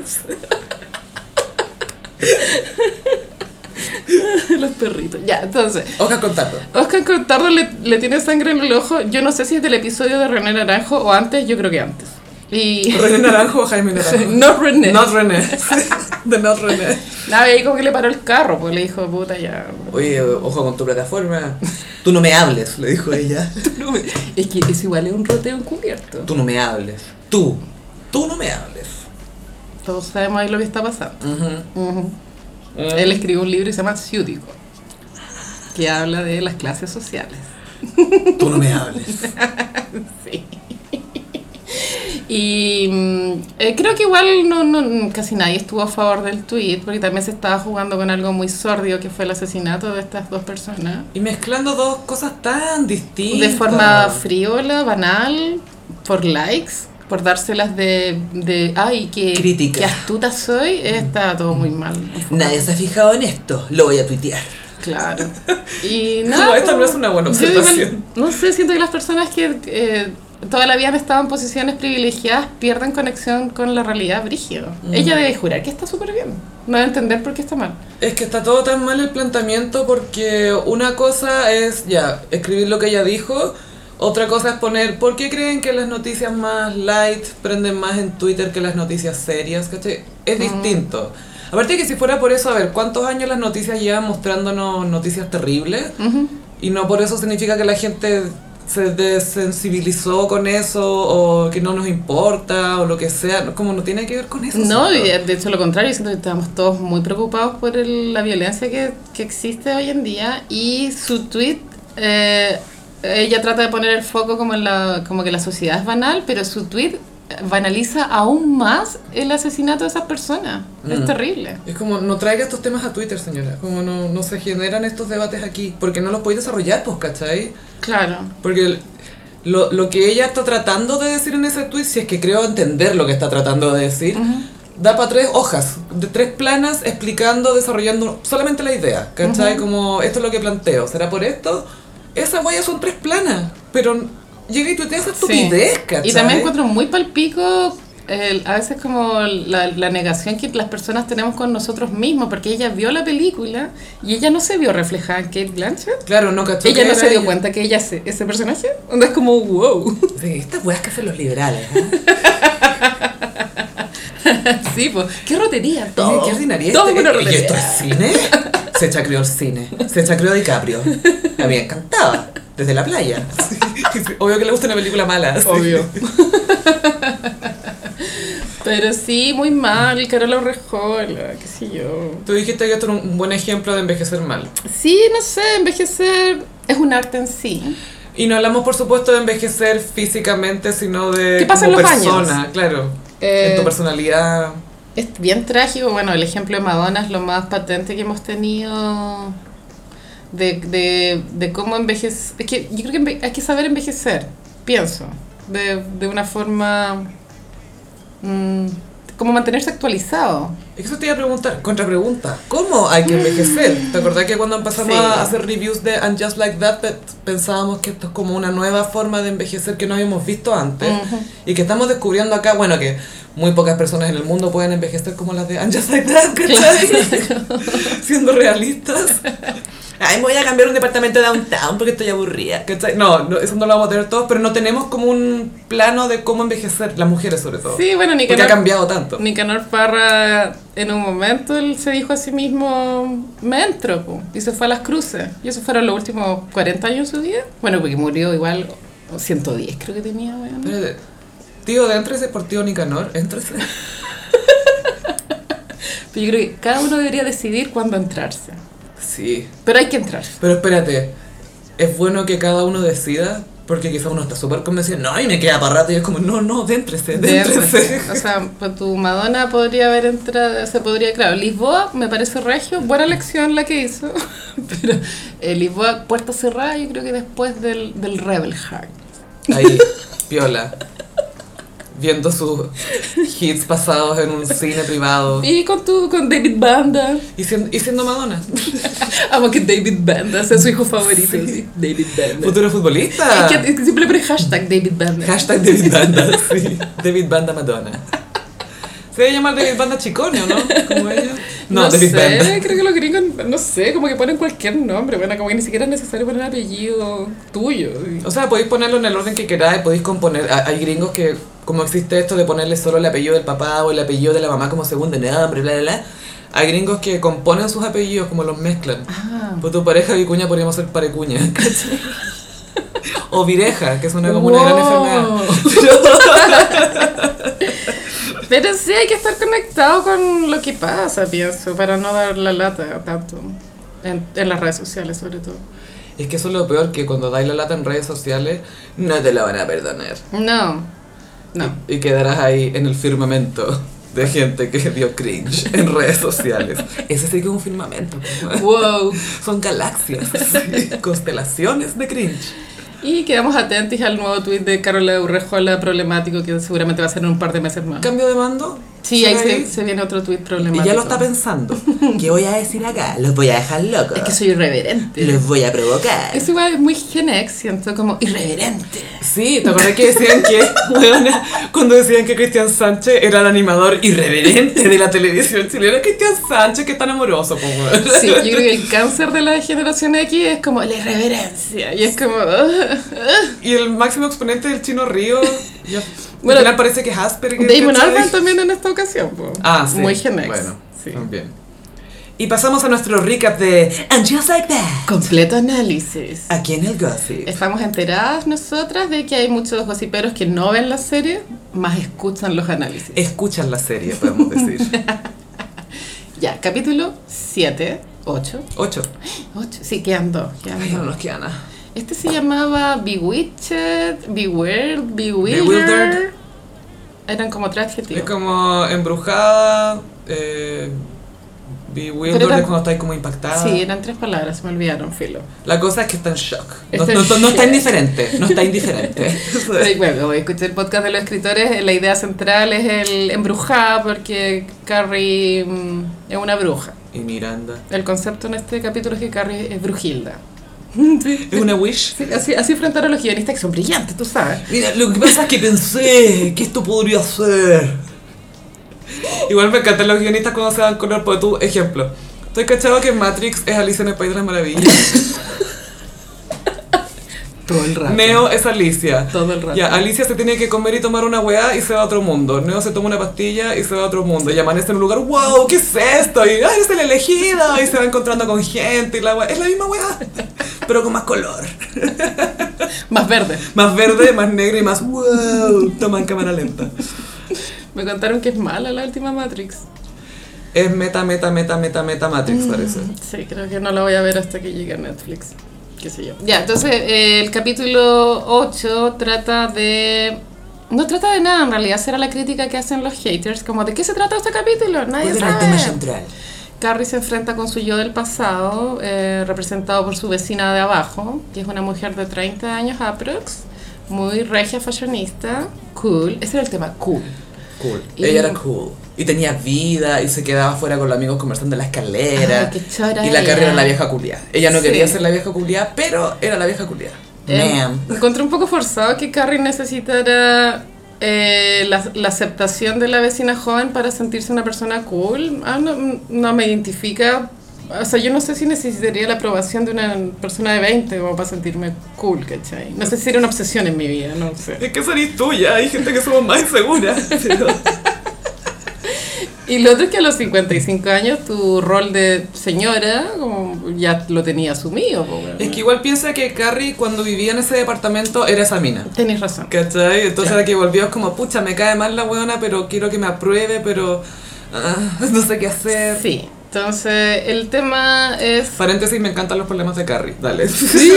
[SPEAKER 2] Los perritos. Ya, entonces.
[SPEAKER 1] Oja contando.
[SPEAKER 2] Oscar Cortardo le, le tiene sangre en el ojo. Yo no sé si es del episodio de René Naranjo o antes, yo creo que antes. Y.
[SPEAKER 1] René Naranjo o Jaime Naranjo.
[SPEAKER 2] no René.
[SPEAKER 1] Not René. De Not René.
[SPEAKER 2] Nada, y ahí como que le paró el carro, pues le dijo, puta, ya.
[SPEAKER 1] Oye, ojo con tu plataforma. Tú no me hables, le dijo ella.
[SPEAKER 2] Es que es igual, es un roteo encubierto.
[SPEAKER 1] Tú no me hables. Tú. Tú no me hables.
[SPEAKER 2] Todos sabemos ahí lo que está pasando.
[SPEAKER 1] Ujú.
[SPEAKER 2] Ujú. Él escribió un libro que se llama Ciútico, que habla de las clases sociales.
[SPEAKER 1] Tú no me hables.
[SPEAKER 2] Sí. Y mm, eh, creo que igual no, no- casi nadie estuvo a favor del tweet, porque también se estaba jugando con algo muy sordio, que fue el asesinato de estas dos personas.
[SPEAKER 1] Y mezclando dos cosas tan distintas.
[SPEAKER 2] De forma friola, banal, por likes, por dárselas de... de ay, que,
[SPEAKER 3] Crítica.
[SPEAKER 2] que astuta soy, está todo muy mal.
[SPEAKER 3] Nadie se ha fijado en esto. Lo voy a tuitear.
[SPEAKER 2] Claro. Y
[SPEAKER 1] No,
[SPEAKER 2] nada.
[SPEAKER 1] esta no
[SPEAKER 2] pues,
[SPEAKER 1] es una buena
[SPEAKER 2] yo igual,
[SPEAKER 1] observación.
[SPEAKER 2] no sé, siento que las personas que eh, toda la vida han estado en posiciones privilegiadas pierden conexión con la realidad brígido.
[SPEAKER 1] Mm.
[SPEAKER 2] Ella debe jurar que está súper bien. No debe entender por qué está mal.
[SPEAKER 1] Es que está todo tan mal el planteamiento porque una cosa es ya escribir lo que ella dijo, otra cosa es poner por qué creen que las noticias más light prenden más en Twitter que las noticias serias, ¿cachai?
[SPEAKER 2] Mm.
[SPEAKER 1] Es distinto. Aparte que si fuera por eso, a ver, ¿cuántos años las noticias llevan mostrándonos noticias terribles?
[SPEAKER 2] Ujú.
[SPEAKER 1] Y no por eso significa que la gente se desensibilizó con eso o que no nos importa o lo que sea, no- como no tiene que ver con eso.
[SPEAKER 2] No, y
[SPEAKER 1] ¿cierto?
[SPEAKER 2] de hecho lo contrario, siento que estábamos todos muy preocupados por el- la violencia que, que existe hoy en día y su tweet, eh, ella trata de poner el foco como, en la, como que la sociedad es banal, pero su tweet banaliza aún más el asesinato de esas personas. Es
[SPEAKER 1] Mm.
[SPEAKER 2] terrible.
[SPEAKER 1] Es como, no traiga estos temas a Twitter, señora. Como no, no se generan estos debates aquí. Porque no los podéis desarrollar, pues, ¿cachai?
[SPEAKER 2] Claro.
[SPEAKER 1] Porque el- lo, lo que ella está tratando de decir en ese tweet, si es que creo entender lo que está tratando de decir, da para tres hojas, de tres planas, explicando, desarrollando solamente la idea. ¿Cachai? Como, esto es lo que planteo. ¿Será por esto? Esas huellas son tres planas. Pero llega y tuitea esa estupidez, ¿cachai?
[SPEAKER 2] Y también encuentro muy palpico el- a veces como la, la negación que las personas tenemos con nosotros mismos, porque ella vio la película y ella no se vio reflejada en Kate Blanchett.
[SPEAKER 1] Claro, no cachó.
[SPEAKER 2] ¿Ella
[SPEAKER 1] que
[SPEAKER 2] no
[SPEAKER 1] era
[SPEAKER 2] se dio
[SPEAKER 1] ella.
[SPEAKER 2] cuenta que ella es ese personaje? Onda es como, wow.
[SPEAKER 1] Sí, estas huellas que hacen los liberales. ¿eh?
[SPEAKER 2] sí, pues, qué rotería,
[SPEAKER 1] Todo.
[SPEAKER 2] todo.
[SPEAKER 1] ¿Qué ordinaria
[SPEAKER 2] todo
[SPEAKER 1] este-
[SPEAKER 2] una
[SPEAKER 1] ¿Y esto
[SPEAKER 2] rotería.
[SPEAKER 1] es cine? Se chacrió el cine. Se chacrió DiCaprio. Me había encantado. Desde la playa. Obvio que le gusta una película mala. sí.
[SPEAKER 2] Obvio. Pero sí, muy mal, Carola Urrejola, qué sé yo.
[SPEAKER 1] Tú dijiste que esto era un buen ejemplo de envejecer mal.
[SPEAKER 2] Sí, no sé, envejecer es un arte en sí.
[SPEAKER 1] Y no hablamos, por supuesto, de envejecer físicamente, sino de
[SPEAKER 2] ¿Qué pasa en
[SPEAKER 1] como
[SPEAKER 2] los
[SPEAKER 1] persona, claro.
[SPEAKER 2] Eh,
[SPEAKER 1] en tu personalidad.
[SPEAKER 2] Es bien trágico, bueno, el ejemplo de Madonna es lo más patente que hemos tenido de, de, de cómo envejecer. Es que yo creo que enve- hay que saber envejecer, pienso, de, de una forma... mm, como mantenerse actualizado.
[SPEAKER 1] Eso te iba a preguntar, contrapregunta. ¿Cómo hay que envejecer? ¿Te acordás que cuando empezamos
[SPEAKER 2] Sí.
[SPEAKER 1] a hacer reviews de And Just Like That pe- pensábamos que esto es como una nueva forma de envejecer que no habíamos visto antes
[SPEAKER 2] Ujú.
[SPEAKER 1] y que estamos descubriendo acá, bueno, que muy pocas personas en el mundo pueden envejecer como las de And Just Like That, ¿cachai? Siendo realistas.
[SPEAKER 3] Ay, me voy a cambiar un departamento de downtown porque estoy aburrida.
[SPEAKER 1] ¿Cachai? No, no, eso no lo vamos a tener todos, pero no tenemos como un plano de cómo envejecer, las mujeres sobre todo.
[SPEAKER 2] Sí, bueno,
[SPEAKER 1] Oh. porque ha
[SPEAKER 2] Nicanor,
[SPEAKER 1] cambiado tanto.
[SPEAKER 2] Nicanor Parra en un momento él se dijo a sí mismo, me entro, po", y se fue a las cruces. Y eso fueron los últimos 40 años de su vida. Bueno, porque murió igual, o 110 creo que tenía, weón.
[SPEAKER 1] Espérate. Tío, de entrese por tío Nicanor, entrese.
[SPEAKER 2] Pero yo creo que cada uno debería decidir cuándo entrarse.
[SPEAKER 1] Sí.
[SPEAKER 2] Pero hay que entrarse.
[SPEAKER 1] Pero espérate, es bueno que cada uno decida, porque quizá uno está súper convencido, no, y me queda para rato, y es como, no, no, déntrese, déntrese.
[SPEAKER 2] O sea, pues tu Madonna podría haber entrado, se podría, claro, Lisboa me parece regio, buena lección la que hizo, pero eh, Lisboa, puerta cerrada, yo creo que después del, del Rebel Heart.
[SPEAKER 1] Ahí, piola, viendo sus hits pasados en un cine privado.
[SPEAKER 2] Y con tu, con David Banda,
[SPEAKER 1] Y siendo, y siendo Madonna,
[SPEAKER 2] amo que David Banda sea su hijo favorito, sí, David Banda.
[SPEAKER 1] futuro futbolista.
[SPEAKER 2] Es que, es que siempre pone hashtag David Banda.
[SPEAKER 1] Hashtag David Banda, sí. David Banda Madonna. Se debe llamar David Banda Chicone, ¿o no? Como ella.
[SPEAKER 2] No,
[SPEAKER 1] David
[SPEAKER 2] sé,
[SPEAKER 1] Banda.
[SPEAKER 2] creo que los gringos, no sé, como que ponen cualquier nombre, bueno, como que ni siquiera es necesario poner apellido tuyo.
[SPEAKER 1] O sea, podéis ponerlo en el orden que queráis, podéis componer. ha- Hay gringos que, como existe esto de ponerle solo el apellido del papá o el apellido de la mamá como segundo nombre, bla, bla, bla. Hay gringos que componen sus apellidos, como los mezclan.
[SPEAKER 2] Ah,
[SPEAKER 1] Por tu pareja vicuña podríamos ser parecuña. ¿cachai? o vireja, que suena como una gran
[SPEAKER 2] Wow.
[SPEAKER 1] enfermedad.
[SPEAKER 2] Pero sí hay que estar conectado con lo que pasa, pienso, para no dar la lata tanto. En, en las redes sociales, sobre todo.
[SPEAKER 1] Es que eso es lo peor, que cuando dais la lata en redes sociales, no te la van a perdonar.
[SPEAKER 2] No, no.
[SPEAKER 1] Y quedarás ahí en el firmamento de gente que dio cringe en redes sociales. Ese sí que es un firmamento. pues,
[SPEAKER 2] Wow.
[SPEAKER 1] Son galaxias, constelaciones de cringe.
[SPEAKER 2] Y quedamos atentos al nuevo tweet de Carola Urrejola problemático que seguramente va a ser en un par de meses más.
[SPEAKER 1] Cambio de mando.
[SPEAKER 2] Sí, ahí
[SPEAKER 1] ¿Será
[SPEAKER 2] se, se viene otro tweet problemático.
[SPEAKER 3] Y ya lo está pensando. ¿Qué voy a decir acá? Los voy a dejar locos.
[SPEAKER 2] Es que soy irreverente.
[SPEAKER 3] Los voy a provocar.
[SPEAKER 2] Eso igual es muy Gen X, siento como irreverente.
[SPEAKER 1] Sí, ¿te acuerdas que decían que, weona, cuando decían que Cristian Sánchez era el animador irreverente de la televisión chilena? Cristian Sánchez, que es tan amoroso, po, weón.
[SPEAKER 2] Sí, yo creo que el cáncer de la generación X es como la irreverencia. Y es como. "Ugh, ugh".
[SPEAKER 1] Y el máximo exponente del chino Río, ya,
[SPEAKER 2] Bueno,
[SPEAKER 1] al final parece que es Asperger.
[SPEAKER 2] Damon
[SPEAKER 1] ¿cachai?
[SPEAKER 2] Albarn también en esta ocasión. po.
[SPEAKER 1] Ah, sí.
[SPEAKER 2] Muy Gen X.
[SPEAKER 1] Bueno,
[SPEAKER 2] sí.
[SPEAKER 1] también. Y pasamos a nuestro recap de And Just Like That.
[SPEAKER 2] Completo análisis.
[SPEAKER 1] Aquí en el Gossip.
[SPEAKER 2] Estamos enteradas nosotras de que hay muchos gossiperos que no ven la serie, más escuchan los análisis.
[SPEAKER 1] Escuchan la serie, podemos decir.
[SPEAKER 2] Ya, capítulo 7, 8,
[SPEAKER 1] 8.
[SPEAKER 2] 8, sí, quedan dos. quedan
[SPEAKER 1] Ay,
[SPEAKER 2] dos.
[SPEAKER 1] no nos queda nada.
[SPEAKER 2] Este se llamaba Bewitched, Beware, Bewildered.
[SPEAKER 1] Bewildered.
[SPEAKER 2] Eran como tres
[SPEAKER 1] Es
[SPEAKER 2] adjetivos.
[SPEAKER 1] como embrujada, eh, bewildered
[SPEAKER 2] Pero tam-
[SPEAKER 1] es cuando estáis como impactada.
[SPEAKER 2] Sí, eran tres palabras, se me olvidaron, filo.
[SPEAKER 1] La cosa es que está en shock. No,
[SPEAKER 2] Está en
[SPEAKER 1] no- no- no está
[SPEAKER 2] shock.
[SPEAKER 1] indiferente, no está indiferente. Eso es.
[SPEAKER 2] Pero bueno, voy a escuchar el podcast de los escritores. eh, La idea central es el embrujada, porque Carrie mm, es una bruja.
[SPEAKER 1] Y Miranda.
[SPEAKER 2] El concepto en este capítulo es que Carrie es brujilda.
[SPEAKER 1] Es una wish.
[SPEAKER 2] Sí, así, así enfrentaron los guionistas que son brillantes, tú sabes.
[SPEAKER 1] Mira, lo que pasa es que pensé que esto podría ser. Igual me encantan los guionistas cuando se dan color por tu ejemplo. Estoy cachado que Matrix es Alicia en el País de las Maravillas.
[SPEAKER 2] Todo el rato.
[SPEAKER 1] Neo es Alicia.
[SPEAKER 2] Todo el rato.
[SPEAKER 1] Ya, Alicia se tiene que comer y tomar una weá y se va a otro mundo. Neo se toma una pastilla y se va a otro mundo. Y amanece en un lugar, wow, ¿qué es esto? Y "Ah, eres el elegido. Y se va encontrando con gente y la weá. Es la misma weá, pero con más color.
[SPEAKER 2] Más verde.
[SPEAKER 1] Más verde, más negro y más wow. Toma en cámara lenta.
[SPEAKER 2] Me contaron que es mala la última Matrix.
[SPEAKER 1] Es meta, meta, meta, meta, meta
[SPEAKER 2] Mm.
[SPEAKER 1] Matrix, parece.
[SPEAKER 2] Sí, creo que no la voy a ver hasta que llegue a Netflix. Qué sé yo. Ya, entonces eh, el capítulo 8 trata de... No trata de nada en realidad, será la crítica que hacen los haters, como de qué se trata este capítulo, nadie sabe. Carrie se enfrenta con su yo del pasado, eh, representado por su vecina de abajo, que es una mujer de 30 años aprox, muy regia fashionista, cool, ese era el tema, cool.
[SPEAKER 1] Cool.
[SPEAKER 2] Y-
[SPEAKER 1] Ella era cool. Y tenía vida y se quedaba fuera con los amigos conversando en la escalera.
[SPEAKER 2] Ay, qué chora
[SPEAKER 1] y la
[SPEAKER 2] era.
[SPEAKER 1] carrera era la vieja culiada. Ella no
[SPEAKER 2] Sí.
[SPEAKER 1] quería ser la vieja culiada, pero era la vieja culiada.
[SPEAKER 2] Eh,
[SPEAKER 1] Ma'am.
[SPEAKER 2] encontré un poco forzado que Carrie necesitara eh, la, la aceptación de la vecina joven para sentirse una persona cool. Ah, no, no me identifica. O sea, yo no sé si necesitaría la aprobación de una persona de 20 como para sentirme cool, ¿cachai? No sé si era una obsesión en mi vida, no sé.
[SPEAKER 1] Es que serís tuya, hay gente que somos más inseguras.
[SPEAKER 2] Y lo otro es que a los 55 años tu rol de señora como ya lo tenía asumido. po, weón.
[SPEAKER 1] es que igual piensa que Carrie cuando vivía en ese departamento era esa mina.
[SPEAKER 2] Tenés razón.
[SPEAKER 1] ¿Cachai? Entonces ahora que volvió es como, pucha, me cae mal la weona, pero quiero que me apruebe, pero ah, no sé qué hacer.
[SPEAKER 2] Sí. Entonces, el tema es...
[SPEAKER 1] Paréntesis, me encantan los problemas de Carrie. Dale.
[SPEAKER 2] Sí.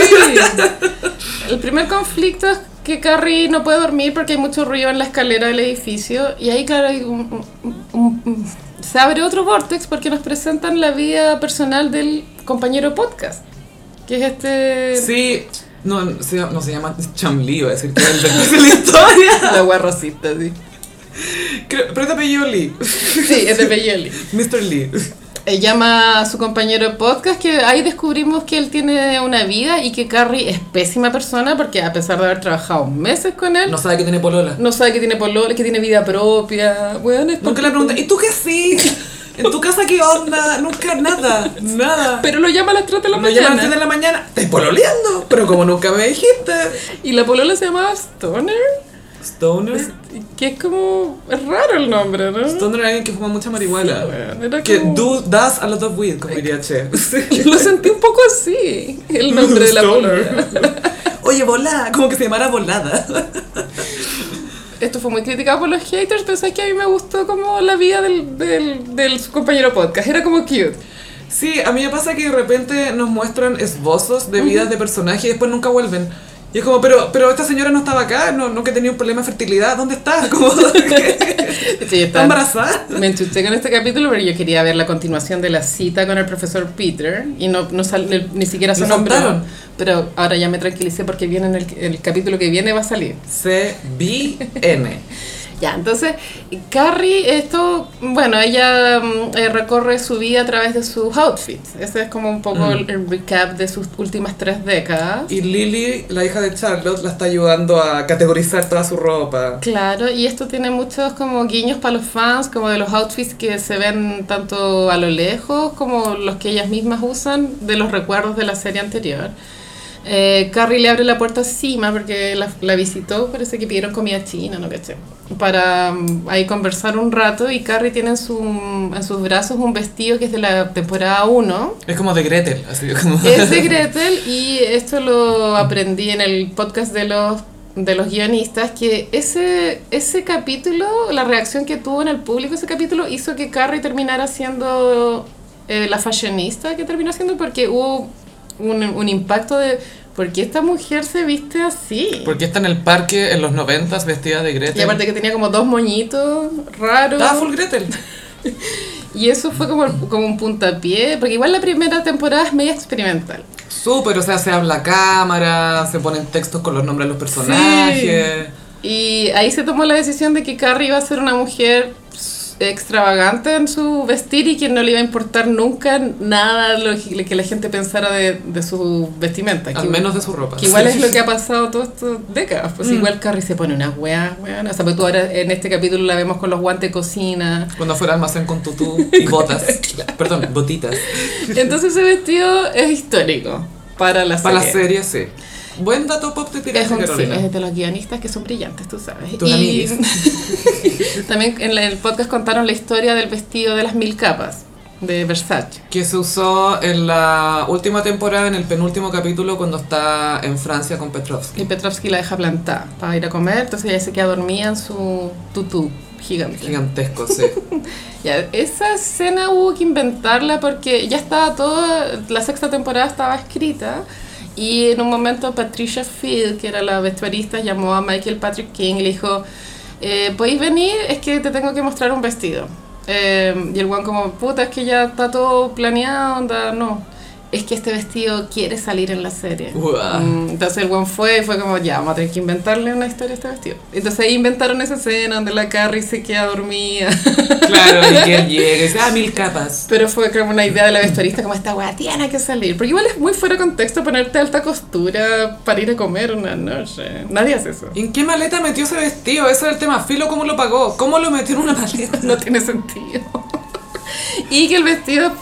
[SPEAKER 2] El primer conflicto es que Carrie no puede dormir porque hay mucho ruido en la escalera del edificio. Y ahí, claro, hay un- un- un- un- se abre otro vortex porque nos presentan la vida personal del compañero podcast. Que es este.
[SPEAKER 1] Sí, no, se, no se llama Chamli, iba a decir que era el de de la historia.
[SPEAKER 2] La guarrosita, sí.
[SPEAKER 1] Creo- pero es de apellido Lee,
[SPEAKER 2] Sí, es de Belleli.
[SPEAKER 1] Mr. Lee.
[SPEAKER 2] Eh, llama a su compañero podcast que ahí descubrimos que él tiene una vida y que Carrie es pésima persona porque a pesar de haber trabajado meses con él,
[SPEAKER 1] No sabe que tiene polola.
[SPEAKER 2] No sabe que tiene polola, que tiene vida propia. Weón, es
[SPEAKER 1] Nunca le pregunté, ¿y tú qué sí? ¿En tu casa qué onda? Nunca, nada, nada.
[SPEAKER 2] Pero lo llama a las 3 de la
[SPEAKER 1] Me llaman a las 3
[SPEAKER 2] mañana.
[SPEAKER 1] de la mañana, estoy pololeando, pero como nunca me dijiste.
[SPEAKER 2] Y la polola se llamaba Stoner,
[SPEAKER 1] Stoner.
[SPEAKER 2] que es como. Es raro el nombre, ¿no?
[SPEAKER 1] Stoner es alguien que fuma mucha marihuana.
[SPEAKER 2] Weón, era
[SPEAKER 1] Que
[SPEAKER 2] como-
[SPEAKER 1] do, does a lot of weed, como diría Che.
[SPEAKER 2] Lo sentí un poco así, el nombre de la polola.
[SPEAKER 1] Oye, volá, como que se llamara volada.
[SPEAKER 2] Esto fue muy criticado por los haters, pero sabes que a mí me gustó como la vida del, del, del su compañero podcast. Era como cute.
[SPEAKER 1] Sí, a mí me pasa que de repente nos muestran esbozos de vidas de personajes y después nunca vuelven. Y es como, pero, pero esta señora no estaba acá, no, no que tenía un problema de fertilidad, ¿dónde está? Como, ¿qué?
[SPEAKER 2] Sí,
[SPEAKER 1] ¿Está
[SPEAKER 2] están-
[SPEAKER 1] embarazada?
[SPEAKER 2] Me enchuché con este capítulo, pero yo quería ver la continuación de la cita con el profesor Peter y no, no sal- ni siquiera se
[SPEAKER 1] Lo
[SPEAKER 2] nombraron.
[SPEAKER 1] contaron.
[SPEAKER 2] Pero ahora ya me tranquilicé porque viene en el, el capítulo que viene va a salir.
[SPEAKER 1] C-B-N.
[SPEAKER 2] Ya, entonces, Carrie, esto, bueno, ella mm, eh, recorre su vida a través de sus outfits. Ese es como un poco
[SPEAKER 1] Mm.
[SPEAKER 2] el, el recap de sus últimas tres décadas.
[SPEAKER 1] Y Lily, la hija de Charlotte, la está ayudando a categorizar toda su ropa.
[SPEAKER 2] Claro, y esto tiene muchos como guiños para los fans, como de los outfits que se ven tanto a lo lejos como los que ellas mismas usan de los recuerdos de la serie anterior. Eh, Carrie le abre la puerta a Sima porque la, la visitó, parece que pidieron comida china, no caché. Para mm, ahí conversar un rato y Carrie tiene en, su, en sus brazos un vestido que es de la temporada 1.
[SPEAKER 1] Es como de Gretel, así como...
[SPEAKER 2] Es de Gretel y esto lo aprendí en el podcast de los de los guionistas que ese ese capítulo, la reacción que tuvo en el público ese capítulo hizo que Carrie terminara siendo eh, la fashionista que terminó siendo porque hubo un, un impacto de ¿por qué esta mujer se viste así?
[SPEAKER 1] Porque está en el parque en los noventas vestida de Gretel.
[SPEAKER 2] Y aparte que tenía como dos moñitos raros.
[SPEAKER 1] Estaba full Gretel.
[SPEAKER 2] Y eso fue como, como un puntapié, porque igual la primera temporada es media experimental.
[SPEAKER 1] Súper, o sea, se habla a cámara, se ponen textos con los nombres de los personajes.
[SPEAKER 2] Y ahí se tomó la decisión de que Carrie iba a ser una mujer pues, extravagante en su vestir y que no le iba a importar nunca nada lo que que la gente pensara de, de su vestimenta.
[SPEAKER 1] Al
[SPEAKER 2] que-
[SPEAKER 1] menos Mm. de su ropa.
[SPEAKER 2] que igual es lo que ha pasado todas estas décadas. Pues igual Carrie se pone unas weas, weón. O sea, pues tú ahora en este capítulo la vemos con los guantes de cocina.
[SPEAKER 1] Cuando fuera al almacén con tutú y botas. Perdón, botitas.
[SPEAKER 2] Entonces ese vestido es histórico para la
[SPEAKER 1] Para la
[SPEAKER 2] serie.
[SPEAKER 1] serie, sí. Buen dato pop te
[SPEAKER 2] Es,
[SPEAKER 1] tiraste,
[SPEAKER 2] un- sí,
[SPEAKER 1] Carolina.
[SPEAKER 2] es de los guionistas que son brillantes, tú sabes.
[SPEAKER 1] Tus
[SPEAKER 2] y
[SPEAKER 1] amiguis.
[SPEAKER 2] también en la- el podcast contaron la historia del vestido de las mil capas de Versace.
[SPEAKER 1] Que se usó en la última temporada, en el penúltimo capítulo, cuando está en Francia con Petrovsky.
[SPEAKER 2] Y Petrovsky la deja plantada para ir a comer, entonces ella se queda dormida en su tutú gigante.
[SPEAKER 1] Gigantesco, sí.
[SPEAKER 2] Ya, esa escena hubo que inventarla porque ya estaba toda, la sexta temporada estaba escrita y en un momento Patricia Field, que era la vestuarista, llamó a Michael Patrick King y le dijo, eh, ¿podéis venir? Es que te tengo que mostrar un vestido. Eh, y el guan como, puta, es que ya está todo planeado, onda, no. Es que este vestido quiere salir en la serie.
[SPEAKER 1] Uah.
[SPEAKER 2] Mm, Entonces el one fue y fue como, ya, vamos a tener que inventarle una historia a este vestido. Entonces ahí inventaron esa escena donde la Carrie se queda dormida.
[SPEAKER 1] Claro, y que él llega y dice, ah, mil capas.
[SPEAKER 2] Pero fue como una idea de la vestuarista, como esta weá tiene que salir. Porque igual es muy fuera de contexto ponerte alta costura para ir a comer una noche. Nadie hace eso.
[SPEAKER 1] ¿En qué maleta metió ese vestido? Ese era el tema. Filo, ¿cómo lo pagó? ¿Cómo lo metió en una maleta?
[SPEAKER 2] No tiene sentido. Y que el vestido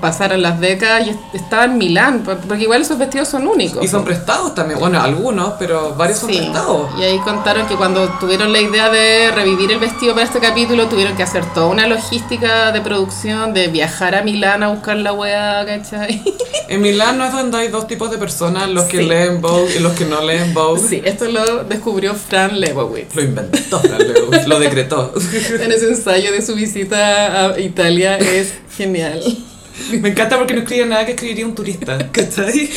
[SPEAKER 2] pasaron las décadas y estaba en Milán, por- porque igual esos vestidos son únicos.
[SPEAKER 1] Y son prestados también. Bueno, algunos, pero varios son
[SPEAKER 2] Sí.
[SPEAKER 1] prestados.
[SPEAKER 2] Y ahí contaron que cuando tuvieron la idea de revivir el vestido para este capítulo, tuvieron que hacer toda una logística de producción, de viajar a Milán a buscar la weá, ¿cachai?
[SPEAKER 1] En Milán no es donde hay dos tipos de personas, los que
[SPEAKER 2] Sí.
[SPEAKER 1] leen Vogue y los que no leen Vogue.
[SPEAKER 2] Sí, esto lo descubrió Fran Lebowitz.
[SPEAKER 1] Lo inventó, lo, lo decretó.
[SPEAKER 2] En ese ensayo de su visita a Italia es genial.
[SPEAKER 1] Me encanta porque no escribe nada que escribiría un turista, ¿cachai?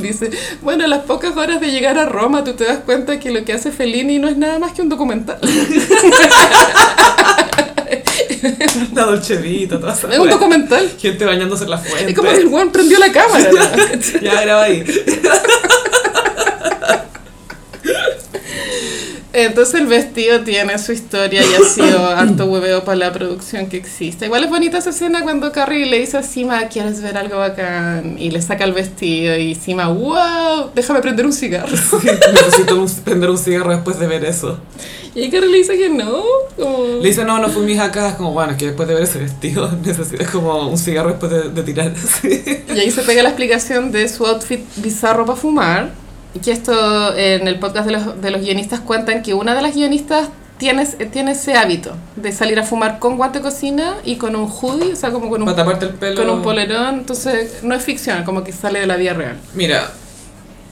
[SPEAKER 2] Dice, bueno, a las pocas horas de llegar a Roma, tú te das cuenta que lo que hace Fellini no es nada más que un documental.
[SPEAKER 1] La Dolce Vita, toda esa
[SPEAKER 2] Es un
[SPEAKER 1] wea.
[SPEAKER 2] documental.
[SPEAKER 1] Gente bañándose en la fuente.
[SPEAKER 2] Es como que el weón prendió la cámara. ¿no?
[SPEAKER 1] Ya graba ahí.
[SPEAKER 2] Entonces el vestido tiene su historia y ha sido harto hueveo para la producción que existe. Igual es bonita esa escena cuando Carrie le dice a Sima, ¿quieres ver algo bacán? Y le saca el vestido y Sima, wow, déjame prender un cigarro.
[SPEAKER 1] Necesito un- prender un cigarro después de ver eso.
[SPEAKER 2] Y ahí Carrie le dice que no. como-
[SPEAKER 1] Le dice, no, no fui mis acá. Es como, bueno, es que después de ver ese vestido necesito es como un cigarro después de, de tirar. Sí.
[SPEAKER 2] Y ahí se pega la explicación de su outfit bizarro para fumar. Y que esto eh, en el podcast de los, de los guionistas cuentan que una de las guionistas tiene, es- tiene ese hábito de salir a fumar con guante de cocina y con un hoodie, o sea, como con
[SPEAKER 1] Para
[SPEAKER 2] un,
[SPEAKER 1] taparte el pelo.
[SPEAKER 2] con un polerón. Entonces, no es ficción, como que sale de la vida real.
[SPEAKER 1] Mira,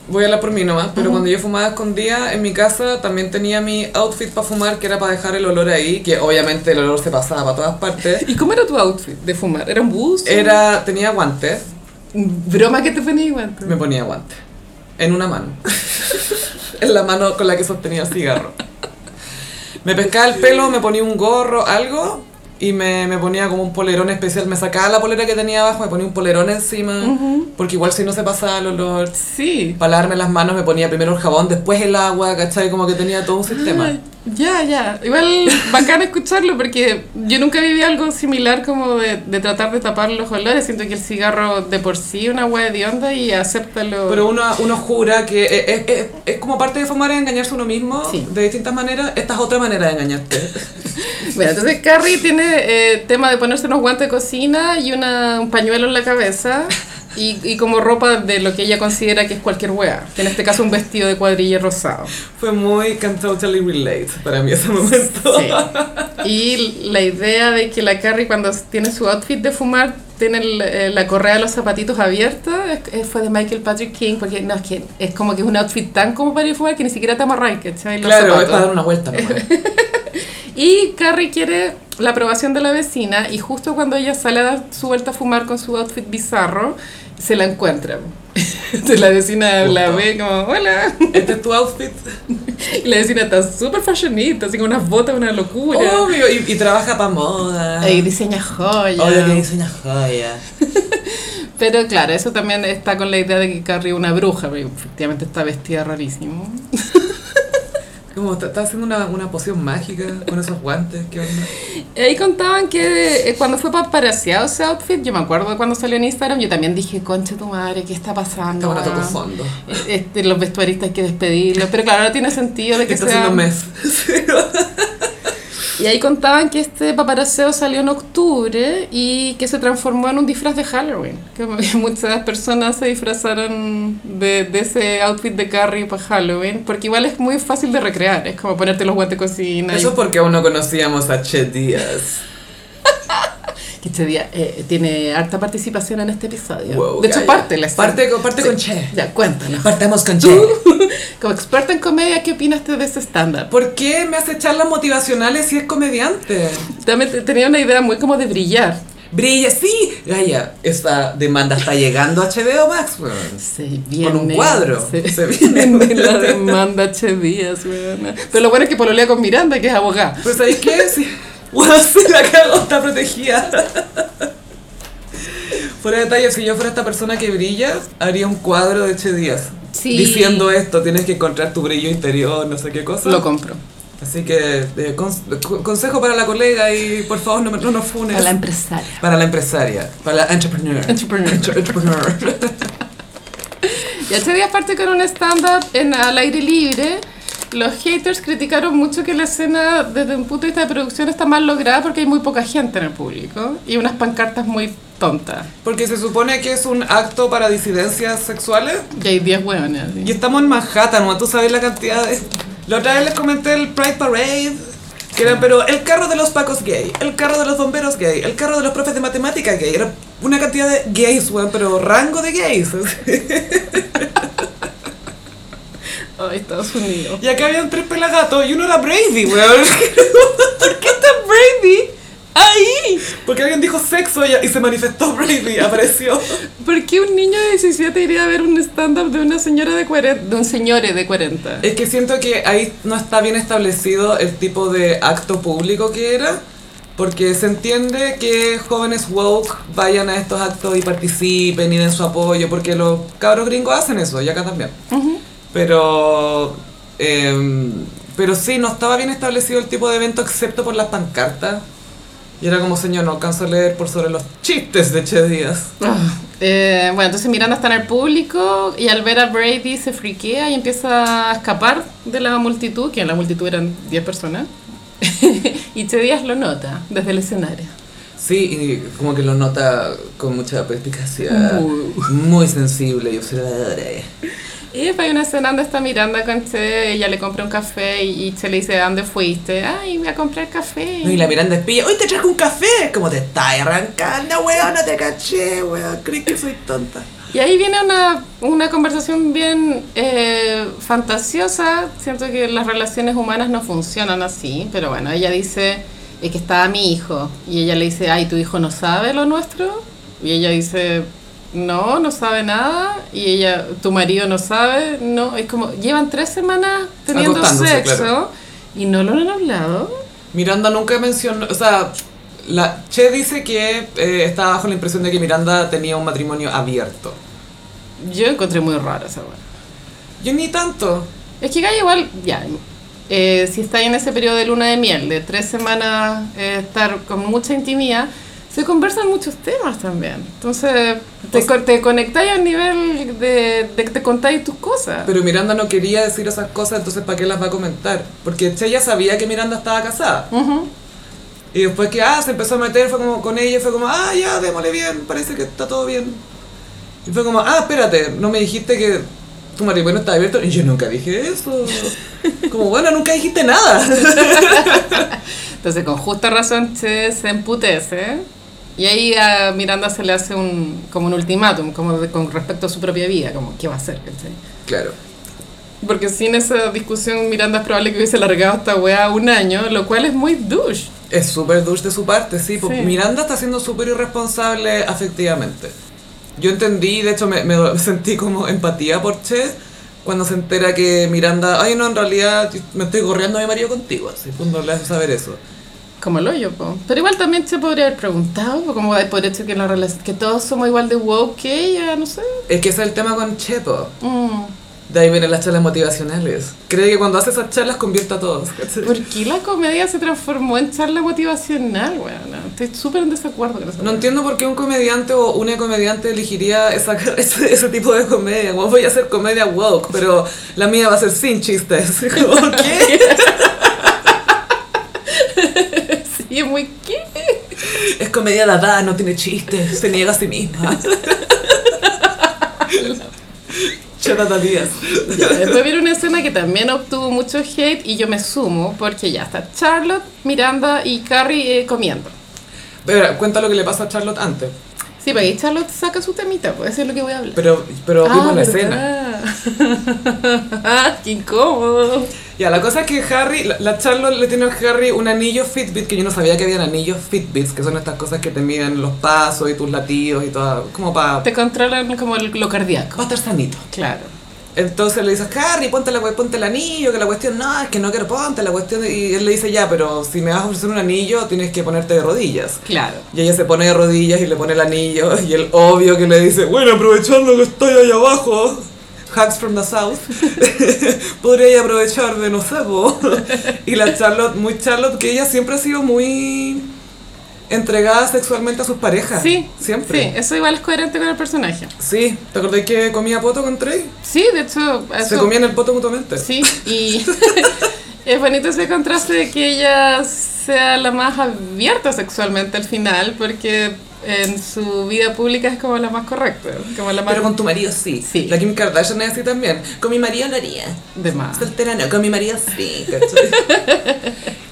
[SPEAKER 1] voy a hablar por mí nomás, pero cuando yo fumaba escondida en mi casa también tenía mi outfit para fumar que era para dejar el olor ahí, que obviamente el olor se pasaba para todas partes.
[SPEAKER 2] ¿Y cómo era tu outfit de fumar? ¿Era un bus?
[SPEAKER 1] Era, tenía guantes,
[SPEAKER 2] ¿Broma que te ponía guante?
[SPEAKER 1] me ponía guantes. En una mano. en la mano con la que sostenía el cigarro. Me pescaba el pelo, me ponía un gorro, algo, y me, me ponía como un polerón especial. Me sacaba la polera que tenía abajo, me ponía un polerón encima, porque igual si no se pasaba el olor.
[SPEAKER 2] Sí.
[SPEAKER 1] Para lavarme las manos me ponía primero el jabón, después el agua, ¿cachai? Como que tenía todo un sistema.
[SPEAKER 2] Ah, ya, ya. Igual bacán escucharlo porque yo nunca viví algo similar como de, de tratar de tapar los olores. Siento que el cigarro de por sí es una hueá de onda y acéptalo.
[SPEAKER 1] Pero uno, uno jura que e- e- e- es, como parte de fumar es engañarse uno mismo
[SPEAKER 2] Sí.
[SPEAKER 1] de distintas maneras. Esta es otra manera de engañarte.
[SPEAKER 2] Bueno, entonces Carrie tiene eh, tema de ponerse unos guantes de cocina y una, un pañuelo en la cabeza. Y, y como ropa de lo que ella considera que es cualquier wea, que en este caso un vestido de cuadrilla rosado.
[SPEAKER 1] Fue muy can totally relate para mí ese momento.
[SPEAKER 2] Sí. Y la idea de que la Carrie cuando tiene su outfit de fumar tiene el- eh, la correa de los zapatitos abierta es- eh, fue de Michael Patrick King porque no es que es como que es un outfit tan como para ir a fumar que ni siquiera te amarráis, ¿cachai? Los
[SPEAKER 1] Claro, es
[SPEAKER 2] zapatos.
[SPEAKER 1] para dar una vuelta nomás.
[SPEAKER 2] Y Carrie quiere la aprobación de la vecina y justo cuando ella sale a dar su vuelta a fumar con su outfit bizarro, se la encuentra. Entonces la vecina la
[SPEAKER 1] Justo.
[SPEAKER 2] ve como, hola.
[SPEAKER 1] Este es tu outfit.
[SPEAKER 2] Y la vecina está súper fashionista, así con unas botas, una locura.
[SPEAKER 1] Obvio, y, y trabaja para moda.
[SPEAKER 2] Y diseña joyas.
[SPEAKER 1] Obvio que dice una joya.
[SPEAKER 2] Pero claro, eso también está con la idea de que Carrie es una bruja, porque efectivamente está vestida rarísimo.
[SPEAKER 1] Como está, está haciendo una, una poción mágica con esos guantes. ¿Qué onda?
[SPEAKER 2] Ahí contaban que eh, cuando fue paparaseado ese outfit, yo me acuerdo de cuando salió en Instagram, yo también dije, concha tu madre, ¿qué está pasando?
[SPEAKER 1] Está bueno, tocó
[SPEAKER 2] weón?"
[SPEAKER 1] fondo.
[SPEAKER 2] Este, los vestuaristas hay que despedirlos, pero claro, no tiene sentido de que
[SPEAKER 1] Está
[SPEAKER 2] sea...
[SPEAKER 1] haciendo mes.
[SPEAKER 2] Y ahí contaban que este paparaseo salió en octubre y que se transformó en un disfraz de Halloween. Que muchas personas se disfrazaron de, de ese outfit de Carrie para Halloween, porque igual es muy fácil de recrear, es como ponerte los guantes de cocina. y-
[SPEAKER 1] Eso es porque aún no conocíamos a Che Díaz.
[SPEAKER 2] Que este día eh, tiene harta participación en este episodio.
[SPEAKER 1] Wow,
[SPEAKER 2] de hecho,
[SPEAKER 1] calla.
[SPEAKER 2] parte la escena.
[SPEAKER 1] Parte con- parte con Che.
[SPEAKER 2] Ya, cuéntanos.
[SPEAKER 1] Partamos con Che.
[SPEAKER 2] Como experta en comedia, ¿qué opinaste de ese estándar?
[SPEAKER 1] ¿Por qué me hace charlas motivacionales si es comediante?
[SPEAKER 2] También te- tenía una idea muy como de brillar.
[SPEAKER 1] Brilla, sí. Gaia, esta demanda está llegando a HBO Max. weón.
[SPEAKER 2] Se viene.
[SPEAKER 1] Con un cuadro.
[SPEAKER 2] Se,
[SPEAKER 1] Se
[SPEAKER 2] viene la demanda Che Díaz, weona. Pero lo bueno es que pololea con Miranda, que es abogada.
[SPEAKER 1] Pero ¿sabéis Pues, qué? Sí. Weón, se la cago, está protegida. Fuera de detalle, si yo fuera esta persona que brilla, haría un cuadro de Che Díaz.
[SPEAKER 2] Sí.
[SPEAKER 1] Diciendo esto, tienes que encontrar tu brillo interior, no sé qué cosa.
[SPEAKER 2] Lo compro.
[SPEAKER 1] Así que, eh, cons- co- consejo para la colega y por favor no, me- no nos funes.
[SPEAKER 2] empresaria.
[SPEAKER 1] Para la empresaria, para la entrepreneur.
[SPEAKER 2] Entrepreneur.
[SPEAKER 1] Entre- entrepreneur.
[SPEAKER 2] Y Che Díaz parte con un stand-up en- al aire libre. Los haters criticaron mucho que la escena desde un punto de vista de producción está mal lograda porque hay muy poca gente en el público y unas pancartas muy tontas.
[SPEAKER 1] Porque se supone que es un acto para disidencias sexuales
[SPEAKER 2] Y hay 10 hueones.
[SPEAKER 1] y estamos en Manhattan, ¿no? Tú sabes la cantidad de... La otra vez les comenté el Pride Parade, que era, pero el carro de los pacos gay, el carro de los bomberos gay, el carro de los profes de matemática gay, era una cantidad de gays, weón, pero rango de gays.
[SPEAKER 2] Ay, Estados Unidos.
[SPEAKER 1] Y acá habían tres pelagatos y uno era Brady, weón. ¿Por qué está Brady ahí? Porque alguien dijo sexo y, y se manifestó Brady, apareció.
[SPEAKER 2] ¿Por qué un niño de 17 iría a ver un stand-up de una señora de 40, de un señore de 40?
[SPEAKER 1] Es que siento que ahí no está bien establecido el tipo de acto público que era. Porque se entiende que jóvenes woke vayan a estos actos y participen y den su apoyo, porque los cabros gringos hacen eso, y acá también. Pero. em, pero sí, no estaba bien establecido el tipo de evento excepto por las pancartas. Y era como, señor, no alcanzo a leer por sobre los chistes de Che Díaz.
[SPEAKER 2] Ah, eh, bueno, entonces Miranda está en el público y al ver a Brady se friquea y empieza a escapar de la multitud, que en la multitud eran 10 personas. y Che Díaz lo nota desde el escenario.
[SPEAKER 1] Sí, y como que lo nota con mucha perspicacia,
[SPEAKER 2] Muy.
[SPEAKER 1] muy sensible y observadora.
[SPEAKER 2] Y después hay una escena donde está Miranda con Che, ella le compra un café y Che le dice, ¿a dónde fuiste? Ay, voy a comprar café.
[SPEAKER 1] No, y la Miranda es pilla, hoy te trajo un café, como te está arrancando, weón, no te caché, weón, crees que soy tonta.
[SPEAKER 2] Y ahí viene una, una conversación bien eh, fantasiosa. Siento que las relaciones humanas no funcionan así, pero bueno, ella dice eh, que estaba mi hijo. Y ella le dice, ay, ¿tu hijo no sabe lo nuestro? Y ella dice, no, no sabe nada. Y ella, ¿tu marido no sabe? No, es como, llevan tres semanas teniendo
[SPEAKER 1] Acostándose,
[SPEAKER 2] sexo
[SPEAKER 1] claro.
[SPEAKER 2] y no lo han hablado.
[SPEAKER 1] Miranda nunca mencionó, o sea, la Che dice que eh, estaba bajo la impresión de que Miranda tenía un matrimonio abierto.
[SPEAKER 2] Yo encontré muy raro esa hueá.
[SPEAKER 1] Yo ni tanto.
[SPEAKER 2] Es que Gaya igual, ya, eh, si está en ese periodo de luna de miel, de tres semanas, eh, estar con mucha intimidad, se conversan muchos temas también. Entonces, te, co- te conectáis al nivel de, de que te contáis tus cosas.
[SPEAKER 1] Pero Miranda no quería decir esas cosas, entonces ¿para qué las va a comentar? Porque Che ya sabía que Miranda estaba casada.
[SPEAKER 2] Ujú.
[SPEAKER 1] Y después que, ah, se empezó a meter, fue como con ella, fue como, ah, ya, démosle bien, parece que está todo bien. Y fue como, ah, espérate, no me dijiste que tu matrimonio está abierto. Y yo nunca dije eso. Como, bueno, nunca dijiste nada.
[SPEAKER 2] Entonces, con justa razón se, se emputece. Y ahí a Miranda se le hace un, como un ultimátum, como de- con respecto a su propia vida, como, ¿qué va a hacer? ¿cachai?
[SPEAKER 1] Claro.
[SPEAKER 2] Porque sin esa discusión, Miranda es probable que hubiese largado esta weá un año, lo cual es muy douche.
[SPEAKER 1] Es súper douche de su parte, sí, porque
[SPEAKER 2] Sí.
[SPEAKER 1] Miranda está siendo súper irresponsable afectivamente. Yo entendí, de hecho me, me do- sentí como empatía por Che cuando se entera que Miranda, ay no, en realidad me estoy gorreando a mi marido contigo, así, punto, le hace saber eso.
[SPEAKER 2] Como el hoyo, po. Pero igual también se podría haber preguntado, po, como de por hecho que, en la relac- que todos somos igual de woke que ella, no sé.
[SPEAKER 1] Es que ese es el tema con Che, po.
[SPEAKER 2] Mm.
[SPEAKER 1] De ahí vienen las charlas motivacionales. Cree que cuando hace esas charlas convierte a todos. ¿cachai?
[SPEAKER 2] ¿Por qué la comedia se transformó en charla motivacional, weón? Estoy súper en desacuerdo con eso.
[SPEAKER 1] No entiendo por qué un comediante o una comediante elegiría esa, ese, ese tipo de comedia. Como voy a hacer comedia woke, pero la mía va a ser sin chistes. Como, ¿Qué?
[SPEAKER 2] Sí, es muy qué.
[SPEAKER 1] Es comedia dada, no tiene chistes, se niega a sí misma. Chatata Díaz.
[SPEAKER 2] Ya, Después viene una escena que también obtuvo mucho hate y yo me sumo porque ya está Charlotte, Miranda y Carrie eh, comiendo.
[SPEAKER 1] Pero cuenta lo que le pasa a Charlotte antes.
[SPEAKER 2] Sí, porque ahí Charlotte saca su temita, pues eso es lo que voy a hablar.
[SPEAKER 1] Pero, pero vimos la
[SPEAKER 2] ¿verdad?
[SPEAKER 1] escena.
[SPEAKER 2] Ah, ¡Qué incómodo!
[SPEAKER 1] Ya, la cosa es que Harry, la, la Charlotte le tiene a Harry un anillo Fitbit, que yo no sabía que habían anillos Fitbits, que son estas cosas que te miden los pasos y tus latidos y todo, como para
[SPEAKER 2] Te controlan como el- lo
[SPEAKER 1] pa
[SPEAKER 2] cardíaco.
[SPEAKER 1] estar sanito.
[SPEAKER 2] Claro.
[SPEAKER 1] Entonces le dices, Harry, ponte, la, cue- ponte el anillo, que la cuestión, no, es que no quiero ponte la cuestión. Y él le dice, ya, pero si me vas a ofrecer un anillo, tienes que ponerte de rodillas.
[SPEAKER 2] Claro.
[SPEAKER 1] Y ella se pone de rodillas y le pone el anillo. Y el obvio que le dice, bueno, aprovechando que estoy ahí abajo, Hacks from the South, podría aprovechar de no sé, po". Y la Charlotte, muy Charlotte, que ella siempre ha sido muy entregada sexualmente a sus parejas.
[SPEAKER 2] Sí,
[SPEAKER 1] Siempre.
[SPEAKER 2] Sí, eso igual es coherente con el personaje.
[SPEAKER 1] Sí. ¿Te acordás que comía poto con Trey?
[SPEAKER 2] Sí, de hecho,
[SPEAKER 1] Se
[SPEAKER 2] eso-
[SPEAKER 1] comían el poto mutuamente.
[SPEAKER 2] Sí, y es bonito ese contraste de que ella sea la más abierta sexualmente al final, porque en su vida pública es como la más correcta, como la más
[SPEAKER 1] Pero con tu marido sí.
[SPEAKER 2] Sí.
[SPEAKER 1] La Kim Kardashian es así también. Con mi marido lo haría.
[SPEAKER 2] de más.
[SPEAKER 1] Soltera no, con mi marido sí. ¿cachai?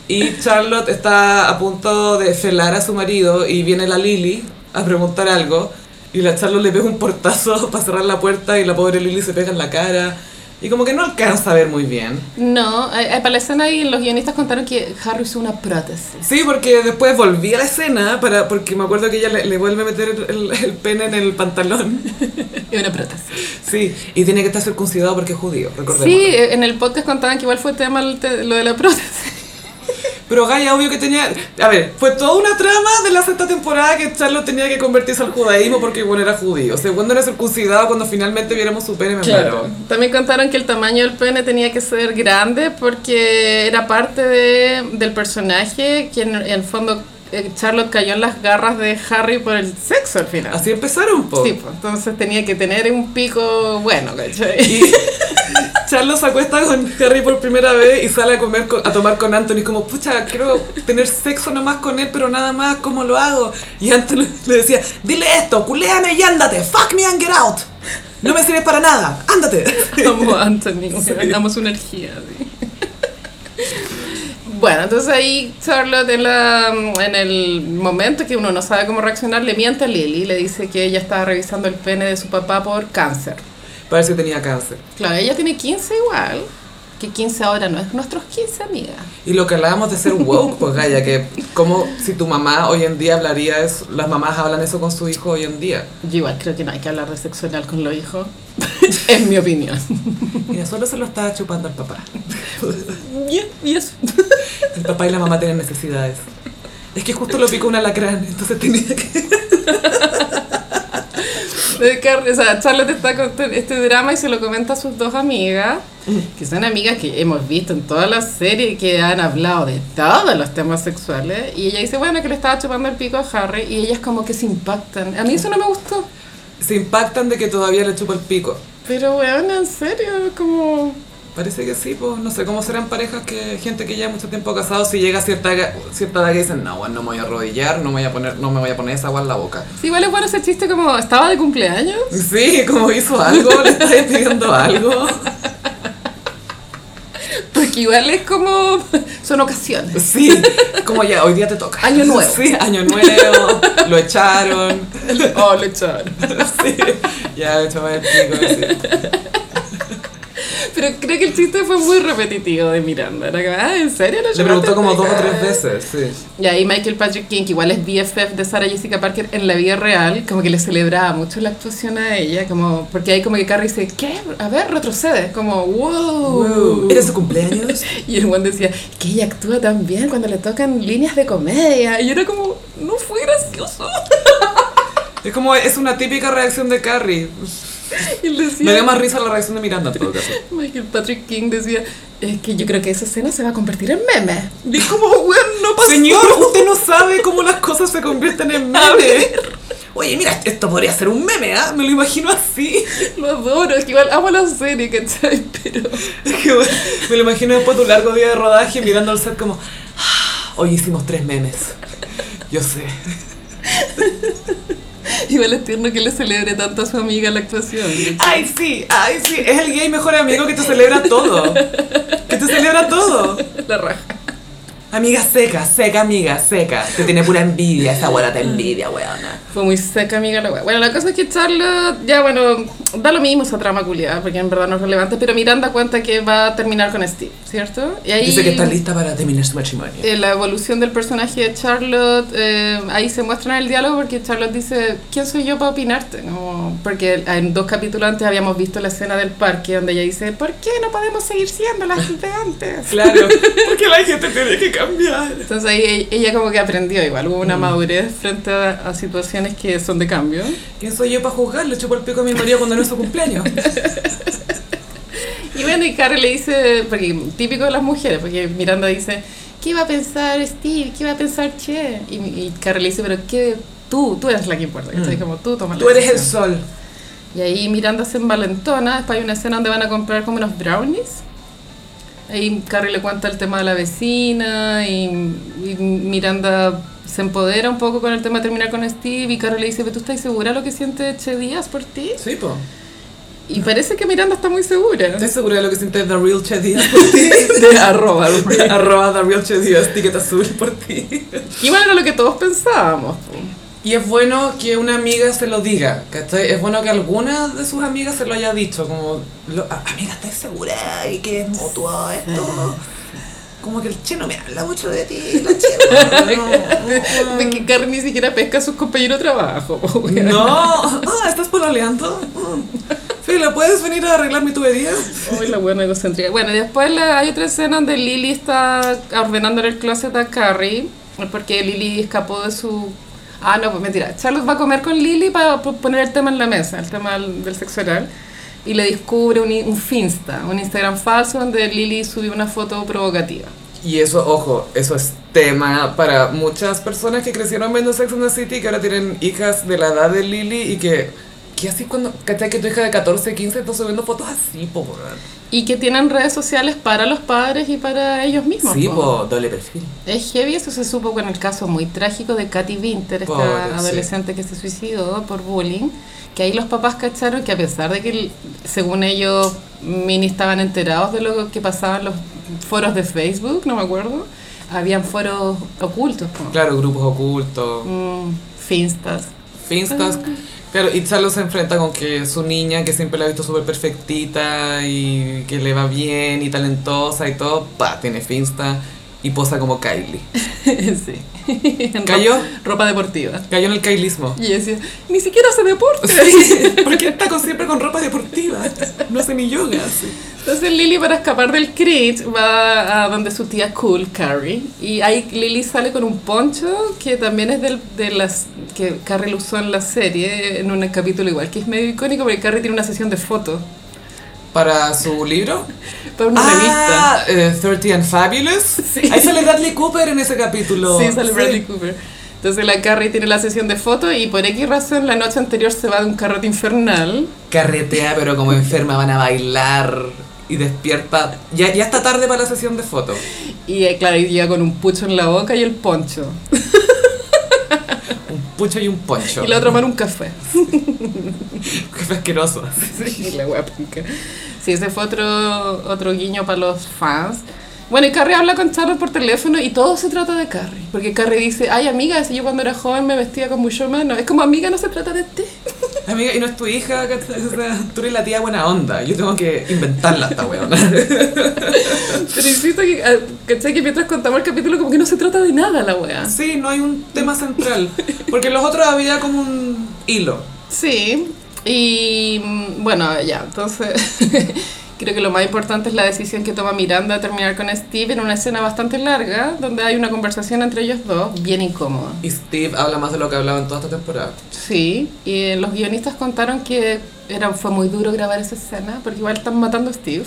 [SPEAKER 1] y Charlotte está a punto de celar a su marido y viene la Lily a preguntar algo. Y la Charlotte le pega un portazo para cerrar la puerta y la pobre Lily se pega en la cara. Y como que no alcanza a ver muy bien.
[SPEAKER 2] No, eh, eh, para la escena ahí los guionistas contaron que Harry usó una prótesis.
[SPEAKER 1] Sí, porque después volví a la escena para, porque me acuerdo que ella le, le vuelve a meter el- el- el pene en el pantalón.
[SPEAKER 2] Y una prótesis.
[SPEAKER 1] Sí, y tiene que estar circuncidado porque es judío, recordemos.
[SPEAKER 2] Sí, eh, en el podcast contaban que igual fue tema el te- lo de la prótesis.
[SPEAKER 1] Pero Gaia, obvio que tenía... A ver, fue toda una trama de la sexta temporada que Charlotte tenía que convertirse al judaísmo porque, bueno, era judío. O sea, cuando era circuncidado, cuando finalmente viéramos su pene, me muero.
[SPEAKER 2] También contaron que el tamaño del pene tenía que ser grande porque era parte de- del personaje que en en el fondo eh, Charlotte cayó en las garras de Harry por el sexo al final.
[SPEAKER 1] Así empezaron, po.
[SPEAKER 2] Sí, pues, entonces tenía que tener un pico bueno, ¿cachai?
[SPEAKER 1] Y Charlotte se acuesta con Harry por primera vez y sale a comer con- a tomar con Anthony como, pucha, quiero tener sexo nomás con él, pero nada más, ¿cómo lo hago? Y Anthony le decía, dile esto, culéame y ándate, fuck me and get out. No me sirves para nada, ándate.
[SPEAKER 2] Como Anthony, damos una energía. así. Bueno, entonces ahí Charlotte en, la, mm, en el momento que uno no sabe cómo reaccionar le miente a Lily y le dice que ella estaba revisando el pene de su papá por cáncer.
[SPEAKER 1] Para ver si tenía cáncer.
[SPEAKER 2] Claro, ella tiene 15 igual. Que 15 ahora no es nuestros 15, amiga.
[SPEAKER 1] Y lo que hablábamos de ser woke, pues Gaya, que como si tu mamá hoy en día hablaría eso, las mamás hablan eso con su hijo hoy en día.
[SPEAKER 2] Yo igual creo que no hay que hablar de sexo anal con los hijos. es mi opinión.
[SPEAKER 1] Mira, solo se lo estaba chupando al papá.
[SPEAKER 2] Y eso.
[SPEAKER 1] El papá y la mamá tienen necesidades. Es que justo lo picó un alacrán, entonces tenía que...
[SPEAKER 2] De Carrie, o sea, Charlotte está con te- este drama y se lo comenta a sus dos amigas, que son amigas que hemos visto en todas las series que han hablado de todos los temas sexuales. Y ella dice, bueno, que le estaba chupando el pico a Harry y ellas como que se impactan. A mí eso no me gustó.
[SPEAKER 1] Se impactan de que todavía le chupa el pico.
[SPEAKER 2] Pero, weón, en serio, como...
[SPEAKER 1] Parece que sí, pues no sé cómo serán parejas que gente que lleva mucho tiempo casado, si llega a cierta, ga- cierta edad que dicen, no, bueno, no me voy a arrodillar, no me voy a poner, no me voy a poner esa agua en la boca.
[SPEAKER 2] Sí, igual es bueno ese chiste como, ¿estaba de cumpleaños?
[SPEAKER 1] Sí, como hizo algo, le estáis pidiendo algo.
[SPEAKER 2] Porque igual es como, son ocasiones.
[SPEAKER 1] Sí, como ya, hoy día te toca.
[SPEAKER 2] Año nuevo.
[SPEAKER 1] Sí, año nuevo, lo echaron.
[SPEAKER 2] Oh, lo echaron.
[SPEAKER 1] Sí, ya, de hecho, me explico. sí.
[SPEAKER 2] Pero creo que el chiste fue muy repetitivo de Miranda. Era como, ah, ¿en serio? ¿No
[SPEAKER 1] Le preguntó
[SPEAKER 2] llamaste?
[SPEAKER 1] como dos o tres veces, sí.
[SPEAKER 2] Y ahí Michael Patrick King, que igual es BFF de Sarah Jessica Parker en la vida real, como que le celebraba mucho la actuación a ella, como porque ahí como que Carrie dice, ¿qué? A ver, retrocede, como,
[SPEAKER 1] Oh.
[SPEAKER 2] wow.
[SPEAKER 3] ¿Era su cumpleaños?
[SPEAKER 2] Y el Juan decía, que ella actúa tan bien cuando le tocan líneas de comedia. Y yo era como, no fue gracioso.
[SPEAKER 1] Es como, es una típica reacción de Carrie.
[SPEAKER 2] Y él decía,
[SPEAKER 1] Me dio más risa la reacción de Miranda, en todo caso.
[SPEAKER 2] Michael Patrick King decía, es que yo creo que esa escena se va a convertir en meme. Y es como, weón, no pasó.
[SPEAKER 1] Señor, usted no sabe cómo las cosas se convierten en memes. Oye, mira, esto podría ser un meme, ¿ah? Me lo imagino así.
[SPEAKER 2] Lo adoro, es que igual amo la serie, ¿cachai? Pero...
[SPEAKER 1] Me lo imagino después de un largo día de rodaje mirando al set como, "Ah, hoy hicimos tres memes. Yo sé.
[SPEAKER 2] Igual es tierno que le celebre tanto a su amiga la actuación.
[SPEAKER 1] Ay, sí, ay, sí. Es el gay mejor amigo que te celebra todo. Que te celebra todo.
[SPEAKER 2] La raja.
[SPEAKER 1] Amiga seca, seca, amiga, seca. Te tiene pura envidia, esa abuela te envidia, weona.
[SPEAKER 2] Fue muy seca, amiga, la wea. Bueno, la cosa es que Charlotte, ya bueno, da lo mismo esa trama culiada, porque en verdad no es relevante, pero Miranda cuenta que va a terminar con Steve, ¿cierto? Y ahí
[SPEAKER 1] Dice que está lista para terminar su matrimonio.
[SPEAKER 2] eh, la evolución del personaje de Charlotte, eh, ahí se muestra en el diálogo porque Charlotte dice, ¿quién soy yo para opinarte? Como- porque en dos capítulos antes habíamos visto la escena del parque donde ella dice, ¿por qué no podemos seguir siendo las de antes?
[SPEAKER 1] Claro, porque la gente tiene que cambiar.
[SPEAKER 2] Entonces ahí e- ella como que aprendió igual, hubo
[SPEAKER 1] Mm.
[SPEAKER 2] una madurez frente a, a situaciones que son de cambio.
[SPEAKER 1] ¿Quién soy yo para juzgar? Le chupo el pico a mi marido cuando no es su cumpleaños.
[SPEAKER 2] Y bueno, y Carrie le dice, porque típico de las mujeres, porque Miranda dice, ¿qué va a pensar Steve? ¿Qué va a pensar Che? Y, y Carrie le dice, pero ¿qué? Tú, tú eres la que importa, ¿cachai?
[SPEAKER 1] Mm.
[SPEAKER 2] Como tú tomas la
[SPEAKER 1] Tú eres el
[SPEAKER 2] decisión.
[SPEAKER 1] sol.
[SPEAKER 2] Y ahí Miranda se envalentona, después hay una escena donde van a comprar como unos brownies. Ahí Carrie le cuenta el tema de la vecina y, y Miranda se empodera un poco con el tema de terminar con Steve y Carrie le dice, ¿pero tú estás segura de lo que siente Che Díaz por ti?
[SPEAKER 1] Sí, po.
[SPEAKER 2] Y parece que Miranda está muy segura.
[SPEAKER 1] ¿Estás segura de lo que siente The Real Che Díaz?
[SPEAKER 2] De arroba.
[SPEAKER 1] Arroba The Real Che Díaz, ticket azul por ti.
[SPEAKER 2] Igual era lo que todos pensábamos. po.
[SPEAKER 1] Y es bueno que una amiga se lo diga, ¿cachai? Es bueno que alguna de sus amigas se lo haya dicho, como, lo- "A- amiga, ¿estás segura de que es mutuo esto? Como que el che no me habla mucho de ti, la che no, no,
[SPEAKER 2] De que Carrie ni siquiera pesca a sus compañeros de trabajo. po, weón.
[SPEAKER 1] No, ah, ¿estás pololeando? Mm. Fila, ¿puedes venir a arreglar mi tubería?
[SPEAKER 2] Uy, la buena egocéntrica. Bueno, y después la- hay otra escena donde Lily está ordenando el closet a Carrie, porque Lily escapó de su... Ah, no, pues mentira. Charlotte va a comer con Lily para po- poner el tema en la mesa, el tema del del sexo oral. Y le descubre un, i- un Finsta, un Instagram falso, donde Lily subió una foto provocativa.
[SPEAKER 1] Y eso, ojo, eso es tema para muchas personas que crecieron viendo Sex and the City, que ahora tienen hijas de la edad de Lily y que... ¿Qué así cuando... ¿Cachai que tu hija de 14, 15 está subiendo fotos así, po, weón?
[SPEAKER 2] Y que tienen redes sociales para los padres y para ellos mismos.
[SPEAKER 1] Sí,
[SPEAKER 2] po.
[SPEAKER 1] po, doble perfil.
[SPEAKER 2] Es heavy, eso se supo con el caso muy trágico de Katy Winter, esta
[SPEAKER 1] Pobre, sí.
[SPEAKER 2] adolescente que se suicidó por bullying, que ahí los papás cacharon que a pesar de que, el- según ellos, mini estaban enterados de lo que pasaba en los foros de Facebook, no me acuerdo, habían foros ocultos, po.
[SPEAKER 1] Claro, grupos ocultos,
[SPEAKER 2] Mm, finstas.
[SPEAKER 1] finstas. Claro, y Charlo se enfrenta con que su niña, que siempre la ha visto súper perfectita y que le va bien y talentosa y todo, pa, tiene finsta y posa como Kylie.
[SPEAKER 2] sí. En
[SPEAKER 1] ¿Cayó?
[SPEAKER 2] ropa- Ropa deportiva.
[SPEAKER 1] Cayó en el kailismo.
[SPEAKER 2] Y yo decía, ni siquiera hace deporte.
[SPEAKER 1] Porque está con, siempre con ropa deportiva, no hace ni yoga. sí.
[SPEAKER 2] Entonces Lily para escapar del cringe va a donde su tía cool, Carrie. Y ahí Lily sale con un poncho que también es del, de las que Carrie lo usó en la serie, en un capítulo igual, que es medio icónico porque Carrie tiene una sesión de fotos
[SPEAKER 1] Para su libro,
[SPEAKER 2] para una
[SPEAKER 1] ah, eh, 30 and Fabulous.
[SPEAKER 2] Sí.
[SPEAKER 1] Ahí sale Bradley Cooper en ese capítulo.
[SPEAKER 2] revista. Sí, sale Bradley Cooper. Entonces la Carrie tiene la sesión de fotos y por X razón la noche anterior se va de un carrete infernal.
[SPEAKER 1] Carretea, pero como enferma van a bailar. y despierta. Ya, ya está tarde para la sesión de fotos.
[SPEAKER 2] Y eh, claro, y llega con un pucho en la boca y el poncho.
[SPEAKER 1] Un pucho y un poncho.
[SPEAKER 2] Y la otra mano un café.
[SPEAKER 1] Qué asqueroso.
[SPEAKER 2] Sí, la wea penca. Sí, ese fue otro, otro guiño para los fans. Bueno, y Carrie habla con Charlotte por teléfono y todo se trata de Carrie. Porque Carrie dice, ay amiga, si yo cuando era joven me vestía con mucho menos. Es como amiga, no se trata de ti.
[SPEAKER 1] Amiga, y no es tu hija, ¿cachai? O sea, tú eres la tía buena onda. Yo tengo que inventarla esta weona.
[SPEAKER 2] Pero insisto que, ah, ¿cachai? que mientras contamos el capítulo como que no se trata de nada la wea.
[SPEAKER 1] Sí, no hay un tema central. Porque en los otros había como un hilo.
[SPEAKER 2] Sí, y mm, bueno, ya, entonces creo que lo más importante es la decisión que toma Miranda de terminar con Steve en una escena bastante larga, donde hay una conversación entre ellos dos bien incómoda.
[SPEAKER 1] Y Steve habla más de lo que hablaba en toda esta temporada.
[SPEAKER 2] Sí, y eh, los guionistas contaron que era, fue muy duro grabar esa escena, porque igual están matando a Steve,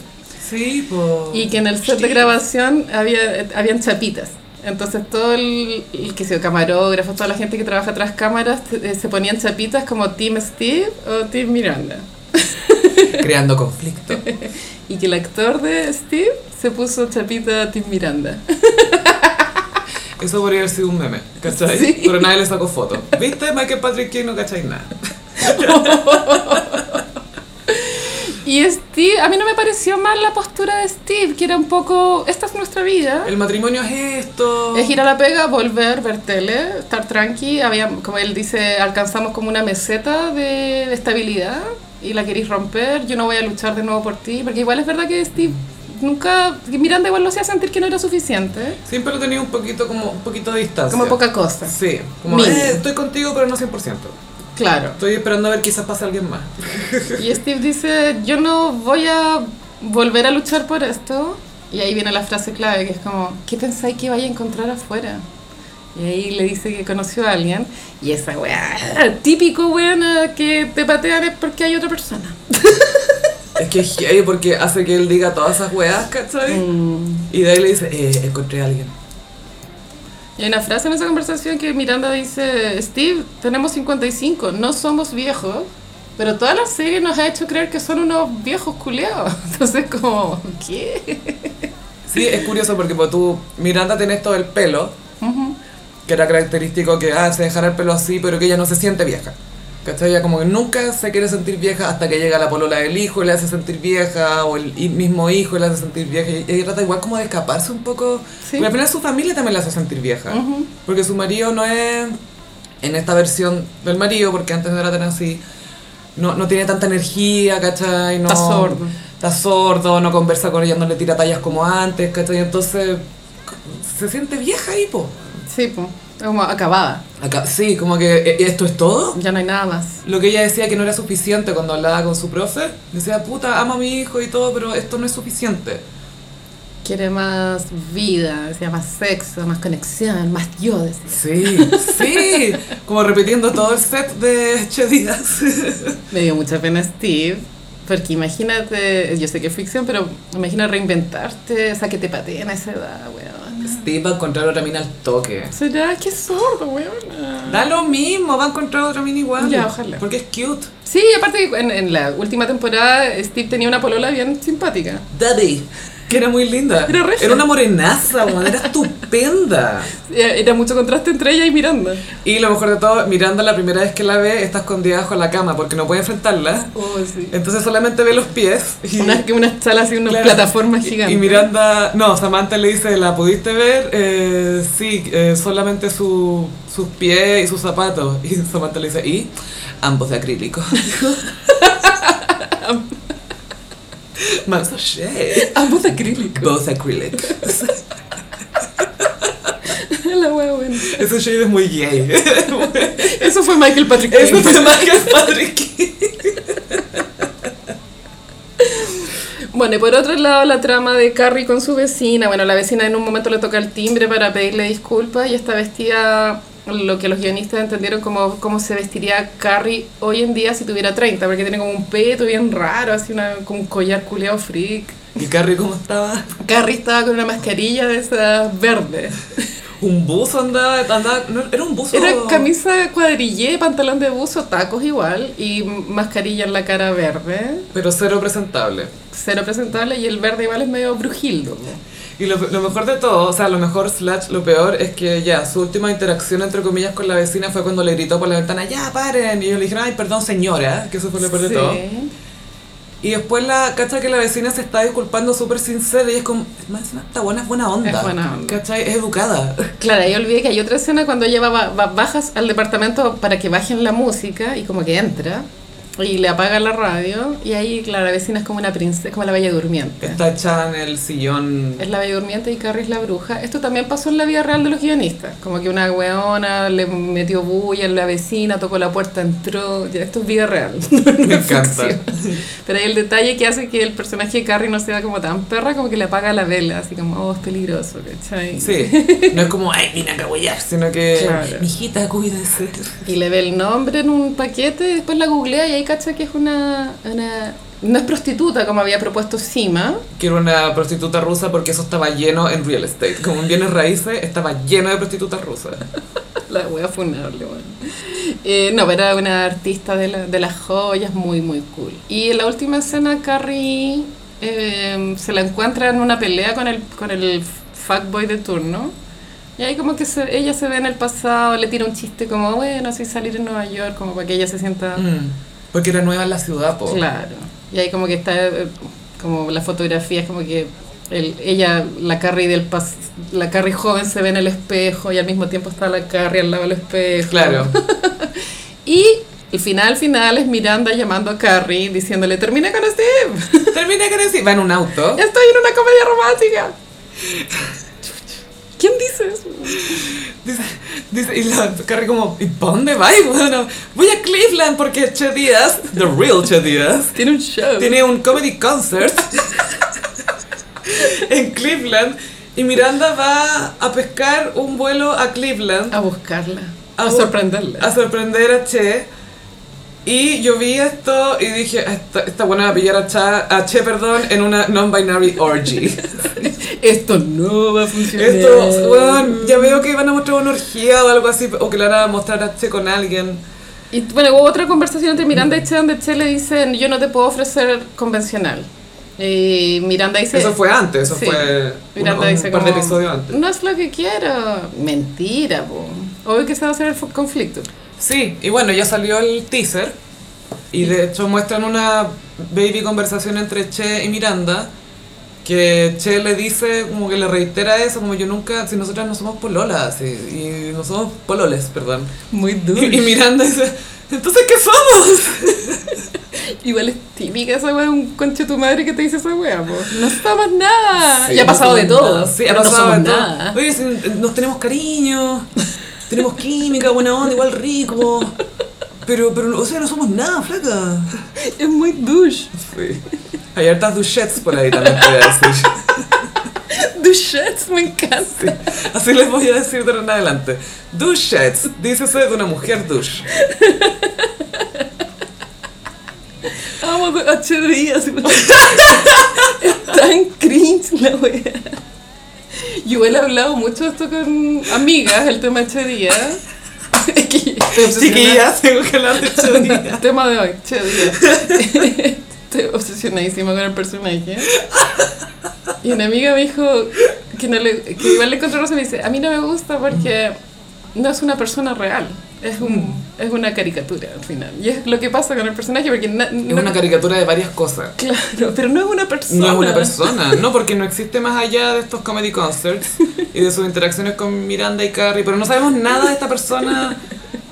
[SPEAKER 1] Sí, pues.
[SPEAKER 2] y que en el set de grabación había, eh, habían chapitas. Entonces todo el, el que sea camarógrafo, toda la gente que trabaja tras cámaras, eh, se ponían chapitas como Team Steve o Team Miranda.
[SPEAKER 1] Creando conflicto.
[SPEAKER 2] Y que el actor de Steve se puso chapita Tim Miranda.
[SPEAKER 1] Eso podría haber sido un meme, ¿cachai?
[SPEAKER 2] Sí.
[SPEAKER 1] Pero nadie le sacó foto. ¿Viste? Michael Patrick King no cacháis nada.
[SPEAKER 2] Y Steve, a mí no me pareció mal la postura de Steve, que era un poco, esta es nuestra vida.
[SPEAKER 1] El matrimonio es esto.
[SPEAKER 2] Es ir a la pega, volver, ver tele, estar tranqui. Había, como él dice, alcanzamos como una meseta de, de estabilidad y la queréis romper. Yo no voy a luchar de nuevo por ti, porque igual es verdad que Steve nunca. que Miranda igual lo hacía sentir que no era suficiente.
[SPEAKER 1] Siempre lo tenía un poquito como un poquito de distancia.
[SPEAKER 2] Como poca cosa.
[SPEAKER 1] Sí, como
[SPEAKER 2] Mínimo.
[SPEAKER 1] eh, estoy contigo pero no 100%.
[SPEAKER 2] Claro.
[SPEAKER 1] Estoy esperando a ver quizás pase alguien más.
[SPEAKER 2] Y Steve dice, yo no voy a volver a luchar por esto. Y ahí viene la frase clave, que es como, ¿qué pensáis que vaya a encontrar afuera? Y ahí le dice que conoció a alguien. Y esa weá, típico weá que te patean es porque hay otra persona.
[SPEAKER 1] Es que es gay porque hace que él diga todas esas weas, ¿cachai?
[SPEAKER 2] Mm.
[SPEAKER 1] Y de ahí le dice, eh, encontré a alguien.
[SPEAKER 2] Y hay una frase en esa conversación que Miranda dice, Steve, tenemos 55, no somos viejos, pero toda la serie nos ha hecho creer que son unos viejos culeados. Entonces como, ¿qué?
[SPEAKER 1] Sí, es curioso porque pues, tú, Miranda, tenés todo el pelo, que era característico que ah, se dejara el pelo así, pero que ella no se siente vieja. ¿Cachai? Ella como que nunca se quiere sentir vieja hasta que llega la polola del hijo y le hace sentir vieja, o el hi- mismo hijo y le hace sentir vieja. Y ella trata igual como de escaparse un poco.
[SPEAKER 2] Sí.
[SPEAKER 1] Pero al final su familia también la hace sentir vieja.
[SPEAKER 2] Ujú.
[SPEAKER 1] Porque su marido no es, en esta versión del marido, porque antes no era tan así, no, no tiene tanta energía, ¿cachai? No,
[SPEAKER 2] Está sordo.
[SPEAKER 1] Está sordo, no conversa con ella, no le tira tallas como antes, ¿cachai? Entonces se siente vieja ahí, po.
[SPEAKER 2] Sí, pues, como acabada.
[SPEAKER 1] Acá, sí, como que "¿E- esto es todo.
[SPEAKER 2] Ya no hay nada más.
[SPEAKER 1] Lo que ella decía que no era suficiente cuando hablaba con su profe, decía, puta, amo a mi hijo y todo, pero esto no es suficiente.
[SPEAKER 2] Quiere más vida, o sea, más sexo, más conexión, más yo. decía.
[SPEAKER 1] Sí, sí, como repitiendo todo el set de Che Díaz.
[SPEAKER 2] Me dio mucha pena Steve, porque imagínate, yo sé que es ficción, pero imagina reinventarte, o sea, que te pateen a esa edad, weón.
[SPEAKER 1] Steve va a encontrar otra mina al toque.
[SPEAKER 2] Será que es sordo, weón.
[SPEAKER 1] Da lo mismo, va a encontrar otra mini igual.
[SPEAKER 2] Ya, ojalá.
[SPEAKER 1] Porque es cute.
[SPEAKER 2] Sí, aparte que en, en la última temporada Steve tenía una polola bien simpática.
[SPEAKER 1] Daddy. Que era muy linda.
[SPEAKER 2] Era regia.
[SPEAKER 1] una morenaza, weón, era estupenda.
[SPEAKER 2] Eh, Era mucho contraste entre ella y Miranda.
[SPEAKER 1] Y lo mejor de todo, Miranda la primera vez que la ve está escondida bajo la cama porque no puede enfrentarla.
[SPEAKER 2] Oh, sí.
[SPEAKER 1] Entonces solamente ve los pies. Y,
[SPEAKER 2] Unas una salas así, unas
[SPEAKER 1] Claro.
[SPEAKER 2] plataformas
[SPEAKER 1] Y-
[SPEAKER 2] gigantes.
[SPEAKER 1] Y Miranda, no, Samantha le dice, ¿la pudiste ver? Eh, sí, eh, solamente su- sus pies y sus zapatos. Y Samantha le dice, ¿y? Ambos de acrílico. Manso shade.
[SPEAKER 2] Ambos de acrílico.
[SPEAKER 1] Both acrylic.
[SPEAKER 2] La wea buena.
[SPEAKER 1] Ese shade es muy gay.
[SPEAKER 2] Eso fue Michael Patrick
[SPEAKER 1] Es
[SPEAKER 2] King.
[SPEAKER 1] fue más que el padre que-
[SPEAKER 2] Bueno, y por otro lado, la trama de Carrie con su vecina. Bueno, la vecina en un momento le toca el timbre para pedirle disculpas y está vestida lo que los guionistas entendieron como cómo se vestiría Carrie hoy en día si tuviera 30, porque tiene como un peto bien raro, así una, como un collar culeado freak.
[SPEAKER 1] ¿Y Carrie cómo estaba?
[SPEAKER 2] Carrie estaba con una mascarilla de esas verdes.
[SPEAKER 1] Un buzo andaba, andaba no, era un buzo.
[SPEAKER 2] Era camisa cuadrillé, pantalón de buzo, tacos igual y mascarilla en la cara verde.
[SPEAKER 1] Pero cero presentable.
[SPEAKER 2] cero presentable y el verde igual es medio brujildo. po.
[SPEAKER 1] Y lo, lo mejor de todo, o sea, lo mejor slash lo peor es que ya, su última interacción entre comillas con la vecina fue cuando le gritó por la ventana, ya, paren. Y ellos le dijeron, ay, perdón señora, que eso fue lo peor de
[SPEAKER 2] Sí.
[SPEAKER 1] todo. Y después la cacha que la vecina se está disculpando súper sincera y es como, más encima, esta buena es buena onda.
[SPEAKER 2] Es buena onda.
[SPEAKER 1] ¿Cachai? Es educada.
[SPEAKER 2] Claro, ahí olvidé que hay otra escena cuando ella va- va- va- bajas al departamento para que bajen la música y como que entra y le apaga la radio y ahí claro, la vecina es como una princesa, como la bella durmiente.
[SPEAKER 1] Está echada en el sillón.
[SPEAKER 2] Es la Bella Durmiente y Carrie es la bruja. Esto también pasó en la vida real de los guionistas. Como que una weona le metió bulla en la vecina, tocó la puerta, entró. Ya, esto es vida real.
[SPEAKER 1] Me encanta.
[SPEAKER 2] Pero hay el detalle que hace que el personaje de Carrie no sea como tan perra, como que le apaga la vela, así como, oh, es peligroso, ¿cachai?
[SPEAKER 1] Sí, no es como, ay, vine a cagüellar, sino que,
[SPEAKER 2] Claro.
[SPEAKER 1] mijita, cuídese.
[SPEAKER 2] Y le ve el nombre en un paquete, y después la googlea y ahí cacha que es una, una- No es prostituta como había propuesto Sima.
[SPEAKER 1] Quiero una prostituta rusa porque eso estaba lleno en real estate. Como en bienes raíces, estaba lleno de prostitutas rusas.
[SPEAKER 2] La wea funable, bueno. Eh, no, pero era una artista de, la- de las joyas muy, muy cool. Y en la última escena, Carrie eh, se la encuentra en una pelea con el, con el fuckboy de turno. Y ahí como que se- ella se ve en el pasado, le tira un chiste como, bueno, soy salir en Nueva York, como para que ella se sienta...
[SPEAKER 1] Mm, Porque era nueva en la ciudad, po.
[SPEAKER 2] Claro. Y ahí como que está, eh, como la fotografía es como que el- ella, la Carrie del pas- la Carrie joven se ve en el espejo y al mismo tiempo está la Carrie al lado del espejo.
[SPEAKER 1] Claro.
[SPEAKER 2] Y el final final es Miranda llamando a Carrie diciéndole, termina con Steve,
[SPEAKER 1] Termina con decir, va en un auto.
[SPEAKER 2] estoy en una comedia romántica. ¿Quién dice eso?
[SPEAKER 1] Dice, dice- y la Carrie como, ¿y pa' dónde va? Y bueno, voy a Cleveland porque Che Díaz, the real Che Díaz,
[SPEAKER 2] Tiene un show.
[SPEAKER 1] tiene un comedy concert en Cleveland. Y Miranda va a pescar un vuelo a Cleveland
[SPEAKER 2] A buscarla.
[SPEAKER 1] A
[SPEAKER 2] A,
[SPEAKER 1] bu-
[SPEAKER 2] sorprenderla.
[SPEAKER 1] a sorprender a Che. Y yo vi esto y dije, "Ah, esta, esta buena va a pillar a, Cha- a Che perdón, en una non-binary orgy.
[SPEAKER 2] Esto no va a funcionar.
[SPEAKER 1] Esto, weón, ya veo que iban a mostrar una orgía o algo así, o que le van a mostrar a Che con alguien.
[SPEAKER 2] Y bueno, hubo otra conversación entre Miranda y Che donde Che le dice, yo no te puedo ofrecer convencional. Y Miranda dice...
[SPEAKER 1] Eso fue antes, eso
[SPEAKER 2] Sí.
[SPEAKER 1] fue
[SPEAKER 2] Miranda
[SPEAKER 1] un, un
[SPEAKER 2] dice
[SPEAKER 1] par de
[SPEAKER 2] como,
[SPEAKER 1] episodios antes.
[SPEAKER 2] No es lo que quiero. Mentira, po. Obvio que se va a hacer el fu- conflicto.
[SPEAKER 1] Sí, y bueno, ya salió el teaser y de hecho muestran una baby conversación entre Che y Miranda que Che le dice, como que le reitera eso, como yo nunca, si nosotras no somos pololas, y, y no somos pololes, perdón.
[SPEAKER 2] Muy duro.
[SPEAKER 1] Y, y Miranda dice, entonces, ¿qué somos?
[SPEAKER 2] Igual es típica esa wea de un conche tu madre que te dice esa wea, po. No somos nada.
[SPEAKER 1] Sí,
[SPEAKER 2] Ah, y ha
[SPEAKER 1] no
[SPEAKER 2] pasado
[SPEAKER 1] somos
[SPEAKER 2] de todo.
[SPEAKER 1] nada. Sí, ha
[SPEAKER 2] pero
[SPEAKER 1] pasado
[SPEAKER 2] no
[SPEAKER 1] de
[SPEAKER 2] somos
[SPEAKER 1] todo.
[SPEAKER 2] nada.
[SPEAKER 1] Oye, si nos tenemos cariño, tenemos química, buena onda, igual rico. Pero, pero, o sea, no somos nada, flaca.
[SPEAKER 2] Es muy douche.
[SPEAKER 1] Sí. Hay hartas duchets por ahí también, te voy a decir.
[SPEAKER 2] Douchettes, me encanta.
[SPEAKER 1] Sí. Así les voy a decir de ahora en adelante. Duchets, dícese de una mujer douche.
[SPEAKER 2] Amo de H días. es tan cringe la wea. Yo igual he hablado mucho de esto con amigas, el tema H días. Es que estoy obsesionada.
[SPEAKER 1] Chiquillas, tengo que hablar de
[SPEAKER 2] El
[SPEAKER 1] chorilla.
[SPEAKER 2] tema de hoy, Che Díaz. Estoy obsesionadísima con el personaje. Y una amiga me dijo que, no le, que igual le encontró razón y me dice, a mí no me gusta porque no es una persona real, es, un,
[SPEAKER 1] Mm.
[SPEAKER 2] es una caricatura al final. Y es lo que pasa con el personaje porque... na-
[SPEAKER 1] Es
[SPEAKER 2] no-
[SPEAKER 1] una caricatura de varias cosas.
[SPEAKER 2] Claro, pero no es una persona.
[SPEAKER 1] No es una persona, no, porque no existe más allá de estos comedy concerts y de sus interacciones con Miranda y Carrie, pero no sabemos nada de esta persona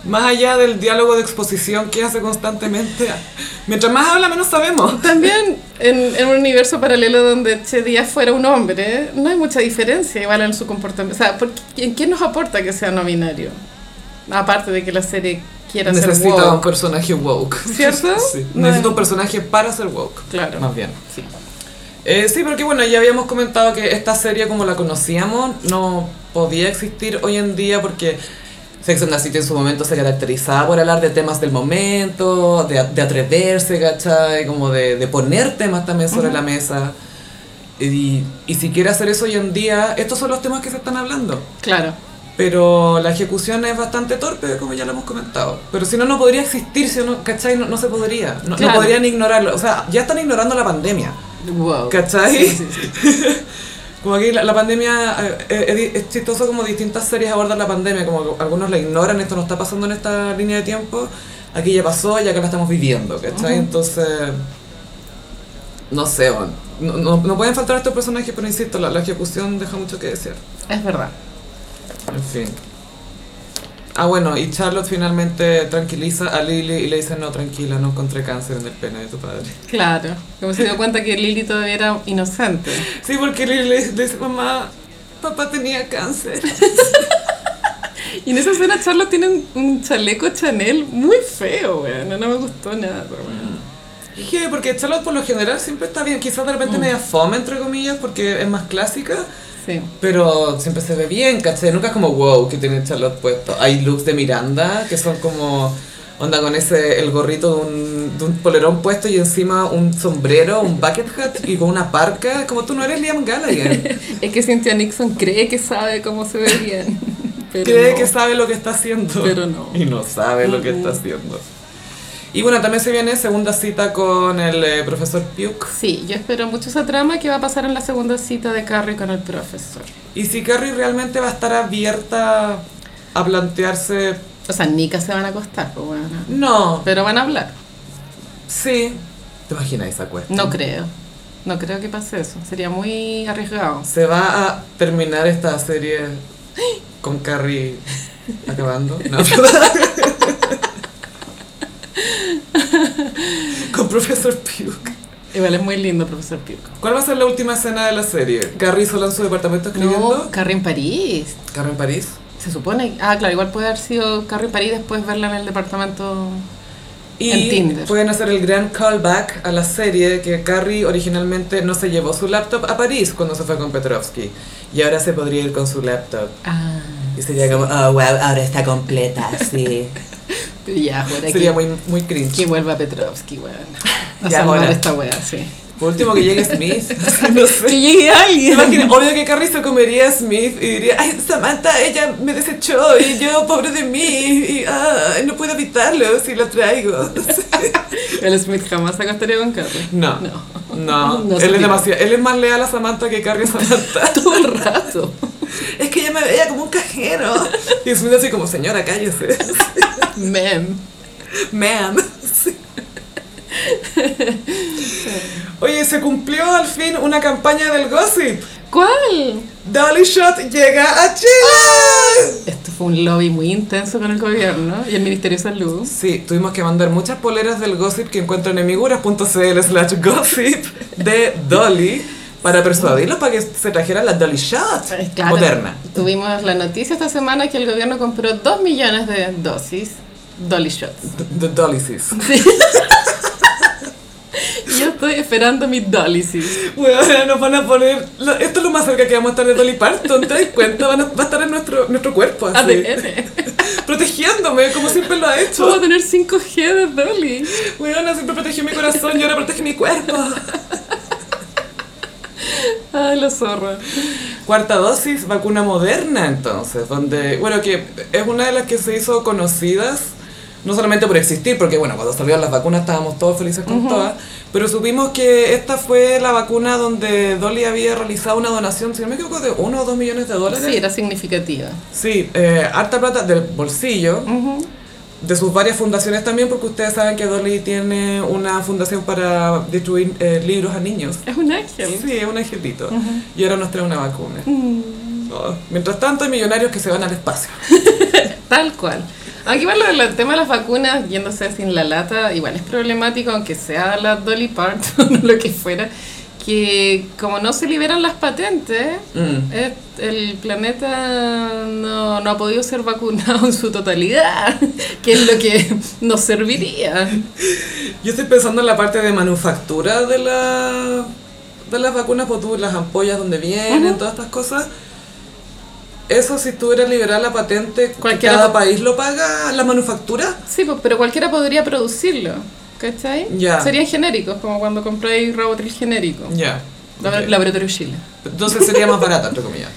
[SPEAKER 1] más allá del diálogo de exposición que hace constantemente. Mientras más habla, menos sabemos.
[SPEAKER 2] También en, en un universo paralelo donde Che Díaz fuera un hombre, no hay mucha diferencia igual en su comportamiento. O sea, ¿por qué- ¿en qué nos aporta que sea no binario? Aparte de que la serie quiera ser
[SPEAKER 1] Necesita un
[SPEAKER 2] woke.
[SPEAKER 1] personaje woke.
[SPEAKER 2] ¿Cierto?
[SPEAKER 1] Sí.
[SPEAKER 2] No
[SPEAKER 1] Necesita
[SPEAKER 2] es-
[SPEAKER 1] un personaje para ser woke.
[SPEAKER 2] Claro.
[SPEAKER 1] Más bien.
[SPEAKER 2] Sí.
[SPEAKER 1] Eh, sí, porque bueno, ya habíamos comentado que esta serie como la conocíamos no podía existir hoy en día porque Sex and the City en su momento se caracterizaba por hablar de temas del momento, de, de atreverse, ¿cachai? Como de, de poner temas también sobre la mesa. Y, y si quiere hacer eso hoy en día, estos son los temas que se están hablando.
[SPEAKER 2] Claro.
[SPEAKER 1] Pero la ejecución es bastante torpe, como ya lo hemos comentado. Pero si no, no podría existir, si no, ¿cachai? No, no se podría. No, no
[SPEAKER 2] Claro.
[SPEAKER 1] podrían ignorarlo. O sea, ya están ignorando la pandemia.
[SPEAKER 2] Wow.
[SPEAKER 1] ¿Cachai?
[SPEAKER 2] Sí, sí, sí.
[SPEAKER 1] Como que la, la pandemia, eh, eh, es, di- es chistoso como distintas series abordan la pandemia, como que algunos la ignoran, esto no está pasando en esta línea de tiempo, aquí ya pasó y acá la estamos viviendo, ¿cachai? Entonces, no sé, bueno, no, no, no pueden faltar estos personajes, pero insisto, la, la ejecución deja mucho que desear.
[SPEAKER 2] Es verdad.
[SPEAKER 1] En fin. Ah, bueno, y Charlotte finalmente tranquiliza a Lily y le dice, no, tranquila, no encontré cáncer en el pene de tu padre.
[SPEAKER 2] Claro. Como se dio cuenta que Lily todavía era inocente.
[SPEAKER 1] Sí, porque Lily le le dice, mamá, papá tenía cáncer.
[SPEAKER 2] Y en esa escena Charlotte tiene un, un chaleco Chanel muy feo, weón. No, no me gustó nada, weón.
[SPEAKER 1] Dije, porque Charlotte por lo general siempre está bien, quizás de repente media fome, entre comillas, porque es más clásica,
[SPEAKER 2] Sí.
[SPEAKER 1] pero siempre se ve bien, ¿cachai? Nunca es como wow que tiene Charlotte puesto. Hay looks de Miranda que son como, onda con ese, el gorrito de un, de un polerón puesto y encima un sombrero, un bucket hat y con una parca, es como tú no eres Liam Gallagher.
[SPEAKER 2] Es que Cynthia Nixon cree que sabe cómo se ve bien. Pero
[SPEAKER 1] Cree
[SPEAKER 2] no.
[SPEAKER 1] que sabe lo que está haciendo.
[SPEAKER 2] Pero no.
[SPEAKER 1] Y no sabe lo que está haciendo. Y bueno, también se viene segunda cita con el eh, profesor Puke.
[SPEAKER 2] Sí, yo espero mucho esa trama que va a pasar en la segunda cita de Carrie con el profesor.
[SPEAKER 1] Y si Carrie realmente va a estar abierta a plantearse...
[SPEAKER 2] O sea, Nika se van a acostar, pues bueno.
[SPEAKER 1] No,
[SPEAKER 2] Pero van a hablar.
[SPEAKER 1] sí. ¿Te imaginas esa cuesta?
[SPEAKER 2] No creo. No creo que pase eso. Sería muy arriesgado.
[SPEAKER 1] Se va a terminar esta serie con Carrie acabando. No, con Profesor Puke.
[SPEAKER 2] Igual es muy lindo, profesor Pirco.
[SPEAKER 1] ¿Cuál va a ser la última escena de la serie? ¿Carrie sola en su departamento escribiendo?
[SPEAKER 2] No, Carrie en París.
[SPEAKER 1] ¿Carrie en París?
[SPEAKER 2] Se supone. Ah, claro, igual puede haber sido Carrie en París después verla en el departamento.
[SPEAKER 1] Y
[SPEAKER 2] En Tinder.
[SPEAKER 1] pueden hacer el gran callback a la serie que Carrie originalmente no se llevó su laptop a París cuando se fue con Petrovsky. Y ahora se podría ir con su laptop.
[SPEAKER 2] Ah.
[SPEAKER 1] Y sería como,
[SPEAKER 3] Oh, wow, ahora está completa, sí.
[SPEAKER 2] Pero ya, ahora
[SPEAKER 1] sería
[SPEAKER 2] que,
[SPEAKER 1] muy, muy cringe.
[SPEAKER 2] que vuelva Petrovsky, weón. A
[SPEAKER 1] Ya,
[SPEAKER 2] salvar
[SPEAKER 1] ahora.
[SPEAKER 2] esta weá, sí.
[SPEAKER 1] Por último, que llegue Smith. no sé.
[SPEAKER 2] llegue
[SPEAKER 1] ¿Te
[SPEAKER 2] alguien.
[SPEAKER 1] imaginas? Obvio que Carrie se comería a Smith y diría, ay, Samantha, ella me desechó y yo, pobre de mí, y, ah, no puedo evitarlo si lo traigo.
[SPEAKER 2] oh, El Smith jamás se acostaría con Carrie.
[SPEAKER 1] No.
[SPEAKER 2] No.
[SPEAKER 1] No,
[SPEAKER 2] No se
[SPEAKER 1] él, es
[SPEAKER 2] tira.
[SPEAKER 1] demasiado, él es más leal a Samantha que Carrie a Samantha.
[SPEAKER 2] Todo el rato.
[SPEAKER 3] Es que yo me veía como un cajero.
[SPEAKER 1] Y Smith así como, señora, cállese.
[SPEAKER 2] Mem.
[SPEAKER 1] Ma'am. Sí. Oye, se cumplió al fin una campaña del gossip.
[SPEAKER 2] ¿Cuál?
[SPEAKER 1] Dolly Shot llega a Chile.
[SPEAKER 2] Esto fue un lobby muy intenso con el gobierno y el Ministerio de Salud.
[SPEAKER 1] Sí, tuvimos que mandar muchas poleras del gossip que encuentran en miguras.cl slash gossip de Dolly para persuadirlos para que se trajeran la Dolly Shot
[SPEAKER 2] Eh,
[SPEAKER 1] moderna.
[SPEAKER 2] Tuvimos la noticia esta semana que el gobierno compró 2 millones de dosis Dolly Shots.
[SPEAKER 1] The Dollysis.
[SPEAKER 2] Yo estoy esperando mi Dollysis.
[SPEAKER 1] Bueno, nos van a poner. lo- esto es lo más cerca que vamos a estar de Dolly Parton, ¿te das cuenta? Van a, va a estar en nuestro, nuestro cuerpo
[SPEAKER 2] Ah,
[SPEAKER 1] así.
[SPEAKER 2] ADN.
[SPEAKER 1] Protegiéndome, como siempre lo ha
[SPEAKER 2] Vamos a
[SPEAKER 1] hecho.
[SPEAKER 2] tener 5G de Dolly.
[SPEAKER 1] Weona siempre protegió mi corazón y ahora protege mi cuerpo.
[SPEAKER 2] Ay, la zorra.
[SPEAKER 1] Cuarta dosis, vacuna moderna entonces, donde, bueno, que es una de las que se hizo conocidas, no solamente por existir, porque bueno, cuando salieron las vacunas estábamos todos felices con todas, pero supimos que esta fue la vacuna donde Dolly había realizado una donación, si no me equivoco, de uno o dos millones de dólares.
[SPEAKER 2] Sí, era significativa.
[SPEAKER 1] Sí, eh, harta plata del bolsillo,
[SPEAKER 2] Ujú.
[SPEAKER 1] de sus varias fundaciones también, porque ustedes saben que Dolly tiene una fundación para distribuir eh, libros a niños.
[SPEAKER 2] Es un ángel.
[SPEAKER 1] Sí, es un angelito. Y ahora nos trae una vacuna. Oh, Mientras tanto, hay millonarios que se van al espacio.
[SPEAKER 2] Tal cual. Aunque igual lo- lo- el tema de las vacunas, yéndose sin la lata, igual es problemático, aunque sea la Dolly Parton o lo que fuera, que como no se liberan las patentes,
[SPEAKER 1] Mm.
[SPEAKER 2] eh, el planeta no, no ha podido ser vacunado en su totalidad, que es lo que nos serviría.
[SPEAKER 1] Yo estoy pensando en la parte de manufactura de, la, de las vacunas, pues tú, las ampollas donde vienen, todas estas cosas. Eso, si tú eres liberar la patente,
[SPEAKER 2] Cualquiera
[SPEAKER 1] cada
[SPEAKER 2] lo-
[SPEAKER 1] país lo paga la manufactura.
[SPEAKER 2] Sí, pues, pero cualquiera podría producirlo, ¿cachai?
[SPEAKER 1] Ya.
[SPEAKER 2] Serían genéricos, como cuando compráis Robotril genérico.
[SPEAKER 1] Ya.
[SPEAKER 2] Labra- Laboratorio Chile.
[SPEAKER 1] Entonces sería más barata, entre comillas.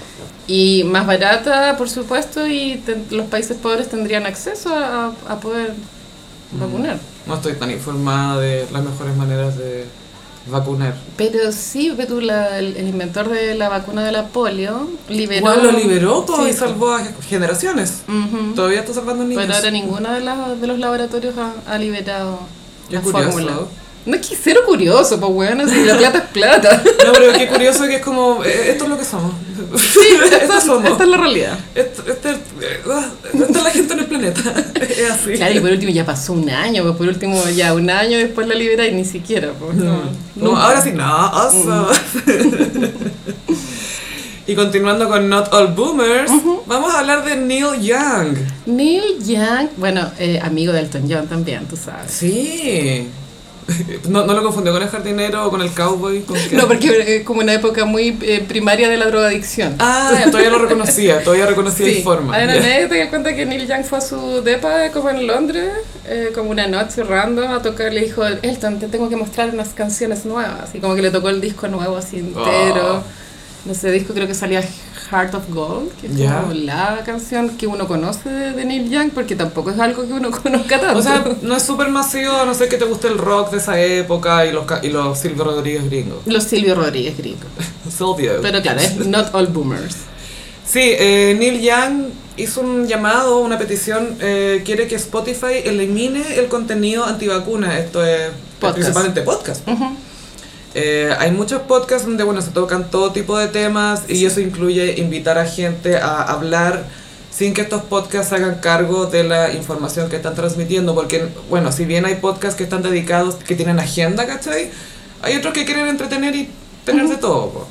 [SPEAKER 2] Y más barata, por supuesto, y ten- los países pobres tendrían acceso a, a poder vacunar.
[SPEAKER 1] Mm. No estoy tan informada de las mejores maneras de vacunar.
[SPEAKER 2] Pero sí, pero la- el, el inventor de la vacuna de la polio liberó.
[SPEAKER 1] Igual lo liberó po,
[SPEAKER 2] Sí.
[SPEAKER 1] y salvó a generaciones.
[SPEAKER 2] Ujú.
[SPEAKER 1] Todavía está salvando niños.
[SPEAKER 2] Pero ahora ninguno de, las- de los laboratorios ha, ha liberado
[SPEAKER 1] Qué
[SPEAKER 2] la
[SPEAKER 1] curioso.
[SPEAKER 2] fórmula. No es que cero curioso, pues bueno, si la plata es plata.
[SPEAKER 1] No, pero qué curioso que es como, eh, esto es lo que somos.
[SPEAKER 2] Sí,
[SPEAKER 1] esto
[SPEAKER 2] esta,
[SPEAKER 1] somos.
[SPEAKER 2] esta es la realidad.
[SPEAKER 1] Esto, este- eh, ah, esta es la gente en el planeta. Es así.
[SPEAKER 2] Claro, y por último ya pasó un año, pues por último ya un año después la libera y ni siquiera, pues
[SPEAKER 1] No,
[SPEAKER 2] no.
[SPEAKER 1] como,
[SPEAKER 2] nunca.
[SPEAKER 1] ahora sí, no, oso. y continuando con Not All Boomers, vamos a hablar de Neil Young.
[SPEAKER 2] Neil Young, bueno, eh, amigo de Elton John también, tú sabes.
[SPEAKER 1] Sí. No, no lo confundió con el jardinero o con el cowboy. ¿con qué?
[SPEAKER 2] No, porque es como una época muy eh, primaria de la drogadicción. Ah,
[SPEAKER 1] Ah, ya, todavía lo reconocía, todavía reconocía el forma.
[SPEAKER 2] Hay una
[SPEAKER 1] ya.
[SPEAKER 2] anécdota que cuenta que Neil Young fue a su depa eh, como en Londres, eh, como una noche random a tocar, le dijo, Elton, te tengo que mostrar unas canciones nuevas. Y como que le tocó el disco nuevo así entero.
[SPEAKER 1] Oh.
[SPEAKER 2] No sé, disco creo que salía Heart of Gold, que es
[SPEAKER 1] Ya.
[SPEAKER 2] como la canción que uno conoce de, de Neil Young, porque tampoco es algo que uno conozca tanto.
[SPEAKER 1] O sea, no es súper masivo, a no sé que te guste el rock de esa época y los, ca- y los Silvio Rodríguez gringos.
[SPEAKER 2] los Silvio Rodríguez gringo.
[SPEAKER 1] Silvio.
[SPEAKER 2] Pero claro, es Not All Boomers.
[SPEAKER 1] Sí, eh, Neil Young hizo un llamado, una petición, eh, quiere que Spotify elimine el contenido antivacuna, esto es
[SPEAKER 2] Podcast.
[SPEAKER 1] principalmente podcast.
[SPEAKER 2] Ujú.
[SPEAKER 1] Eh, hay muchos podcasts donde bueno se tocan todo tipo de temas y eso incluye invitar a gente a hablar sin que estos podcasts se hagan cargo de la información que están transmitiendo porque bueno si bien hay podcasts que están dedicados que tienen agenda ¿cachai? hay otros que quieren entretener y tener de todo po.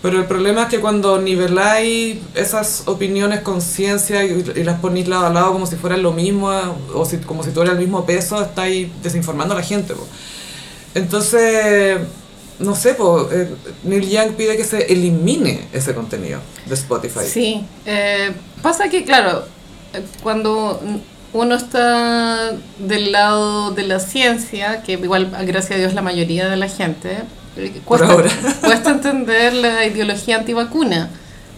[SPEAKER 1] pero el problema es que cuando niveláis esas opiniones con ciencia y, y las ponís lado a lado como si fueran lo mismo eh, o si, como si tuviera el mismo peso estáis desinformando a la gente po. Entonces, no sé, po, eh, Neil Young pide que se elimine ese contenido de Spotify.
[SPEAKER 2] Sí, eh, pasa que, claro, eh, cuando uno está del lado de la ciencia, que igual, gracias a Dios, la mayoría de la gente, eh,
[SPEAKER 1] Por
[SPEAKER 2] cuesta,
[SPEAKER 1] ahora.
[SPEAKER 2] cuesta entender la ideología antivacuna.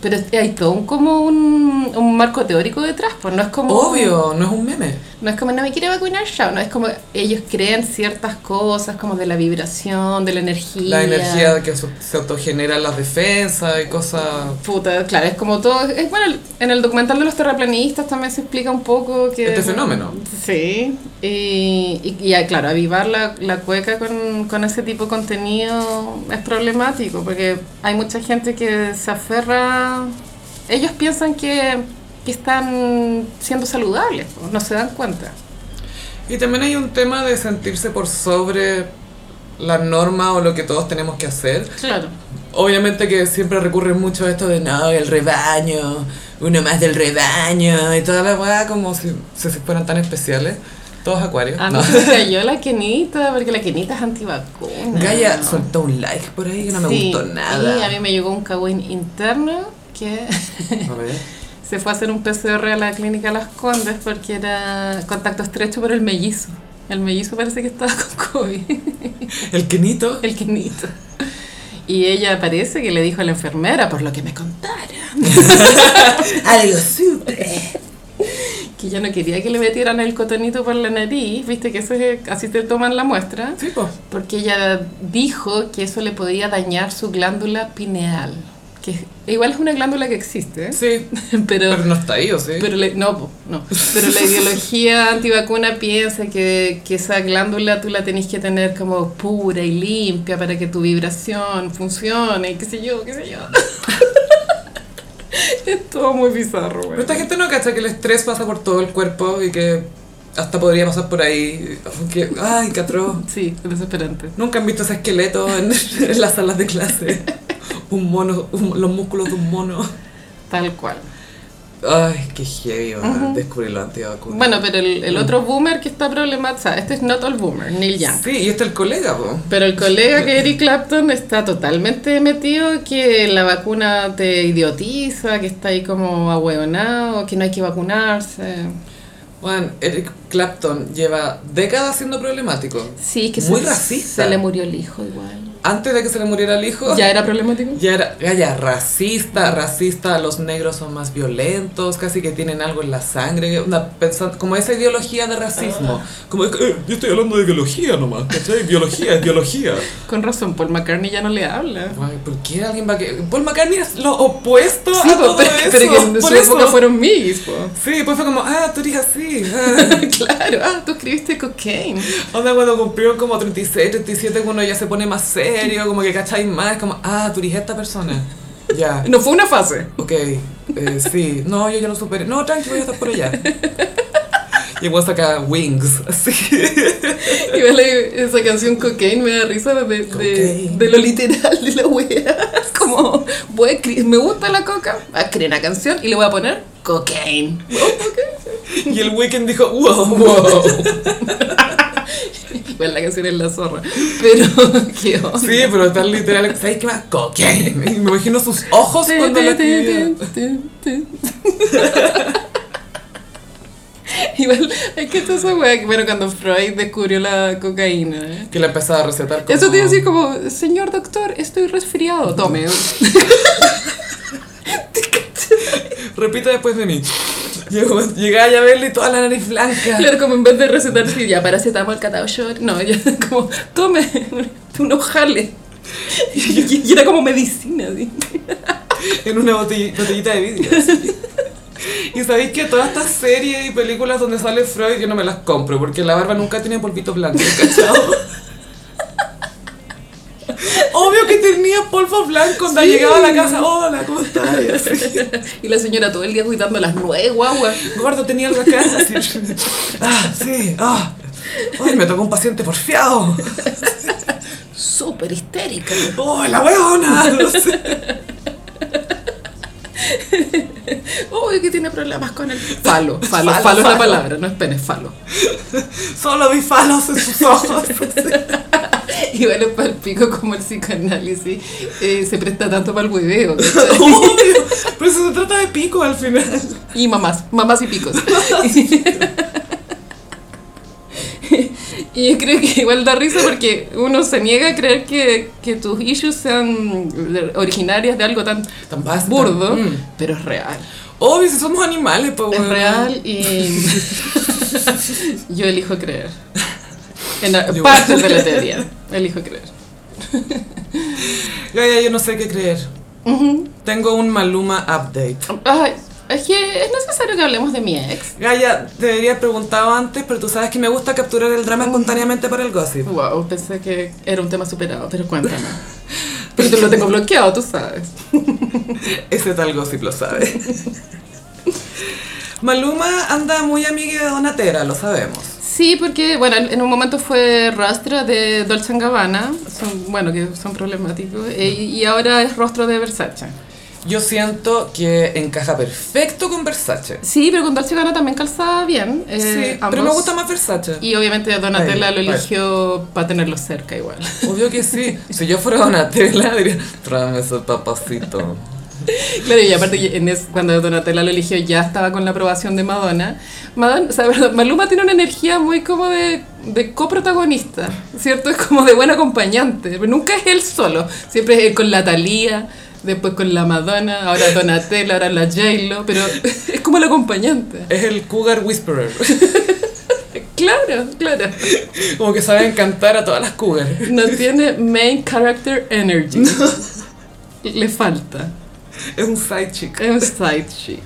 [SPEAKER 2] Pero es- hay todo un, como un, un marco teórico detrás, pues no es como...
[SPEAKER 1] Obvio, no es un meme.
[SPEAKER 2] No es como, no me quiere vacunar ya, no es como ellos creen ciertas cosas, como de la vibración, de la energía.
[SPEAKER 1] La energía que so- se autogenera en las defensas y cosas.
[SPEAKER 2] Puta, claro, es como todo. Es, bueno, en el documental de los terraplanistas también se explica un poco que.
[SPEAKER 1] Este fenómeno.
[SPEAKER 2] Sí. Y, y, y, ah, claro, avivar la, la cueca con, con ese tipo de contenido es problemático, porque hay mucha gente que se aferra. Ellos piensan que, que están siendo saludables, pues, no se dan cuenta.
[SPEAKER 1] Y también hay un tema de sentirse por sobre la norma o lo que todos tenemos que hacer.
[SPEAKER 2] Claro.
[SPEAKER 1] Obviamente que siempre recurre mucho a esto de no, el rebaño, uno más del rebaño y toda la weá como si, si se fueran tan especiales. Todos acuarios.
[SPEAKER 2] A mí
[SPEAKER 1] No.
[SPEAKER 2] se me cayó la quenita, porque la quenita es antivacuna.
[SPEAKER 1] Gaya soltó un like por ahí que no me
[SPEAKER 2] Sí,
[SPEAKER 1] gustó nada.
[SPEAKER 2] Y a mí me llegó un cagüín interno que
[SPEAKER 1] A ver.
[SPEAKER 2] se fue a hacer un PCR a la clínica Las Condes porque era contacto estrecho por el mellizo. El mellizo parece que estaba con COVID,
[SPEAKER 1] El Kenito.
[SPEAKER 2] el quinito. Y ella parece que le dijo a la enfermera, por lo que me contaron, Ah,
[SPEAKER 3] Algo súper.
[SPEAKER 2] que yo no quería que le metieran el cotonito por la nariz, viste que eso es, así te toman la muestra,
[SPEAKER 1] Sí, po.
[SPEAKER 2] porque ella dijo que eso le podía dañar su glándula pineal, que igual es una glándula que existe, ¿eh?
[SPEAKER 1] Sí.
[SPEAKER 2] pero
[SPEAKER 1] Pero no está ahí, ¿o sí?
[SPEAKER 2] Pero la- no, po, no. Pero la ideología antivacuna piensa que, que esa glándula tú la tenés que tener como pura y limpia para que tu vibración funcione, y qué sé yo, qué sé yo. es todo muy bizarro,
[SPEAKER 1] Pero
[SPEAKER 2] güey.
[SPEAKER 1] esta gente no cacha que el estrés pasa por todo el cuerpo y que hasta podría pasar por ahí. Aunque, ay, qué atroz.
[SPEAKER 2] Sí, es desesperante.
[SPEAKER 1] Nunca han visto ese esqueleto en, en las salas de clase. Un mono, un- los músculos de un mono.
[SPEAKER 2] Tal cual.
[SPEAKER 1] Ay, qué heavy, ¿verdad? Descubrir la antivacuna.
[SPEAKER 2] Bueno, pero el, el otro boomer que está problematizado, este es Not All Boomer, Neil Young.
[SPEAKER 1] Sí, y este el colega, po.
[SPEAKER 2] Pero el colega que Eric Clapton está totalmente metido que la vacuna te idiotiza, que está ahí como ahueonado, que no hay que vacunarse.
[SPEAKER 1] Juan, Eric Clapton lleva décadas siendo problemático.
[SPEAKER 2] Sí,
[SPEAKER 1] que se- Muy racista.
[SPEAKER 2] se le murió el hijo igual.
[SPEAKER 1] antes de que se le muriera el hijo,
[SPEAKER 2] ¿Ya era problemático?
[SPEAKER 1] ya era galla, racista, racista, los negros son más violentos, casi que tienen algo en la sangre, una, pensan- como esa ideología de racismo. Como, es que, eh, yo estoy hablando de biología nomás, ¿cachai? Biología, es biología.
[SPEAKER 2] Con razón, Paul McCartney ya no le habla.
[SPEAKER 1] Guay, ¿Por qué alguien va a que... Paul McCartney es lo opuesto
[SPEAKER 2] Sí,
[SPEAKER 1] a
[SPEAKER 2] po,
[SPEAKER 1] todo
[SPEAKER 2] pero,
[SPEAKER 1] eso.
[SPEAKER 2] pero que en
[SPEAKER 1] por
[SPEAKER 2] su
[SPEAKER 1] eso.
[SPEAKER 2] época fueron mis, po.
[SPEAKER 1] Sí, pues fue como, ah, tú eres así. ah.
[SPEAKER 2] claro, ah, tú escribiste cocaine.
[SPEAKER 1] Onda cuando cumplieron como 36, 37, uno ya se pone más serio, como que cacháis más, como, ah, tú eres esta persona. Ya,
[SPEAKER 2] No fue una fase.
[SPEAKER 1] ok, eh, sí, no, yo ya lo superé. No, tranqui, voy a estar por allá. Llegó a sacar Wings, así.
[SPEAKER 2] Igual eh, esa canción Cocaine me da risa de, de,
[SPEAKER 1] Cocaine.
[SPEAKER 2] de lo literal de la wea. Es Como, voy a escri- me gusta la coca, voy a escribir una canción y le voy a poner Cocaine.
[SPEAKER 1] Y el Weekend dijo, wow, wow.
[SPEAKER 2] Igual la canción es la zorra. Pero, qué onda.
[SPEAKER 1] Sí, pero está literal, ¿sabes qué más? Cocaine. Me imagino sus ojos cuando la escribía.
[SPEAKER 2] Igual, es que toda esa wea, que, bueno, cuando Freud descubrió la cocaína. ¿eh?
[SPEAKER 1] Que la empezaba a recetar como...
[SPEAKER 2] Eso te iba a decir como, señor doctor, estoy resfriado, tome.
[SPEAKER 1] Repita después de mí. Llegó, llegaba ya a verle y toda la nariz blanca.
[SPEAKER 2] Claro, como en vez de recetar, sí, ya paracetamol, catao short, no, ya como, tome un ojale. Y, y era como medicina, así.
[SPEAKER 1] en una botelli- botellita de vidrio. así. Y sabéis que todas estas series y películas donde sale Freud yo no me las compro porque la barba nunca tiene polvito blanco, ¿cachado? Obvio que tenía polvo blanco cuando
[SPEAKER 2] Sí.
[SPEAKER 1] llegaba a la casa. Hola, ¿cómo estás? Y así,
[SPEAKER 2] Y la señora todo el día cuidando las nueve guaguas.
[SPEAKER 1] Gordo, tenía algo acá. Así. Ah, sí, ah. Ay, me tocó un paciente porfiado.
[SPEAKER 2] Súper histérica.
[SPEAKER 1] ¡Oh, la huevona! No sé.
[SPEAKER 2] Uy, que tiene problemas con el falo. Falo, falo,
[SPEAKER 1] Falo,
[SPEAKER 2] es la
[SPEAKER 1] falo.
[SPEAKER 2] palabra, no es pene, es falo.
[SPEAKER 1] Solo vi falos en sus ojos.
[SPEAKER 2] Y bueno, para el pico como el psicoanálisis eh, se presta tanto para el hueveo. ¿cachai?
[SPEAKER 1] Obvio. Pero eso se trata de pico al final.
[SPEAKER 2] Y mamás, mamás y picos. Y yo creo que igual da risa porque uno se niega a creer que, que tus issues sean originarias de algo tan
[SPEAKER 1] Tan basta.
[SPEAKER 2] burdo,
[SPEAKER 1] Mm.
[SPEAKER 2] pero es real.
[SPEAKER 1] Obvio, si somos animales, pues
[SPEAKER 2] Es real y yo elijo creer. En la-
[SPEAKER 1] Yo-
[SPEAKER 2] partes de la teoría, elijo creer.
[SPEAKER 1] Yo, ya- yo no sé qué creer.
[SPEAKER 2] Ujú.
[SPEAKER 1] Tengo un Maluma update.
[SPEAKER 2] Ay, es que es necesario que hablemos de mi ex.
[SPEAKER 1] Gaya, te debería haber preguntado antes, pero tú sabes que me gusta capturar el drama espontáneamente para el gossip.
[SPEAKER 2] Wow, pensé que era un tema superado, pero cuéntame. Pero te lo tengo bloqueado, tú sabes.
[SPEAKER 1] Ese tal gossip lo sabe. Maluma anda muy amiga de Donatera, lo sabemos.
[SPEAKER 2] Sí, porque, bueno, en un momento fue rastro de Dolce Gabbana, son, bueno, que son problemáticos, e- y ahora es rostro de Versace.
[SPEAKER 1] Yo siento que encaja perfecto con Versace.
[SPEAKER 2] Sí, pero con Dolce Gabbana también calzaba bien. eh,
[SPEAKER 1] sí, pero me
[SPEAKER 2] ambos.
[SPEAKER 1] gusta más Versace.
[SPEAKER 2] Y obviamente Donatella
[SPEAKER 1] Ahí,
[SPEAKER 2] lo
[SPEAKER 1] ahí.
[SPEAKER 2] eligió para tenerlo cerca igual.
[SPEAKER 1] Obvio que sí. Si yo fuera Donatella, diría, tráeme ese papacito.
[SPEAKER 2] Claro, y aparte en es- cuando Donatella lo eligió ya estaba con la aprobación de Madonna. Madonna o sea, perdón, Maluma tiene una energía muy como de, de coprotagonista, ¿cierto? Es como de buen acompañante, pero nunca es él solo, siempre es él con la Thalía, después con la Madonna, ahora Donatella, ahora la J-Lo, pero es como el acompañante.
[SPEAKER 1] Es el Cougar Whisperer.
[SPEAKER 2] Claro, claro.
[SPEAKER 1] Como que sabe encantar a todas las cougars.
[SPEAKER 2] No tiene main character energy. Le falta.
[SPEAKER 1] Es un side chick.
[SPEAKER 2] Es un side chick.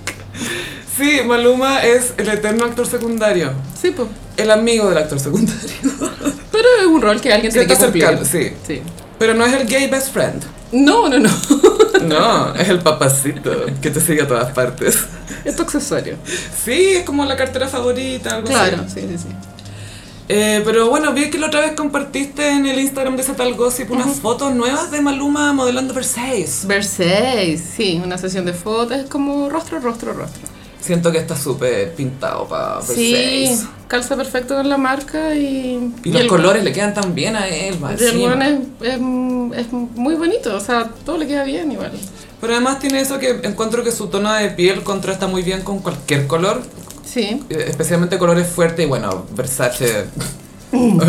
[SPEAKER 1] Sí, Maluma es el eterno actor secundario.
[SPEAKER 2] Sí, pues.
[SPEAKER 1] El amigo del actor secundario.
[SPEAKER 2] Pero es un rol que alguien tiene que
[SPEAKER 1] Cierto cercano,
[SPEAKER 2] cumplir.
[SPEAKER 1] sí.
[SPEAKER 2] Sí.
[SPEAKER 1] Pero no es el gay best friend.
[SPEAKER 2] No, no, no.
[SPEAKER 1] No, es el papacito que te sigue a todas partes.
[SPEAKER 2] Es tu accesorio.
[SPEAKER 1] Sí, es como la cartera favorita, algo así.
[SPEAKER 2] Claro, sí, sí, sí.
[SPEAKER 1] Eh, pero bueno, vi que la otra vez compartiste en el Instagram de esa tal gossip unas fotos nuevas de Maluma modelando Versace.
[SPEAKER 2] Versace, sí, una sesión de fotos, es como rostro, rostro, rostro.
[SPEAKER 1] Siento que está súper pintado
[SPEAKER 2] Ah,
[SPEAKER 1] para
[SPEAKER 2] pues
[SPEAKER 1] Versace.
[SPEAKER 2] Sí, calza perfecto con la marca y...
[SPEAKER 1] Y, los
[SPEAKER 2] el-
[SPEAKER 1] colores le quedan tan bien a él, más
[SPEAKER 2] y el
[SPEAKER 1] encima.
[SPEAKER 2] weón es, es- es muy bonito, o sea, todo le queda bien igual.
[SPEAKER 1] Pero además tiene eso que encuentro que su tono de piel contrasta muy bien con cualquier color,
[SPEAKER 2] Sí.
[SPEAKER 1] eh, especialmente colores fuertes y bueno, Versace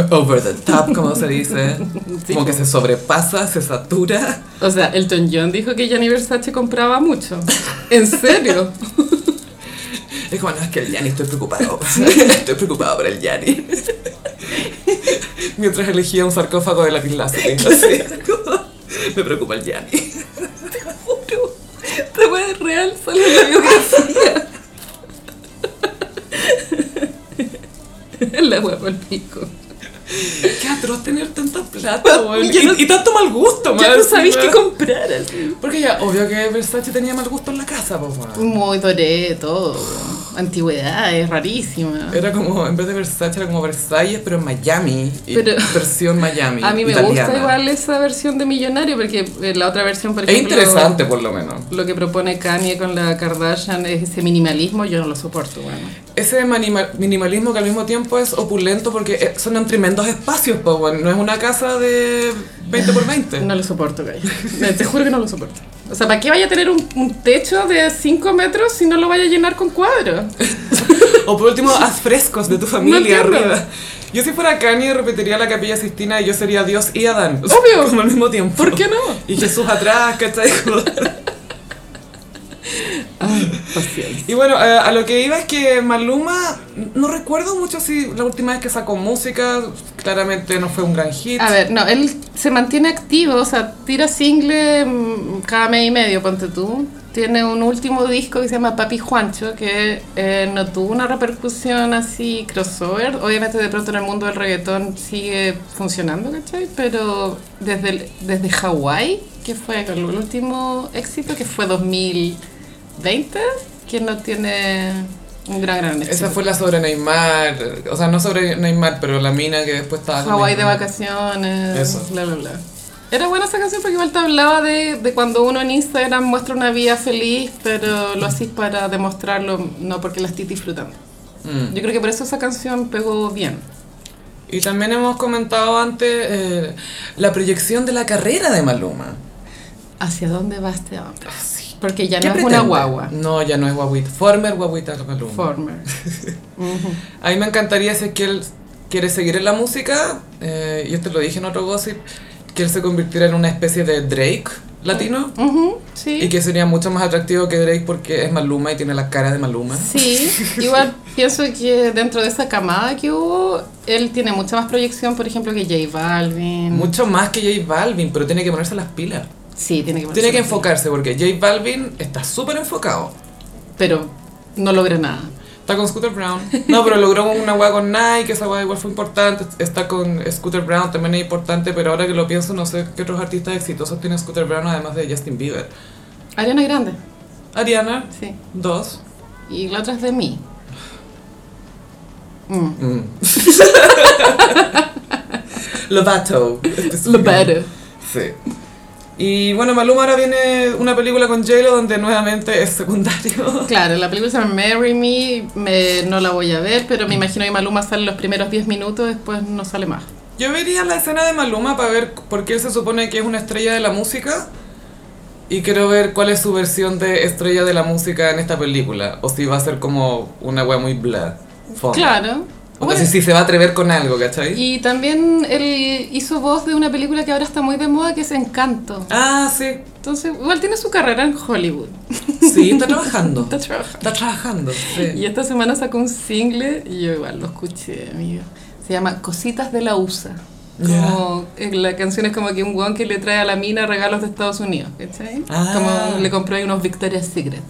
[SPEAKER 1] Over the top, como se dice. Como que se sobrepasa, se satura.
[SPEAKER 2] O sea, Elton John dijo que Gianni Versace compraba mucho. ¿En serio?
[SPEAKER 1] Es como, no, es que el Yanni, estoy preocupado. Estoy preocupado por el Yanni. Mientras elegía un sarcófago de la Lassiter. así, como, me preocupa el Yanni.
[SPEAKER 2] Te juro. Te puedes real solo en la biografía. La hueá por pico.
[SPEAKER 1] Qué atroz tener tanta plata, weón.
[SPEAKER 2] Ya
[SPEAKER 1] Y,
[SPEAKER 2] no-
[SPEAKER 1] y tanto mal gusto,
[SPEAKER 2] Ya
[SPEAKER 1] man,
[SPEAKER 2] no sabéis
[SPEAKER 1] sí,
[SPEAKER 2] qué
[SPEAKER 1] weón.
[SPEAKER 2] comprar.
[SPEAKER 1] Porque ya, obvio que Versace tenía mal gusto en la casa, pues, weón.
[SPEAKER 2] Muy doré, todo. Antigüedad, es rarísima.
[SPEAKER 1] Era como, en vez de Versace, era como Versalles, pero en Miami. Y
[SPEAKER 2] Pero-
[SPEAKER 1] versión Miami.
[SPEAKER 2] A mí me
[SPEAKER 1] italiana.
[SPEAKER 2] gusta igual esa versión de millonario porque eh, la otra versión, por
[SPEAKER 1] Es
[SPEAKER 2] ejemplo,
[SPEAKER 1] interesante, por lo menos.
[SPEAKER 2] lo que propone Kanye con la Kardashian es ese minimalismo, yo no lo soporto, bueno.
[SPEAKER 1] Ese manima- minimalismo que al mismo tiempo es opulento porque eh, son en tremendos espacios, pues, weón. No es una casa de 20 por 20.
[SPEAKER 2] No lo soporto, Kanye. Te- Te juro que no lo soporto. O sea, ¿para qué vaya a tener un, un techo de 5 metros si no lo vaya a llenar con cuadros?
[SPEAKER 1] O por último, haz frescos de tu familia
[SPEAKER 2] entiendo.
[SPEAKER 1] arriba. Yo si fuera Kanye repetiría la capilla Sistina y yo sería Dios y Adán. O sea,
[SPEAKER 2] Obvio.
[SPEAKER 1] Como al mismo tiempo.
[SPEAKER 2] ¿Por qué no?
[SPEAKER 1] Y Jesús atrás, ¿cachai? Como-
[SPEAKER 2] Paciencia.
[SPEAKER 1] Y bueno, eh, a lo que iba es que Maluma, no recuerdo mucho si la última vez que sacó música, claramente no fue un gran hit.
[SPEAKER 2] A ver, no, él se mantiene activo, o sea, tira single mm, cada mes y medio, ponte tú. Tiene un último disco que se llama Papi Juancho, que eh, no tuvo una repercusión así crossover. Obviamente de pronto en el mundo del reggaetón sigue funcionando, ¿cachai? Pero desde, el- desde Hawái, que fue con el último éxito, que fue 2020, que no tiene un gran, gran éxito.
[SPEAKER 1] Esa fue la sobre Neymar, o sea, no sobre Neymar, pero la mina que después estaba... con
[SPEAKER 2] Hawái de
[SPEAKER 1] Neymar.
[SPEAKER 2] vacaciones,
[SPEAKER 1] Ah, Eso.
[SPEAKER 2] bla, bla, bla. Era buena esa canción porque igual te hablaba de, de cuando uno en Instagram muestra una vida feliz, pero lo haces para demostrarlo, no porque la estés disfrutando.
[SPEAKER 1] Mm.
[SPEAKER 2] Yo creo que por eso esa canción pegó bien.
[SPEAKER 1] Y también hemos comentado antes eh, la proyección de la carrera de Maluma.
[SPEAKER 2] ¿Hacia dónde va este hombre?
[SPEAKER 1] Sí.
[SPEAKER 2] Porque ya
[SPEAKER 1] ¿Qué
[SPEAKER 2] no es
[SPEAKER 1] pretende?
[SPEAKER 2] una guagua.
[SPEAKER 1] No, ya no es guaguita. Former guaguita Maluma.
[SPEAKER 2] Former. Ujú.
[SPEAKER 1] A mí me encantaría si es que él quiere seguir en la música, eh, yo te lo dije en otro gossip, que él se convirtiera en una especie de Drake latino.
[SPEAKER 2] Ujú, sí.
[SPEAKER 1] Y que sería mucho más atractivo que Drake porque es Maluma y tiene la cara de Maluma.
[SPEAKER 2] Sí, igual pienso que dentro de esa camada que hubo, él tiene mucha más proyección, por ejemplo, que J Balvin.
[SPEAKER 1] Mucho más que J Balvin, pero tiene que ponerse las pilas.
[SPEAKER 2] Sí, tiene que
[SPEAKER 1] Tiene que
[SPEAKER 2] enfocar
[SPEAKER 1] enfocarse porque J Balvin está súper enfocado.
[SPEAKER 2] Pero no logra nada.
[SPEAKER 1] Está con Scooter Brown. No, pero logró una hueá con Nike, esa hueá igual fue importante. Está con Scooter Brown, también es importante, pero ahora que lo pienso, no sé qué otros artistas exitosos tiene Scooter Brown además de Justin Bieber.
[SPEAKER 2] Ariana Grande,
[SPEAKER 1] Ariana,
[SPEAKER 2] sí.
[SPEAKER 1] dos.
[SPEAKER 2] Y la otra es de mí. Mm.
[SPEAKER 1] Mm. Lovato.
[SPEAKER 2] Lovato.
[SPEAKER 1] Sí. Y bueno, Maluma ahora viene una película con J-Lo donde nuevamente es secundario.
[SPEAKER 2] Claro, la película se llama Marry Me, me- no la voy a ver, pero me imagino que Maluma sale los primeros 10 minutos, después no sale más.
[SPEAKER 1] Yo vería la escena de Maluma para ver por qué él se supone que es una estrella de la música. Y quiero ver cuál es su versión de estrella de la música en esta película. O si va a ser como una wea muy bla. fome.
[SPEAKER 2] Claro.
[SPEAKER 1] Oh. O
[SPEAKER 2] Bueno,
[SPEAKER 1] sea, si se va a atrever con algo, ¿cachai?
[SPEAKER 2] y también él hizo voz de una película que ahora está muy de moda, que es Encanto.
[SPEAKER 1] Ah, sí.
[SPEAKER 2] Entonces, igual tiene su carrera en Hollywood.
[SPEAKER 1] Sí, está trabajando.
[SPEAKER 2] Está trabajando.
[SPEAKER 1] Está trabajando, sí.
[SPEAKER 2] Y esta semana sacó un single y yo igual lo escuché, amigo. Se llama Cositas de la USA. Como, eh, la canción es como que un guan que le trae a la mina regalos de Estados Unidos, ¿cachai?
[SPEAKER 1] Ah.
[SPEAKER 2] Como le compró ahí unos Victoria's Secret.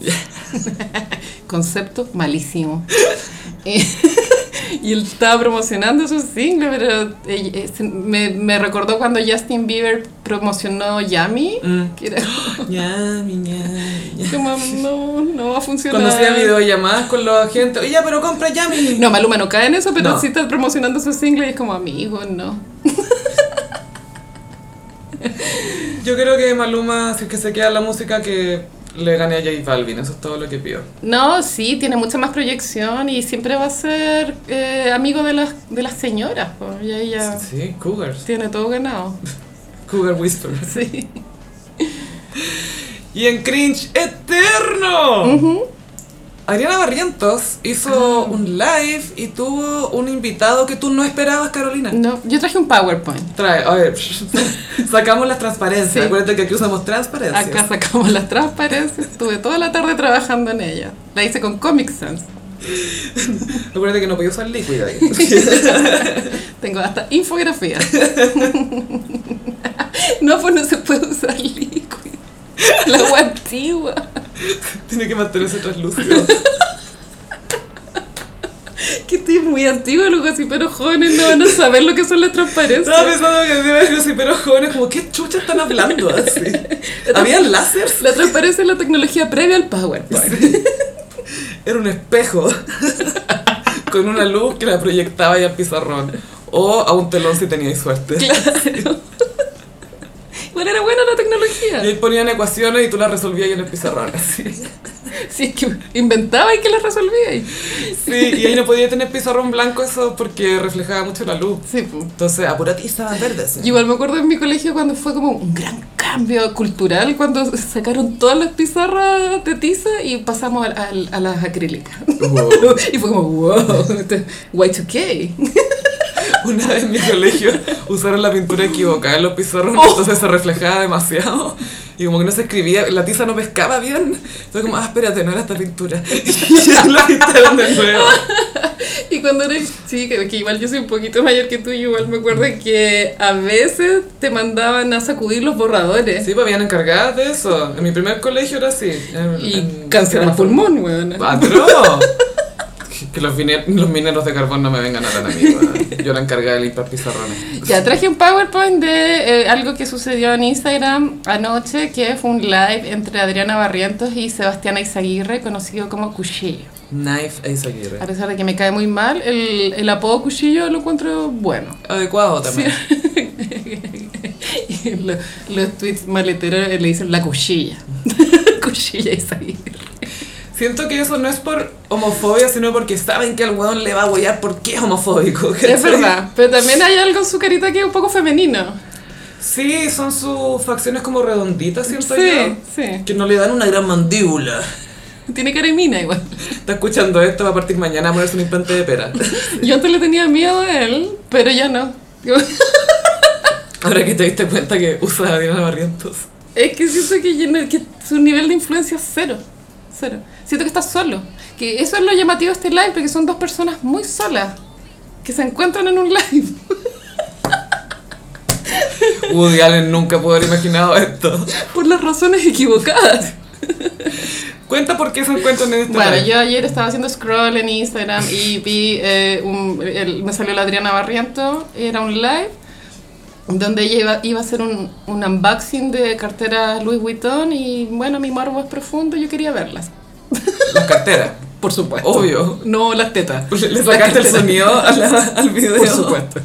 [SPEAKER 2] Concepto malísimo. y, y él estaba promocionando su single, pero eh, eh, se- me, me recordó cuando Justin Bieber promocionó Yami,
[SPEAKER 1] Mm.
[SPEAKER 2] que era
[SPEAKER 1] Ya, mi ña, ña.
[SPEAKER 2] como, no, no va a funcionar.
[SPEAKER 1] Cuando hacía videollamadas con los agentes, oye, pero compra ya mi
[SPEAKER 2] No, Maluma no cae en eso, pero
[SPEAKER 1] No.
[SPEAKER 2] sí está promocionando su single y es como, amigo, no.
[SPEAKER 1] Yo creo que Maluma, si es que se queda en la música, que le gane a J Balvin, eso es todo lo que pido.
[SPEAKER 2] No, sí, tiene mucha más proyección y siempre va a ser eh, amigo de las, de las señoras. po, Y ahí ya
[SPEAKER 1] Sí, Cougars.
[SPEAKER 2] tiene todo ganado.
[SPEAKER 1] Cougar Whisperers.
[SPEAKER 2] Sí.
[SPEAKER 1] Y en Cringe Eterno. Adriana Barrientos
[SPEAKER 2] Ah.
[SPEAKER 1] hizo un live y tuvo un invitado que tú no esperabas, Carolina.
[SPEAKER 2] No, yo traje un PowerPoint.
[SPEAKER 1] Trae, a ver, sacamos las transparencias.
[SPEAKER 2] Sí.
[SPEAKER 1] Acuérdate que aquí usamos transparencias.
[SPEAKER 2] Acá sacamos las transparencias. Estuve toda la tarde trabajando en ella. La hice con Comic Sans.
[SPEAKER 1] Acuérdate que no podía usar líquido ahí.
[SPEAKER 2] Tengo hasta infografía. no, pues no se puede usar líquido. La web antigua.
[SPEAKER 1] Tiene que mantenerse translúcido.
[SPEAKER 2] Que estoy muy antigua, loco, así, pero jóvenes no van a saber lo que son las transparencias.
[SPEAKER 1] Estaba pensando que me iba a decir así, pero jóvenes, como, ¿qué chucha están hablando así? ¿Había láseres?
[SPEAKER 2] La transparencia es la tecnología previa al PowerPoint.
[SPEAKER 1] Era un espejo con una luz que la proyectaba ahí al pizarrón. O a un telón si teníais suerte.
[SPEAKER 2] Claro. Igual era buena la
[SPEAKER 1] Y ahí
[SPEAKER 2] tecnología.
[SPEAKER 1] ponían ecuaciones y tú las resolvías ahí en el pizarrón. Así.
[SPEAKER 2] Si es que inventaba y que la resolvía.
[SPEAKER 1] Sí, y ahí no podía tener pizarrón blanco eso porque reflejaba mucho la luz.
[SPEAKER 2] Sí, pu.
[SPEAKER 1] Entonces, apúrate y estaban verdes.
[SPEAKER 2] Igual me acuerdo en mi colegio cuando fue como un gran cambio cultural, cuando sacaron todas las pizarras de tiza y pasamos al- al- a, las acrílicas.
[SPEAKER 1] Wow.
[SPEAKER 2] Y fue como, wow, este esto es Y2K.
[SPEAKER 1] Una vez en mi colegio usaron la pintura equivocada en los pizarrones,
[SPEAKER 2] Oh.
[SPEAKER 1] entonces se reflejaba demasiado. Y como que no se escribía, la tiza no pescaba bien. Entonces como, ah, espérate, no era esta pintura. Y ya la pintaron de nuevo.
[SPEAKER 2] Y cuando era sí, que igual yo soy un poquito mayor que tú, y igual me acuerdo que a veces te mandaban a sacudir los borradores.
[SPEAKER 1] Sí, pues habían encargadas de eso. En mi primer colegio era así. En-
[SPEAKER 2] Y
[SPEAKER 1] en-
[SPEAKER 2] cáncer de pulmón, weón.
[SPEAKER 1] ¡Patrón! Que los, vine- los mineros de carbón no me vengan a hablar a mí. weón. Yo la encargada de limpiar pizarrones.
[SPEAKER 2] Ya traje un PowerPoint de eh, algo que sucedió en Instagram anoche, que fue un live entre Adriana Barrientos y Sebastián Izaguirre, conocido como Cuchillo.
[SPEAKER 1] Knife Ace Aguirre.
[SPEAKER 2] A pesar de que me cae muy mal, el, el apodo Cuchillo lo encuentro bueno.
[SPEAKER 1] Adecuado también.
[SPEAKER 2] Y lo- los tweets maleteros le dicen la cuchilla. cuchilla Izaguirre.
[SPEAKER 1] Siento que eso no es por homofobia, sino porque saben que al weón le va a huear porque es homofóbico.
[SPEAKER 2] Es verdad, pero también hay algo en su carita que es un poco femenino.
[SPEAKER 1] Sí, son sus facciones como redonditas, siento
[SPEAKER 2] Sí,
[SPEAKER 1] yo.
[SPEAKER 2] sí.
[SPEAKER 1] Que no le dan una gran mandíbula.
[SPEAKER 2] Tiene cara de mina igual.
[SPEAKER 1] Está escuchando esto, va a partir mañana a ponerse un implante de pera.
[SPEAKER 2] Yo antes le tenía miedo a él, pero ya no.
[SPEAKER 1] Ahora que te diste cuenta que usa a Diana Barrientos.
[SPEAKER 2] Es que siento que, yo no- que su nivel de influencia es cero. Cero. Siento que está solo. Que eso es lo llamativo de este live, porque son dos personas muy solas que se encuentran en un live.
[SPEAKER 1] Woody Allen nunca pudo haber imaginado esto.
[SPEAKER 2] Por las razones equivocadas.
[SPEAKER 1] Cuenta por qué se encuentran en este
[SPEAKER 2] Bueno,
[SPEAKER 1] live.
[SPEAKER 2] yo ayer estaba haciendo scroll en Instagram y vi, eh, un- el- me salió la Adriana Barriento, era un live donde ella iba, iba a hacer un, un unboxing de carteras Louis Vuitton y bueno, mi morbo es profundo, yo quería verlas.
[SPEAKER 1] Las carteras.
[SPEAKER 2] Por supuesto.
[SPEAKER 1] Obvio.
[SPEAKER 2] No las tetas.
[SPEAKER 1] Le le sacaste el sonido a la- al video.
[SPEAKER 2] Por supuesto.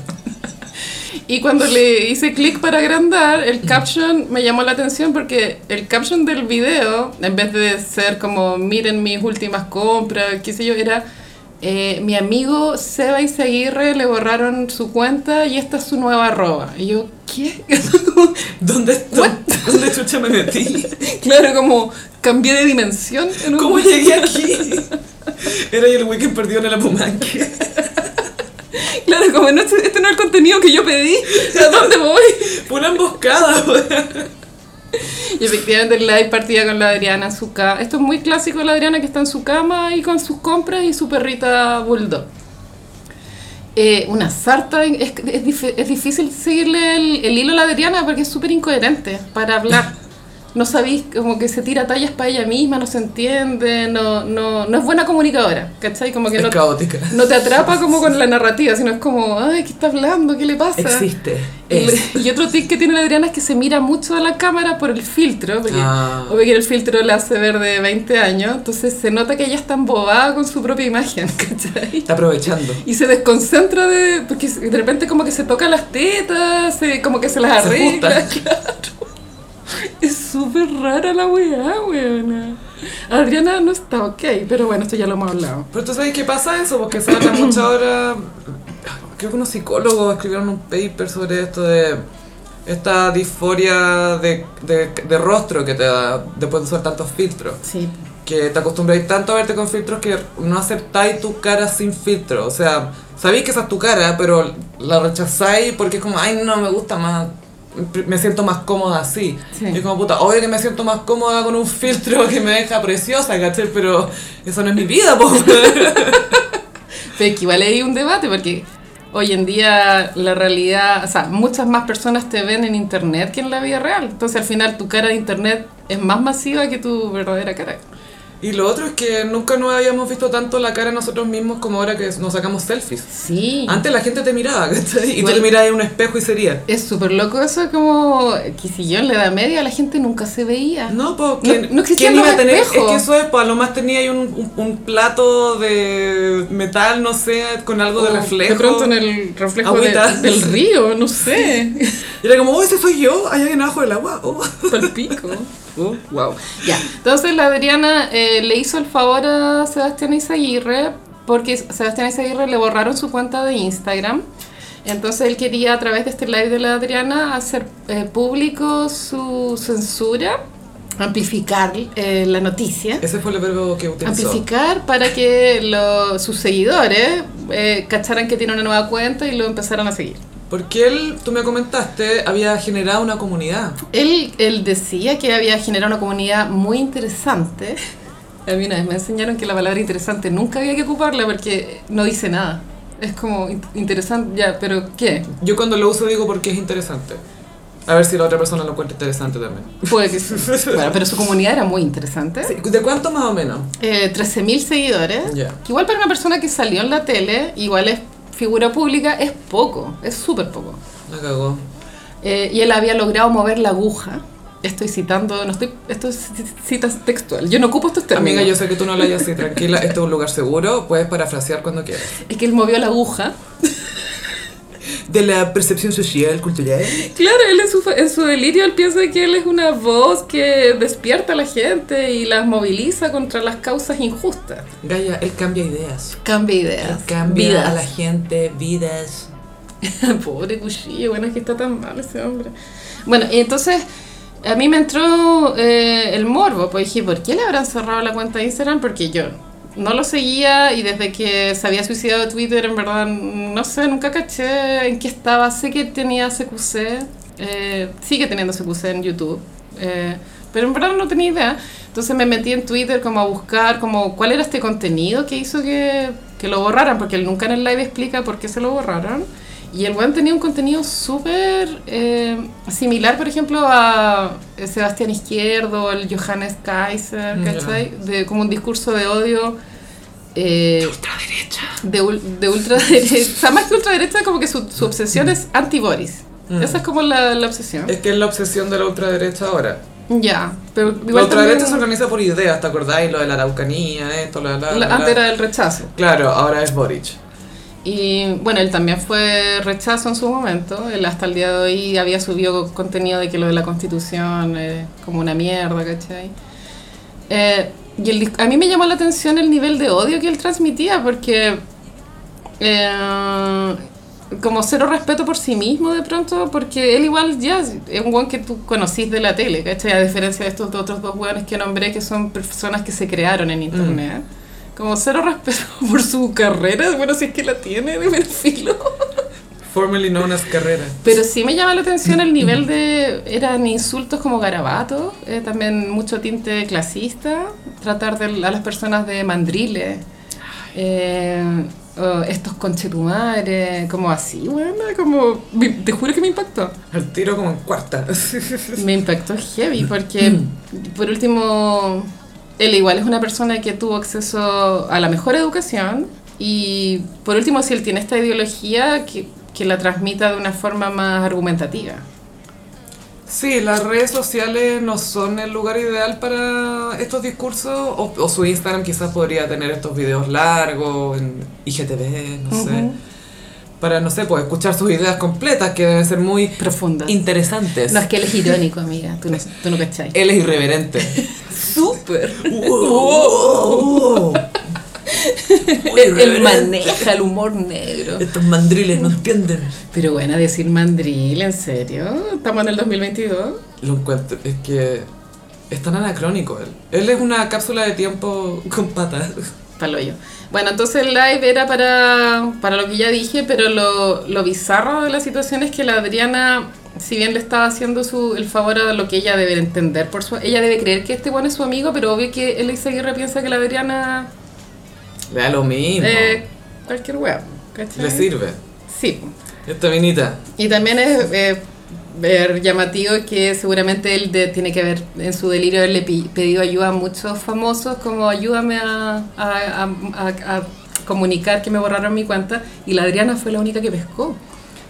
[SPEAKER 2] Y cuando le hice clic para agrandar, el caption me llamó la atención porque el caption del video, en vez de ser como miren mis últimas compras, qué sé yo, era eh, mi amigo Seba y Seguirre le borraron su cuenta y esta es su nueva arroba. Y yo, ¿qué?
[SPEAKER 1] ¿Dónde estoy? ¿Dónde chucha me metí?
[SPEAKER 2] claro, como cambié de dimensión. en un
[SPEAKER 1] ¿Cómo
[SPEAKER 2] momento.
[SPEAKER 1] llegué aquí? Era yo el weekend perdido en el Apumanque.
[SPEAKER 2] Claro, como no, este no es el contenido que yo pedí. ¿A dónde voy?
[SPEAKER 1] Fue una emboscada, weón.
[SPEAKER 2] Y efectivamente el live partía con la Adriana en su cama. Esto es muy clásico de la Adriana que está en su cama y con sus compras y su perrita bulldog. Eh, una sarta, en- es, es dif- es difícil seguirle el, el hilo a la Adriana porque es súper incoherente para hablar. No sabéis, como que se tira tallas para ella misma, no se entiende, no, no, no es buena comunicadora, ¿cachai? Como que
[SPEAKER 1] Es
[SPEAKER 2] no,
[SPEAKER 1] caótica.
[SPEAKER 2] no te atrapa como con la narrativa, sino es como, ay, ¿qué está hablando? ¿Qué le pasa?
[SPEAKER 1] Existe.
[SPEAKER 2] Y,
[SPEAKER 1] Es.
[SPEAKER 2] y otro tip que tiene la Adriana es que se mira mucho a la cámara por el filtro, porque
[SPEAKER 1] Ah.
[SPEAKER 2] obvio que el filtro la hace ver de 20 años, entonces se nota que ella está embobada con su propia imagen, ¿cachai?
[SPEAKER 1] Está aprovechando.
[SPEAKER 2] Y se desconcentra de. porque de repente como que se toca las tetas, se- como que se las
[SPEAKER 1] Se
[SPEAKER 2] arregla,
[SPEAKER 1] ajusta.
[SPEAKER 2] claro. Es súper rara la weá, weona. Adriana no está ok, pero bueno, esto ya lo hemos hablado.
[SPEAKER 1] Pero tú sabes qué pasa eso, porque se habla mucho ahora. Creo que unos psicólogos escribieron un paper sobre esto de esta disforia de, de, de rostro que te da después de usar tantos filtros.
[SPEAKER 2] Sí.
[SPEAKER 1] que te acostumbráis tanto a verte con filtros que no aceptáis tu cara sin filtro. O sea, sabéis que esa es tu cara, pero la rechazáis porque es como, ay, no, me gusta más, me siento más cómoda así.
[SPEAKER 2] Sí.
[SPEAKER 1] Y es como, puta, obvio que me siento más cómoda con un filtro que me deja preciosa, ¿cachai? Pero eso no es mi vida, po.
[SPEAKER 2] Pero que igual hay un debate porque hoy en día la realidad, o sea, muchas más personas te ven en internet que en la vida real. Entonces al final tu cara de internet es más masiva que tu verdadera cara.
[SPEAKER 1] y lo otro es que nunca nos habíamos visto tanto la cara nosotros mismos como ahora que nos sacamos selfies.
[SPEAKER 2] Sí.
[SPEAKER 1] Antes la gente te miraba, ¿cachai? Y tú
[SPEAKER 2] Igual-
[SPEAKER 1] te mirabas en un espejo y sería.
[SPEAKER 2] Es súper loco eso, como que si yo en la edad media la gente nunca se veía.
[SPEAKER 1] No, pues,
[SPEAKER 2] No- no existían los
[SPEAKER 1] Es
[SPEAKER 2] espejos.
[SPEAKER 1] que eso es, pues, a lo más tenía ahí un, un, un plato de metal, no sé, con algo de
[SPEAKER 2] O
[SPEAKER 1] reflejo.
[SPEAKER 2] Oh, De pronto en el reflejo de-
[SPEAKER 1] Agüita.
[SPEAKER 2] del río, no sé.
[SPEAKER 1] Y era como, oh, ese soy yo, allá alguien abajo del agua. oh".
[SPEAKER 2] Palpico. Oh, wow. Ya. Entonces la Adriana eh, le hizo el favor a Sebastián Izaguirre porque Sebastián Izaguirre le borraron su cuenta de Instagram. Entonces él quería a través de este live de la Adriana hacer eh, público su censura, amplificar eh, la noticia.
[SPEAKER 1] Ese fue el verbo que utilizó.
[SPEAKER 2] Amplificar para que lo- sus seguidores eh, cacharan que tiene una nueva cuenta y lo empezaran a seguir.
[SPEAKER 1] Porque él, tú me comentaste, había generado una comunidad.
[SPEAKER 2] Él, él decía que había generado una comunidad muy interesante. A mí una vez me enseñaron que la palabra interesante nunca había que ocuparla porque no dice nada. Es como in- interesante, ya, pero ¿qué?
[SPEAKER 1] Yo cuando lo uso digo porque es interesante. A ver si la otra persona lo encuentra interesante también.
[SPEAKER 2] Puede que sí. Bueno, pero su comunidad era muy interesante.
[SPEAKER 1] Sí, ¿De cuánto más o menos?
[SPEAKER 2] Eh, 13.000 seguidores.
[SPEAKER 1] Ya.
[SPEAKER 2] Que igual para una persona que salió en la tele, igual es figura pública, es poco, es súper poco.
[SPEAKER 1] La cagó.
[SPEAKER 2] Eh, y él había logrado mover la aguja. Estoy citando, no estoy, esto es citas textual. Yo no ocupo estos términos.
[SPEAKER 1] Amiga, yo sé que tú no hablas así, tranquila. Este es un lugar seguro, puedes parafrasear cuando quieras.
[SPEAKER 2] Es que él movió la aguja.
[SPEAKER 1] De la percepción social, cultural.
[SPEAKER 2] Claro, él en su, en su delirio él piensa que él es una voz que despierta a la gente y las moviliza contra las causas injustas.
[SPEAKER 1] Gaya, él cambia ideas.
[SPEAKER 2] Cambia
[SPEAKER 3] Él
[SPEAKER 2] ideas.
[SPEAKER 3] cambia
[SPEAKER 2] vidas.
[SPEAKER 3] a la gente, vidas.
[SPEAKER 2] Pobre cuchillo, bueno, es que está tan mal ese hombre. Bueno, y entonces a mí me entró eh, el morbo, pues dije, ¿por qué le habrán cerrado la cuenta de Instagram? Porque yo no lo seguía y desde que se había suicidado Twitter, en verdad, no sé, nunca caché en qué estaba. Sé que tenía CQC, eh, sigue teniendo CQC en YouTube. eh, pero en verdad no tenía idea. Entonces me metí en Twitter como a buscar como cuál era este contenido que hizo que, que lo borraran, porque él nunca en el live explica por qué se lo borraron. Y el weón tenía un contenido súper eh, similar, por ejemplo, a eh, Sebastián Izquierdo, el Johannes Kaiser,
[SPEAKER 1] Mm, ya.
[SPEAKER 2] ¿cachai? De, como un discurso de odio. eh, de, ul- de ultraderecha. O sea, más que ultraderecha, como que su, su obsesión es anti-Boris.
[SPEAKER 1] Mm. Eh.
[SPEAKER 2] Esa es como la, la obsesión.
[SPEAKER 1] Es que es la obsesión de la ultraderecha ahora.
[SPEAKER 2] Ya, pero igual.
[SPEAKER 1] la ultraderecha se
[SPEAKER 2] también-
[SPEAKER 1] organiza por ideas, ¿te acordáis? Lo de la araucanía, esto, la, la,
[SPEAKER 2] la-
[SPEAKER 1] la,
[SPEAKER 2] Antes
[SPEAKER 1] la.
[SPEAKER 2] era el rechazo.
[SPEAKER 1] Claro, ahora es Boric.
[SPEAKER 2] Y bueno, él también fue rechazo en su momento. Él hasta el día de hoy había subido contenido de que lo de la constitución es como una mierda, ¿cachai? Eh, y el dis- a mí me llamó la atención el nivel de odio que él transmitía, porque eh, como cero respeto por sí mismo de pronto, porque él igual ya es un weón que tú conocís de la tele, ¿cachai? A diferencia de estos dos- otros dos weones que nombré, que son personas que se crearon en internet. Como cero respeto por su carrera, bueno, si es que la tiene de buen filo.
[SPEAKER 1] Formerly known as carrera.
[SPEAKER 2] Pero sí me llama la atención el nivel de... Eran insultos como garabatos, eh, también mucho tinte clasista, tratar de, a las personas de mandriles, eh, oh, estos conchetumares, como así, bueno, como... me- Te juro que me impactó.
[SPEAKER 1] Al tiro como en cuarta.
[SPEAKER 2] Me impactó heavy porque, por último, él igual es una persona que tuvo acceso a la mejor educación y, por último, si él tiene esta ideología, que, que la transmita de una forma más argumentativa.
[SPEAKER 1] Sí, las redes sociales no son el lugar ideal para estos discursos. O, o su Instagram quizás podría tener estos videos largos, en IGTV, no sé.
[SPEAKER 2] Ujú.
[SPEAKER 1] Para, no sé, pues escuchar sus ideas completas, que deben ser muy
[SPEAKER 2] Profunda.
[SPEAKER 1] interesantes.
[SPEAKER 2] No, es que él es irónico, amiga. Tú no, tú no cachai.
[SPEAKER 1] Él es irreverente.
[SPEAKER 2] Súper.
[SPEAKER 1] ¡Wow!
[SPEAKER 2] Él, maneja el humor negro.
[SPEAKER 3] Estos mandriles no entienden.
[SPEAKER 2] Pero bueno, decir mandril, ¿en serio? ¿Estamos en el 2022?
[SPEAKER 1] Lo encuentro, es que Es tan anacrónico él. Él es una cápsula de tiempo con patas.
[SPEAKER 2] Palo yo. Bueno, entonces el live era para, para lo que ya dije, pero lo, lo bizarro de la situación es que la Adriana, si bien le estaba haciendo su, el favor a lo que ella debe entender, por su, ella debe creer que este bueno es su amigo, pero obvio que él Aguirre piensa que la Adriana
[SPEAKER 1] Le da lo mismo.
[SPEAKER 2] eh, cualquier wea. ¿cachai?
[SPEAKER 1] Le sirve.
[SPEAKER 2] Sí.
[SPEAKER 1] Esta minita.
[SPEAKER 2] Y también es eh, ver llamativo que seguramente él de- tiene que ver en su delirio él le pi- pedido ayuda a muchos famosos como ayúdame a, a- a- a- a comunicar que me borraron mi cuenta y la Adriana fue la única que pescó.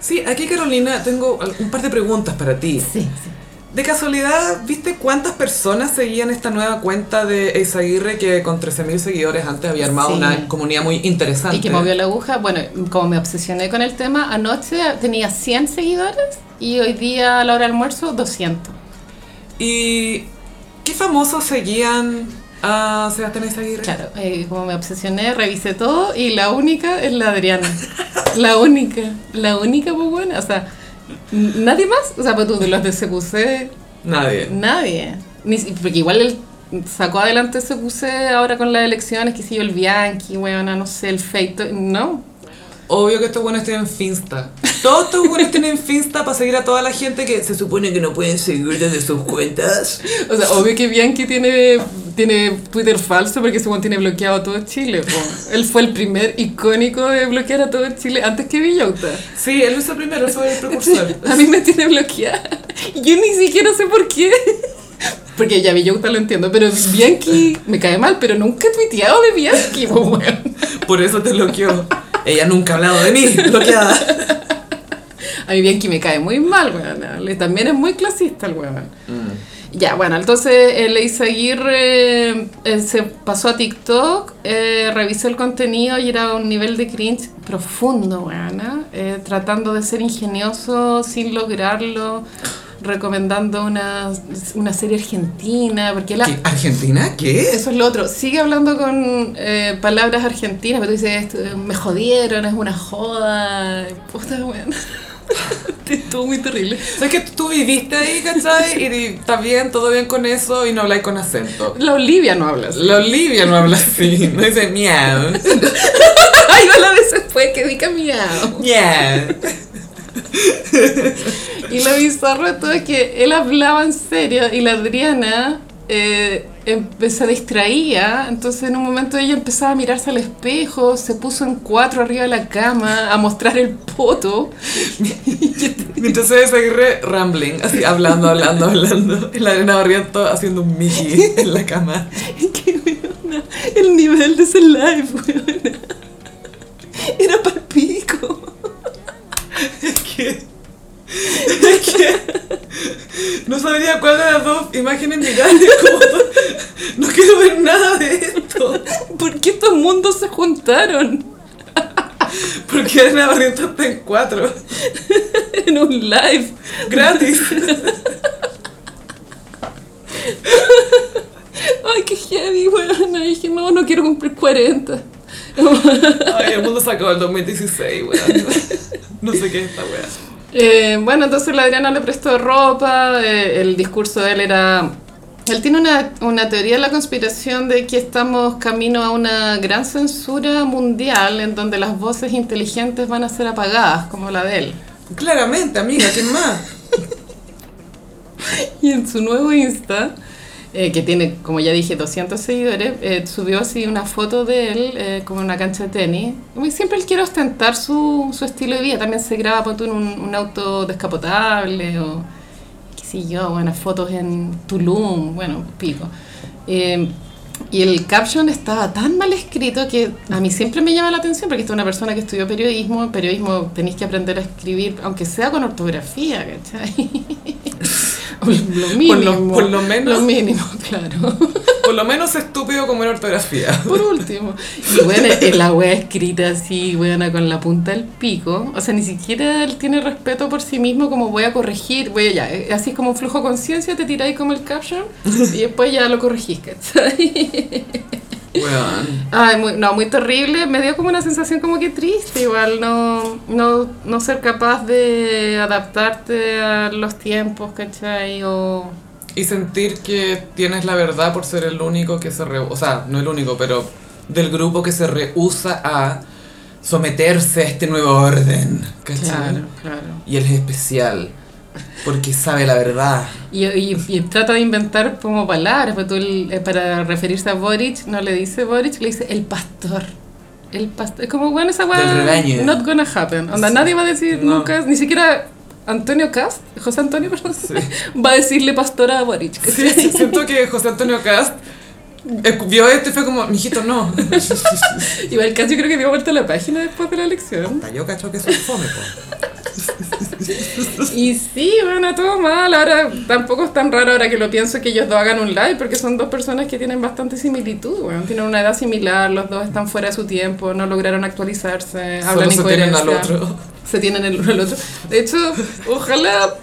[SPEAKER 1] Sí, aquí Carolina tengo al- un par de preguntas para ti.
[SPEAKER 2] Sí, sí.
[SPEAKER 1] De casualidad, ¿viste cuántas personas seguían esta nueva cuenta de Eizaguirre que con 13.000 seguidores antes había armado
[SPEAKER 2] Sí.
[SPEAKER 1] una comunidad muy interesante?
[SPEAKER 2] Y que movió la aguja, bueno, como me obsesioné con el tema, anoche tenía 100 seguidores y hoy día a la hora del almuerzo 200.
[SPEAKER 1] ¿Y qué famosos seguían a Sebastián Eizaguirre?
[SPEAKER 2] Claro, eh, como me obsesioné, revisé todo y la única es la Adriana. La única, la única, pues bueno, o sea, n- nadie más, o sea, pues tú de los de CQC,
[SPEAKER 1] Nadie.
[SPEAKER 2] nadie. Ni, si- porque igual él sacó adelante CQC ahora con las elecciones, que sé yo, el Bianchi, weona, no sé, el Feito, no.
[SPEAKER 1] Obvio que estos buenos tienen Finsta. Todos estos buenos tienen Finsta para seguir a toda la gente que se supone que no pueden seguir desde sus cuentas.
[SPEAKER 2] O sea, obvio que Bianchi tiene, tiene Twitter falso porque ese weón tiene bloqueado a todo Chile, po. Él fue el primer icónico de bloquear a todo Chile antes que Villota.
[SPEAKER 1] Sí, él lo hizo primero, fue el precursor.
[SPEAKER 2] A mí me tiene bloqueada. Yo ni siquiera sé por qué. Porque ya Villota lo entiendo, pero Bianchi me cae mal, pero nunca he tuiteado de Bianchi, po, weón.
[SPEAKER 1] Por eso te bloqueó. Ella nunca ha hablado de mí, bloqueada.
[SPEAKER 2] A mí Bianchi me cae muy mal, weón. Le- También es muy clasista el weón. Ya, bueno, entonces eh, Leisa Aguirre eh, se pasó a TikTok, eh, revisó el contenido y era un nivel de cringe profundo, weona, eh, tratando de ser ingenioso sin lograrlo, recomendando una, una serie argentina, porque la,
[SPEAKER 1] ¿Qué? ¿Argentina? ¿Qué?
[SPEAKER 2] eso es lo otro, sigue hablando con eh, palabras argentinas, pero tú dices, "Esto- eh, me jodieron, es una joda, puta, weona. Estuvo muy terrible.
[SPEAKER 1] Sabes que tú viviste ahí, ¿cachai? Y está bien, todo bien con eso y no habláis con acento.
[SPEAKER 2] La Olivia no habla así.
[SPEAKER 1] La Olivia no habla así, no dice miau,
[SPEAKER 2] Ay, no la veces fue que diga miau.
[SPEAKER 1] miau.
[SPEAKER 2] Y lo bizarro de todo es que él hablaba en serio y la Adriana eh, empe- se distraía. Entonces, en un momento, ella empezaba a mirarse al espejo, se puso en cuatro arriba de la cama a mostrar el poto.
[SPEAKER 1] Mientras se seguir rambling, así hablando, hablando, hablando. La arena barriento haciendo un Mickey en la cama.
[SPEAKER 2] ¡Qué weona! El nivel de ese live, weona. Era palpico.
[SPEAKER 1] ¿Qué? ¿Qué? No sabría cuál de las dos imágenes mirarle como to- No quiero ver nada de esto.
[SPEAKER 2] ¿Por qué estos mundos se juntaron
[SPEAKER 1] Porque arena barriento está en cuatro.
[SPEAKER 2] en un live?
[SPEAKER 1] Gratis.
[SPEAKER 2] Ay, qué heavy, weón. Ay, dije, no, no quiero cumplir 40.
[SPEAKER 1] Ay, el mundo se acabó el 2016, weón. No sé qué es esta weá.
[SPEAKER 2] Eh, bueno, entonces la Adriana le prestó ropa, eh, el discurso de él era... Él tiene una, una teoría de la conspiración de que estamos camino a una gran censura mundial en donde las voces inteligentes van a ser apagadas, como la de él.
[SPEAKER 1] Claramente, amiga, ¿quién más?
[SPEAKER 2] Y en su nuevo Insta, eh, que tiene, como ya dije, 200 seguidores, eh, subió así una foto de él eh, como en una cancha de tenis. Como que Siempre él quiere ostentar su, su estilo de vida. También se graba ponte, en un, un auto descapotable o qué sé yo, bueno, fotos en Tulum, bueno, pico. Eh, y el caption estaba tan mal escrito que a mí siempre me llama la atención porque esta es una persona que estudió periodismo. En periodismo tenéis que aprender a escribir, aunque sea con ortografía, ¿cachai? lo mínimo.
[SPEAKER 1] Por lo- por lo menos.
[SPEAKER 2] Lo mínimo, claro.
[SPEAKER 1] Por lo menos estúpido como en ortografía.
[SPEAKER 2] Por último. Y bueno, eh, la wea escrita así, weona, con la punta del pico. O sea, ni siquiera él tiene respeto por sí mismo, como voy a corregir, voy a ya. eh, Así es como un flujo de conciencia, te tiráis como el caption y después ya lo corregís, ¿cachai?
[SPEAKER 1] Weón.
[SPEAKER 2] Ay, muy- no, muy terrible. Me dio como una sensación como que triste, igual, no, no, no ser capaz de adaptarte a los tiempos, ¿cachai? O
[SPEAKER 1] Y sentir que tienes la verdad por ser el único que se rehúsa, o sea, no el único, pero del grupo que se rehúsa a someterse a este nuevo orden. ¿cachai?
[SPEAKER 2] Claro, claro.
[SPEAKER 1] Y él es especial, porque sabe la verdad.
[SPEAKER 2] Y, y- y trata de inventar como palabras, pero tú el- eh, para referirse a Boric, no le dice Boric, le dice el pastor. El pastor. Es como, bueno, esa
[SPEAKER 1] Del rebaño.
[SPEAKER 2] weá. Not gonna happen. Onda,
[SPEAKER 1] Sí.
[SPEAKER 2] nadie va a decir
[SPEAKER 1] No.
[SPEAKER 2] nunca, ni siquiera Antonio Cast, José Antonio, perdón, va a decirle pastora a Boric.
[SPEAKER 1] Sí, sí, siento que José Antonio Cast eh, vio esto y fue como, mijito, no.
[SPEAKER 2] Igual Cast yo creo que dio vuelta a la página después de la elección.
[SPEAKER 1] Yo cacho que soy fome, po.
[SPEAKER 2] Y sí, bueno, todo mal. Ahora tampoco es tan raro ahora que lo pienso que ellos dos hagan un live, porque son dos personas que tienen bastante similitud, bueno, tienen una edad similar, los dos están fuera de su tiempo, no lograron actualizarse,
[SPEAKER 1] Solo
[SPEAKER 2] hablan
[SPEAKER 1] se tienen
[SPEAKER 2] incoherencia.
[SPEAKER 1] al otro.
[SPEAKER 2] Se tienen el uno al otro. De hecho, ojalá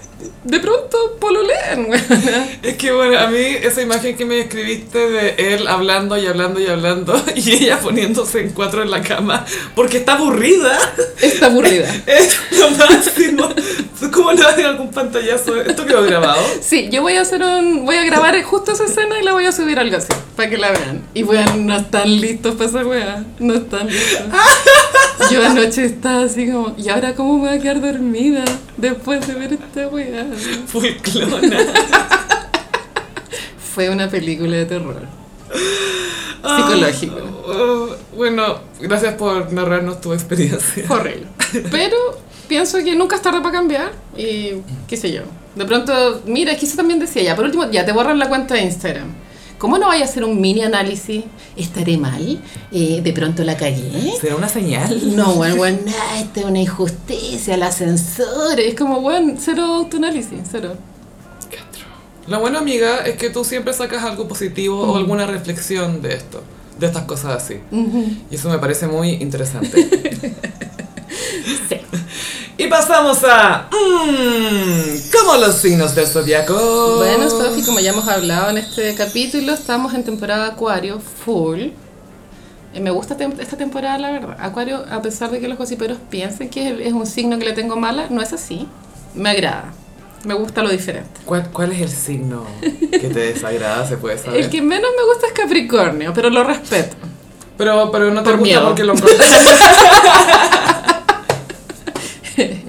[SPEAKER 2] de pronto pololeen, weona.
[SPEAKER 1] Es que bueno, a mí esa imagen que me describiste de él hablando y hablando y hablando y ella poniéndose en cuatro en la cama porque está aburrida
[SPEAKER 2] Está aburrida.
[SPEAKER 1] es lo máximo. ¿Cómo le hacen algún pantallazo? Esto quedó grabado.
[SPEAKER 2] Sí, yo voy a hacer un, voy a grabar justo esa escena y la voy a subir al gossip para que la vean. Y weón, no están listos para esa weá, no están listos. Yo anoche estaba así como, ¿y ahora cómo me voy a quedar dormida después de ver esta weá?
[SPEAKER 1] Full clona.
[SPEAKER 2] Fue una película de terror. Psicológico.
[SPEAKER 1] Ah, bueno, gracias por narrarnos tu experiencia.
[SPEAKER 2] Fue horrible. Pero pienso que nunca es tarde para cambiar y qué sé yo. De pronto, mira, es que eso también decía ya. Por último, ya te borran la cuenta de Instagram. ¿Cómo no vaya a hacer un mini análisis? ¿Estaré mal? Eh, ¿De pronto la cagué?
[SPEAKER 1] ¿Será una señal?
[SPEAKER 2] No, weón, weón, nada, esta es Este, una injusticia, el ascensor. Es como, weón, cero autoanálisis, cero.
[SPEAKER 1] La buena amiga es que tú siempre sacas algo positivo o alguna reflexión de esto, de estas cosas así. Y eso me parece muy interesante.
[SPEAKER 2] Sí.
[SPEAKER 1] y pasamos a... mm, ¿Cómo los signos del zodiaco?
[SPEAKER 2] Bueno, Sofi, como ya hemos hablado en este capítulo, estamos en temporada Acuario, full. Eh, Me gusta tem- esta temporada, la verdad. Acuario, a pesar de que los gossiperos piensen que es un signo que le tengo mala, no es así. Me agrada. Me gusta lo diferente.
[SPEAKER 1] ¿Cuál, cuál es el signo que te desagrada? Se puede saber.
[SPEAKER 2] El que menos me gusta es Capricornio, pero lo respeto.
[SPEAKER 1] Pero, pero no te
[SPEAKER 2] Por
[SPEAKER 1] gusta
[SPEAKER 2] miedo.
[SPEAKER 1] porque lo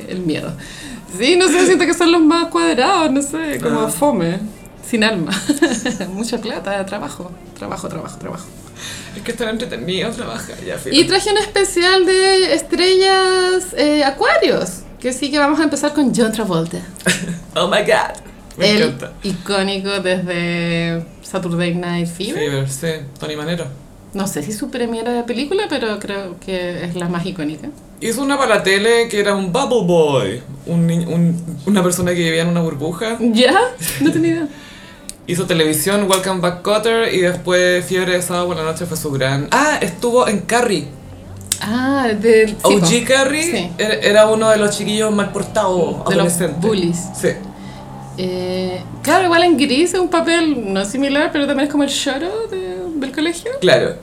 [SPEAKER 2] El miedo. Sí, no sé, siento que son los más cuadrados, no sé, como
[SPEAKER 1] Ah.
[SPEAKER 2] fome, sin alma. Mucha plata, trabajo, trabajo, trabajo, trabajo.
[SPEAKER 1] Es que están entretenidos, trabaja, ya filo.
[SPEAKER 2] Y traje un especial de estrellas eh, acuarios, que sí que vamos a empezar con John Travolta.
[SPEAKER 1] Oh my god. Me
[SPEAKER 2] el
[SPEAKER 1] encanta.
[SPEAKER 2] icónico desde Saturday Night Fever.
[SPEAKER 1] Fever, sí, Tony Manero.
[SPEAKER 2] No sé si su premiera de película, pero creo que es la más icónica.
[SPEAKER 1] Hizo una para la tele que era un bubble boy, un, ni- un- una persona que vivía en una burbuja.
[SPEAKER 2] ¿Ya? No tenía idea.
[SPEAKER 1] Hizo televisión, Welcome Back Cotter, y después Fiebre de Sábado por la Noche fue su gran... Ah, estuvo en Carrie.
[SPEAKER 2] Ah, del... sí,
[SPEAKER 1] OG
[SPEAKER 2] po.
[SPEAKER 1] Carrie
[SPEAKER 2] Sí.
[SPEAKER 1] era, era uno de los chiquillos mal portados,
[SPEAKER 2] De los
[SPEAKER 1] adolescentes.
[SPEAKER 2] bullies.
[SPEAKER 1] Sí.
[SPEAKER 2] Eh, claro, igual en gris es un papel no similar, pero también es como el choro de- del colegio.
[SPEAKER 1] Claro.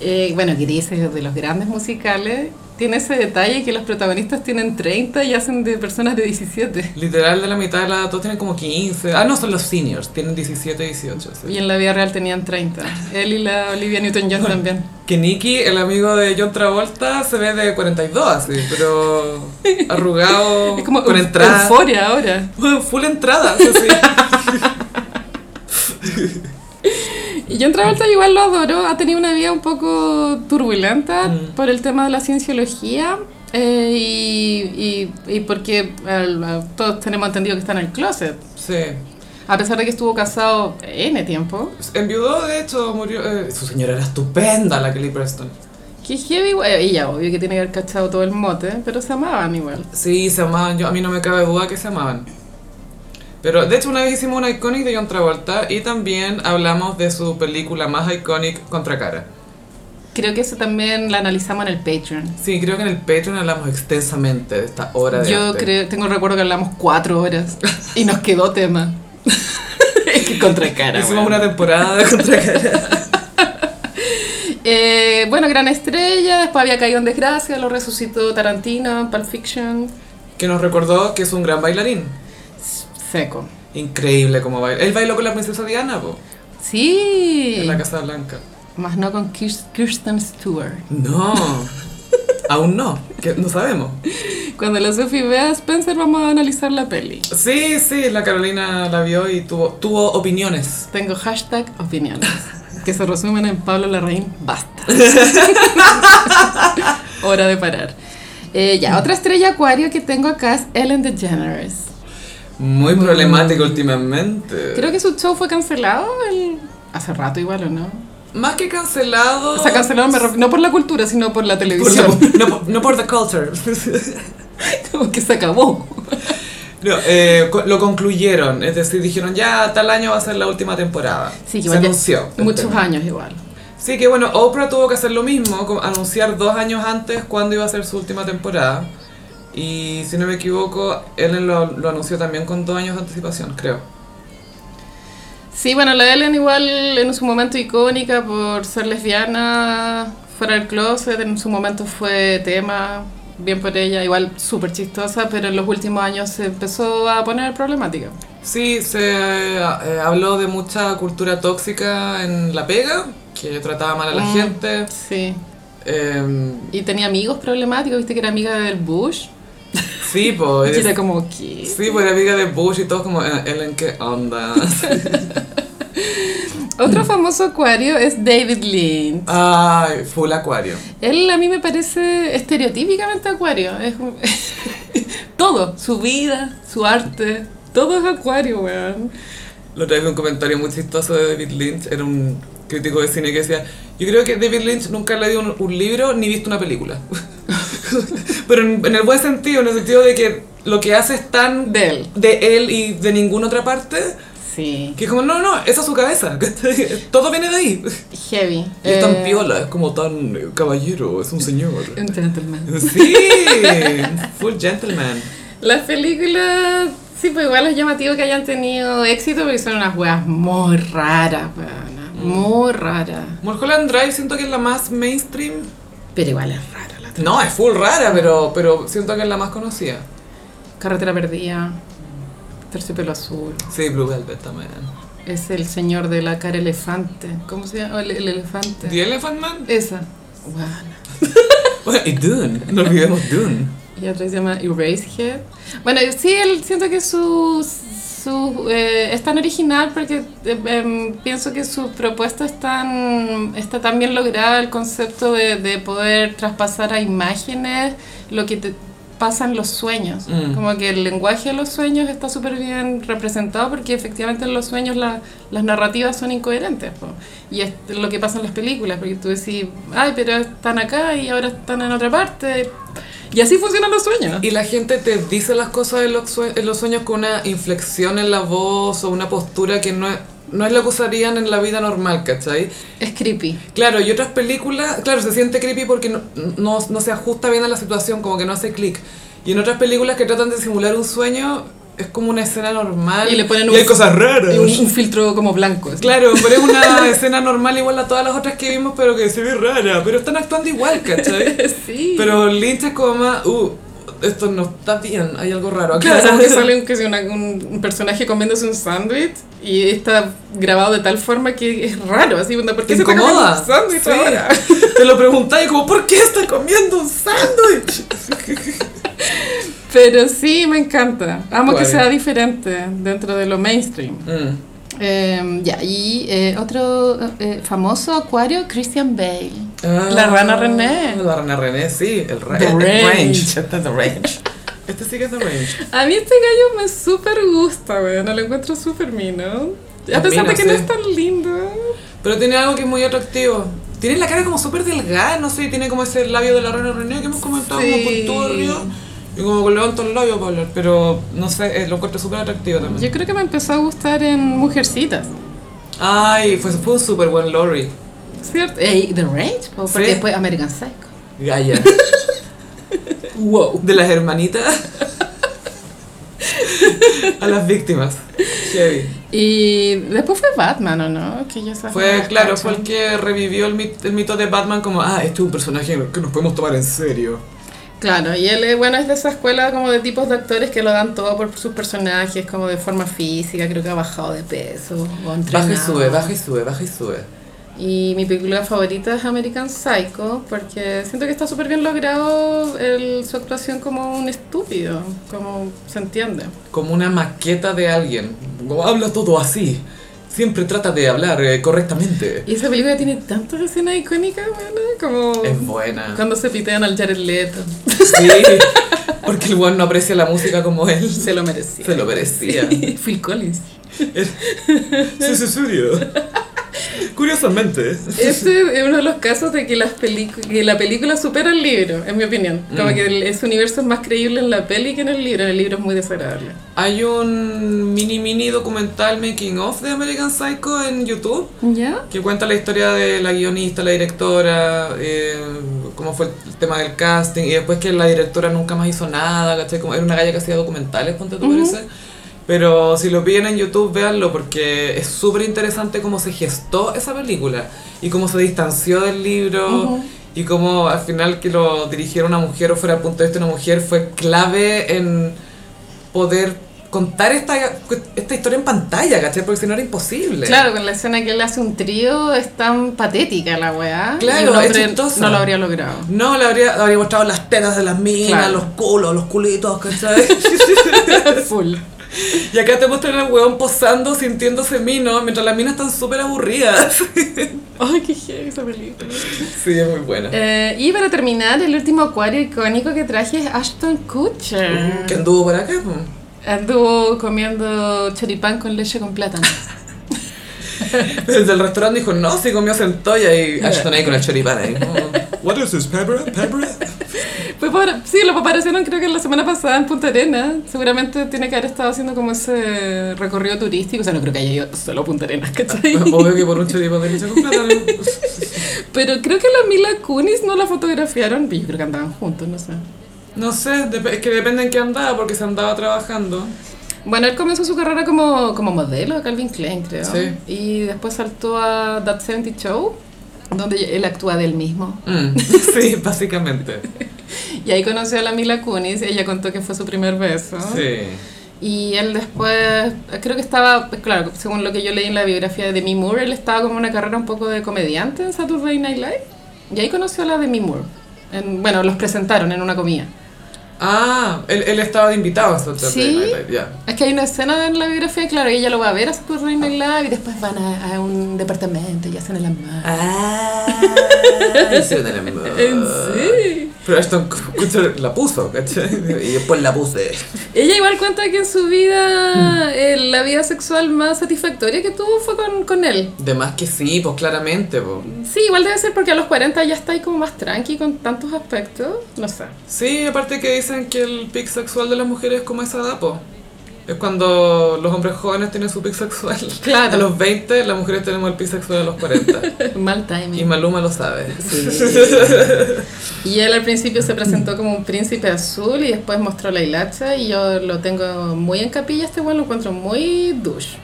[SPEAKER 2] Eh, bueno, Gris es de los grandes musicales. Tiene ese detalle que los protagonistas tienen 30 y hacen de personas de 17.
[SPEAKER 1] Literal de la mitad de la edad, todos tienen como 15. Ah, no, son los seniors, tienen 17, 18. sí.
[SPEAKER 2] Y en la vida real tenían 30. Él y la Olivia Newton-John también.
[SPEAKER 1] Que Nicky, el amigo de John Travolta, se ve de 42, así, pero arrugado,
[SPEAKER 2] Es como
[SPEAKER 1] con
[SPEAKER 2] eu-
[SPEAKER 1] entrada.
[SPEAKER 2] euforia ahora.
[SPEAKER 1] Bueno, Full entrada, sí, sí.
[SPEAKER 2] Y John Travolta igual lo adoro. Ha tenido una vida un poco turbulenta por el tema de la cienciología. eh, y, y- y porque eh, todos tenemos entendido que está en el closet.
[SPEAKER 1] Sí.
[SPEAKER 2] A pesar de que estuvo casado N tiempo.
[SPEAKER 1] Enviudó, de hecho, murió. eh, su señora era estupenda, la Kelly Preston.
[SPEAKER 2] Qué heavy, güey. Ella, obvio que tiene que haber cachado todo el mote, pero se amaban igual.
[SPEAKER 1] Sí, se amaban. Yo, a mí no me cabe duda que se amaban. Pero, de hecho, una vez hicimos una iconic de John Travolta y también hablamos de su película más iconic, Contracara.
[SPEAKER 2] Creo que eso también la analizamos en el Patreon.
[SPEAKER 1] Sí, creo que en el Patreon hablamos extensamente de esta obra de
[SPEAKER 2] Yo
[SPEAKER 1] arte.
[SPEAKER 2] creo, tengo el recuerdo que hablamos cuatro horas y nos quedó tema. es que contra cara.
[SPEAKER 1] Hicimos una temporada de Contracara.
[SPEAKER 2] Eh, bueno, gran estrella, después había caído en desgracia, lo resucitó Tarantino, Pulp Fiction,
[SPEAKER 1] que nos recordó que es un gran bailarín.
[SPEAKER 2] seco.
[SPEAKER 1] Increíble como baila. Él bailó con la princesa Diana, po, en
[SPEAKER 2] Sí.
[SPEAKER 1] la Casa Blanca.
[SPEAKER 2] Más no con Kirst- Kirsten Stewart.
[SPEAKER 1] No, aún no, que no sabemos.
[SPEAKER 2] Cuando la Sophie vea a Spencer vamos a analizar la peli.
[SPEAKER 1] Sí, sí, la Carolina la vio y tuvo, tuvo opiniones.
[SPEAKER 2] Tengo hashtag opiniones. Que se resumen en Pablo Larraín, basta. Hora de parar. Eh, ya, otra estrella acuario que tengo acá es Ellen DeGeneres.
[SPEAKER 1] Muy problemática últimamente.
[SPEAKER 2] Mm. Creo que su show fue cancelado el- hace rato igual, ¿o no?
[SPEAKER 1] Más que cancelado.
[SPEAKER 2] O sea, cancelado me ref- no por la cultura, sino por la
[SPEAKER 1] por la-
[SPEAKER 2] televisión.
[SPEAKER 1] no, por- no por The Culture.
[SPEAKER 2] Como que se acabó.
[SPEAKER 1] No, eh, co- lo concluyeron, es decir, dijeron ya tal año va a ser la última temporada.
[SPEAKER 2] Sí, que
[SPEAKER 1] Se
[SPEAKER 2] igual ya-
[SPEAKER 1] anunció.
[SPEAKER 2] Muchos años igual.
[SPEAKER 1] Sí, que bueno, Oprah tuvo que hacer lo mismo, como anunciar dos años antes cuándo iba a ser su última temporada. Y si no me equivoco, Ellen lo, lo anunció también con dos años de anticipación, creo.
[SPEAKER 2] Sí, bueno, la Ellen igual en su momento icónica por ser lesbiana, fuera del closet, en su momento fue tema, bien por ella, igual súper chistosa, pero en los últimos años se empezó a poner problemática.
[SPEAKER 1] Sí, se eh, eh, habló de mucha cultura tóxica en La Pega, que trataba mal a la
[SPEAKER 2] Mm.
[SPEAKER 1] gente.
[SPEAKER 2] Sí.
[SPEAKER 1] Em,
[SPEAKER 2] Y tenía amigos problemáticos, viste que era amiga del Bush.
[SPEAKER 1] sí, pues...
[SPEAKER 2] Y era como, ¿qué?
[SPEAKER 1] Sí, pues era amiga de Bush y todo como, eh, Ellen, ¿qué onda?
[SPEAKER 2] Otro famoso acuario es David Lynch.
[SPEAKER 1] Ay, full acuario.
[SPEAKER 2] Él a mí me parece estereotípicamente acuario. Es un- todo, su vida, su arte, todo es acuario, weón.
[SPEAKER 1] Lo traje un comentario muy chistoso de David Lynch, era un crítico de cine que decía, yo creo que David Lynch nunca le dio un, un libro ni visto una película. Pero en, en el buen sentido, en el sentido de que lo que hace es tan de,
[SPEAKER 2] De él.
[SPEAKER 1] de él y de ninguna otra parte,
[SPEAKER 2] Sí.
[SPEAKER 1] que es como, no, no, esa es su cabeza, ¿cachai? todo viene de ahí.
[SPEAKER 2] Heavy.
[SPEAKER 1] Y es tan
[SPEAKER 2] Eh,
[SPEAKER 1] piola, es como tan eh, caballero, es un señor.
[SPEAKER 2] Un gentleman.
[SPEAKER 1] Sí, full gentleman.
[SPEAKER 2] Las películas, sí, pues igual es llamativo que hayan tenido éxito, porque son unas weas muy raras, weón.
[SPEAKER 1] Mm.
[SPEAKER 2] Muy raras.
[SPEAKER 1] Mulholland Drive siento que es la más mainstream.
[SPEAKER 2] Pero igual es rara la
[SPEAKER 1] No, es full rara, pero, pero siento que es la más conocida.
[SPEAKER 2] Carretera perdida. Terciopelo azul.
[SPEAKER 1] Sí, Blue Velvet también.
[SPEAKER 2] Es el señor de la cara elefante. ¿Cómo se llama? El, el elefante.
[SPEAKER 1] The Elephant Man.
[SPEAKER 2] Esa. Weón.
[SPEAKER 1] Bueno, y Dune. No olvidemos Dune.
[SPEAKER 2] Y otra se llama Erasehead. Bueno, sí, él, siento que su, su eh, es tan original porque eh, em, pienso que su propuesta es tan, está tan bien lograda el concepto de, de poder traspasar a imágenes lo que te pasan los sueños.
[SPEAKER 1] Mm.
[SPEAKER 2] Como que el lenguaje de los sueños está súper bien representado porque efectivamente en los sueños la- las narrativas son incoherentes. po. Y es lo que pasa en las películas, porque tú decís, ay, pero están acá y ahora están en otra parte. Y así funcionan los sueños.
[SPEAKER 1] Y la gente te dice las cosas en los, sue- en los sueños con una inflexión en la voz o una postura que no es, no es la que usarían en la vida normal, ¿cachai?
[SPEAKER 2] Es creepy.
[SPEAKER 1] Claro, y otras películas, claro, se siente creepy porque no, no, no se ajusta bien a la situación, como que no hace clic. Y en otras películas que tratan de simular un sueño, es como una escena normal.
[SPEAKER 2] Y le ponen un-
[SPEAKER 1] hay cosas raras.
[SPEAKER 2] Y un, un filtro como blanco. así.
[SPEAKER 1] Claro, pero es una escena normal igual a todas las otras que vimos, pero que se ve rara. Pero están actuando igual, ¿cachai?
[SPEAKER 2] Sí.
[SPEAKER 1] Pero Lynch es como más, uh, esto no está bien, hay algo raro acá.
[SPEAKER 2] Claro, como que sale un, que sea una- un, un personaje comiéndose un sándwich y está grabado de tal forma que es raro, así, onda, ¿por
[SPEAKER 1] Te
[SPEAKER 2] qué se está comiendo
[SPEAKER 1] incomoda.
[SPEAKER 2] un sándwich
[SPEAKER 1] Sí.
[SPEAKER 2] ahora?
[SPEAKER 1] Te lo preguntáis como, ¿por qué está comiendo un sándwich?
[SPEAKER 2] Pero sí, me encanta. Amo
[SPEAKER 1] Acuario.
[SPEAKER 2] que sea diferente dentro de lo mainstream.
[SPEAKER 1] Mm.
[SPEAKER 2] Eh, ya, y eh, otro eh, famoso acuario, Christian Bale.
[SPEAKER 1] Ah,
[SPEAKER 2] La rana René.
[SPEAKER 1] La rana René, sí, el, ra-
[SPEAKER 2] The
[SPEAKER 1] el
[SPEAKER 2] Range.
[SPEAKER 1] Este es The Range. Este sí que es The Range.
[SPEAKER 2] A mí este gallo me súper gusta, weón. Lo encuentro súper mino. A
[SPEAKER 1] Es
[SPEAKER 2] pesar
[SPEAKER 1] mino,
[SPEAKER 2] de que no
[SPEAKER 1] sí.
[SPEAKER 2] es tan lindo.
[SPEAKER 1] Pero tiene algo que es muy atractivo. Tiene la cara como súper delgada, no sé, tiene como ese labio de la rana René que hemos comentado,
[SPEAKER 2] Sí.
[SPEAKER 1] como punturio. Y como que levanta el labio para hablar, pero no sé, eh, lo encuentro súper atractivo también.
[SPEAKER 2] Yo creo que me empezó a gustar en Mujercitas,
[SPEAKER 1] Ay, fue, fue un súper buen Lori.
[SPEAKER 2] ¿cierto? Ey, The Range, po, porque
[SPEAKER 1] Sí.
[SPEAKER 2] después American Psycho.
[SPEAKER 1] Gaya. wow. De las hermanitas. A las víctimas. Heavy.
[SPEAKER 2] Y después fue Batman, ¿o no? Que yo
[SPEAKER 1] Fue, claro, fue el que revivió el mit- el mito, de Batman como, ah, este es un personaje que nos podemos tomar en serio.
[SPEAKER 2] Claro, y él, eh, bueno, es de esa escuela como de tipos de actores que lo dan todo por sus personajes, como de forma física, creo que ha bajado de peso, o ha
[SPEAKER 1] Baja y
[SPEAKER 2] entrenado.
[SPEAKER 1] sube, baja y sube, baja y sube.
[SPEAKER 2] Y mi película favorita es American Psycho, porque siento que está súper bien logrado el- su actuación como un estúpido, como se entiende.
[SPEAKER 1] Como una maqueta de alguien. Habla todo así. Siempre trata de hablar eh, correctamente.
[SPEAKER 2] Y esa película tiene tantas escenas icónicas, bueno, como
[SPEAKER 1] Es buena.
[SPEAKER 2] cuando se pitean al Jared Leto,
[SPEAKER 1] Sí, porque el weón no aprecia la música como él.
[SPEAKER 2] se lo merecía.
[SPEAKER 1] Se lo merecía.
[SPEAKER 2] Phil Collins.
[SPEAKER 1] Sí, sí, serio. Curiosamente.
[SPEAKER 2] Este es uno de los casos de que, las pelicu- que la película supera el libro, en mi opinión. Como
[SPEAKER 1] Mm.
[SPEAKER 2] que el- ese universo es más creíble en la peli que en el libro. En el libro es muy desagradable.
[SPEAKER 1] Hay un mini mini documental making of de American Psycho en YouTube
[SPEAKER 2] ¿Ya?
[SPEAKER 1] que cuenta la historia de la guionista, la directora, eh, cómo fue el tema del casting y después que la directora nunca más hizo nada, ¿cachai? Como era una galla que hacía documentales, ponte tú parece. Pero si lo piden en YouTube, véanlo porque es súper interesante cómo se gestó esa película y cómo se distanció del libro y cómo al final que lo dirigiera una mujer o fuera el punto de vista de una mujer fue clave en poder contar esta, esta historia en pantalla, ¿cachai? Porque si no era imposible.
[SPEAKER 2] Claro, con la escena que él hace un trío es tan patética la weá.
[SPEAKER 1] Claro,
[SPEAKER 2] Y un hombre
[SPEAKER 1] es chistosa.
[SPEAKER 2] No lo habría logrado.
[SPEAKER 1] No, le habría, le habría mostrado las tetas de las minas,
[SPEAKER 2] Claro.
[SPEAKER 1] los culos, los culitos, ¿cachai?
[SPEAKER 2] Full.
[SPEAKER 1] y acá te muestran al weón posando, sintiéndose mino, mientras las minas están súper aburridas.
[SPEAKER 2] Ay, qué heavy esa película.
[SPEAKER 1] sí, es muy buena.
[SPEAKER 2] Eh, y para terminar, el último acuario icónico que traje es Ashton Kutcher.
[SPEAKER 1] Que Mm. anduvo por acá, po.
[SPEAKER 2] Anduvo comiendo choripán con leche con plátano.
[SPEAKER 1] El del restaurante dijo, no, sí comió centolla y Ashton ahí con el choripán ahí. What is this, pepper? Pepper?
[SPEAKER 2] Fue por- sí, lo aparecieron creo que la semana pasada en Punta Arenas. Seguramente tiene que haber estado haciendo como ese recorrido turístico. O sea, no creo que haya ido solo a Punta Arenas, ¿cachai?
[SPEAKER 1] Obvio que por un choripán de leche con plátano.
[SPEAKER 2] Pero creo que la Mila Kunis no la fotografiaron. Yo creo que andaban juntos, no sé.
[SPEAKER 1] No sé, dep- es que depende en qué andaba, porque se andaba trabajando.
[SPEAKER 2] Bueno, él comenzó su carrera como, como modelo a Calvin Klein, creo.
[SPEAKER 1] Sí.
[SPEAKER 2] Y después saltó a That 70 Show, donde él actúa de él mismo.
[SPEAKER 1] Mm, sí, básicamente.
[SPEAKER 2] Y ahí conoció a la Mila Kunis. Ella contó que fue su primer beso.
[SPEAKER 1] Sí.
[SPEAKER 2] Y él después, creo que estaba, pues, claro, según lo que yo leí en la biografía de Demi Moore, él estaba como en una carrera un poco de comediante en Saturday Night Live. Y ahí conoció a la Demi Moore. En- bueno, los presentaron en una comida.
[SPEAKER 1] Ah, él, él estaba de invitado a Saturday
[SPEAKER 2] Sí.
[SPEAKER 1] Night Live, ya.
[SPEAKER 2] Es que hay una escena en la biografía, claro, y ella lo va a ver a Saturday Night Live y después van a, a un departamento y hacen el amor.
[SPEAKER 1] Ah, hicieron el amor.
[SPEAKER 2] En sí.
[SPEAKER 1] Pero Ashton Kutcher la puso, ¿cachai? Y después la puse.
[SPEAKER 2] Ella igual cuenta que en su vida, eh, la vida sexual más satisfactoria que tuvo fue con, con él.
[SPEAKER 1] De más que sí, pues claramente, pues.
[SPEAKER 2] Sí, igual debe ser porque a los 40 ya está ahí como más tranqui con tantos aspectos. No sé.
[SPEAKER 1] Sí, aparte que dicen que el pic sexual de las mujeres es como esa edad, po. Es cuando los hombres jóvenes tienen su pic sexual.
[SPEAKER 2] Claro.
[SPEAKER 1] A los 20, las mujeres tenemos el pic sexual a los 40.
[SPEAKER 2] Mal
[SPEAKER 1] y
[SPEAKER 2] timing.
[SPEAKER 1] Maluma lo sabe.
[SPEAKER 2] Y él al principio se presentó como un príncipe azul y después mostró la hilacha y yo lo tengo muy en capilla, este weón lo encuentro muy douche.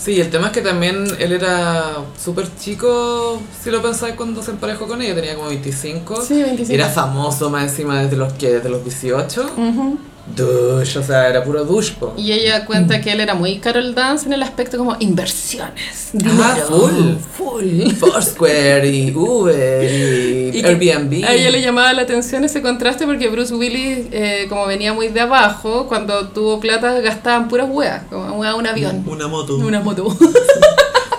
[SPEAKER 1] Sí, el tema es que también él era súper chico, si lo pensáis, cuando se emparejó con ella. Tenía como 25.
[SPEAKER 2] Sí, 25.
[SPEAKER 1] Era famoso más encima desde los, que, desde los 18. Douche, o sea, era puro douche, po.
[SPEAKER 2] Y ella cuenta que él era muy Carol Dance en el aspecto como inversiones,
[SPEAKER 1] Ah,
[SPEAKER 2] dinero,
[SPEAKER 1] full.
[SPEAKER 2] full.
[SPEAKER 1] Foursquare y Uber y,
[SPEAKER 2] Y que
[SPEAKER 1] Airbnb.
[SPEAKER 2] A ella le llamaba la atención ese contraste porque Bruce Willis, eh, como venía muy de abajo, cuando tuvo plata gastaban puras weas, como weá, un avión,
[SPEAKER 1] Una moto.
[SPEAKER 2] una moto.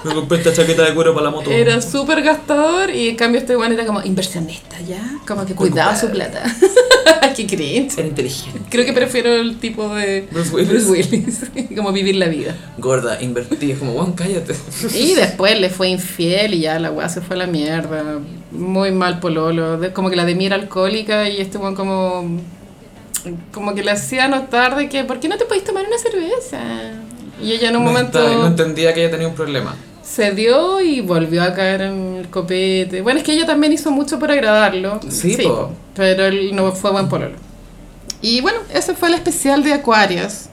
[SPEAKER 1] Me compré esta chaqueta de cuero para la moto.
[SPEAKER 2] Era súper gastador y en cambio este weón era como inversionista, ¿ya? Como que cuidaba su plata. Qué cringe.
[SPEAKER 1] Era inteligente.
[SPEAKER 2] Creo que prefiero el tipo de
[SPEAKER 1] Bruce Willis.
[SPEAKER 2] Willis. como vivir la vida.
[SPEAKER 1] Gorda, invertí. Es como, Juan, cállate.
[SPEAKER 2] Y después le fue infiel y ya la weá se fue a la mierda. Muy mal pololo. De- como que la de mira alcohólica y este weón como... Como que le hacía notar de que, ¿por qué no te podéis tomar una cerveza? Y ella en un
[SPEAKER 1] No
[SPEAKER 2] momento...
[SPEAKER 1] estaba- No entendía que ella tenía un problema.
[SPEAKER 2] se dio y volvió a caer en el copete. Bueno, es que ella también hizo mucho por agradarlo.
[SPEAKER 1] Sí, po.
[SPEAKER 2] pero él no fue buen pololo. Y bueno, ese fue el especial de Acuarios.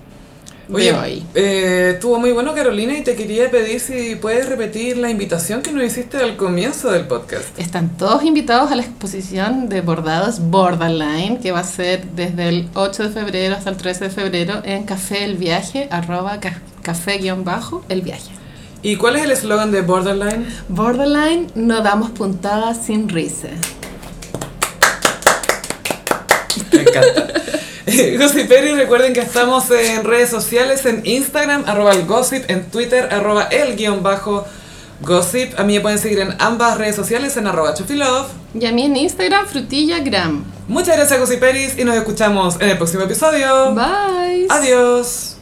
[SPEAKER 1] Oye,
[SPEAKER 2] de hoy.
[SPEAKER 1] eh, estuvo muy bueno Carolina y te quería pedir si puedes repetir la invitación que nos hiciste al comienzo del podcast.
[SPEAKER 2] Están todos invitados a la exposición de bordados Borderline, que va a ser desde el 8 de febrero hasta el 13 de febrero en Café El Viaje, arroba ca- café-el viaje.
[SPEAKER 1] ¿Y cuál es el eslogan de Borderline?
[SPEAKER 2] Borderline, no damos puntadas sin risa.
[SPEAKER 1] Me encanta. Gossip Peri, recuerden que estamos en redes sociales, en Instagram, arroba el gossip, en Twitter, arroba el guión bajo gossip. A mí me pueden seguir en ambas redes sociales, en arroba chufilove.
[SPEAKER 2] Y a mí en Instagram, frutillagram.
[SPEAKER 1] Muchas gracias Gossip Peris y nos escuchamos en el próximo episodio.
[SPEAKER 2] Bye.
[SPEAKER 1] Adiós.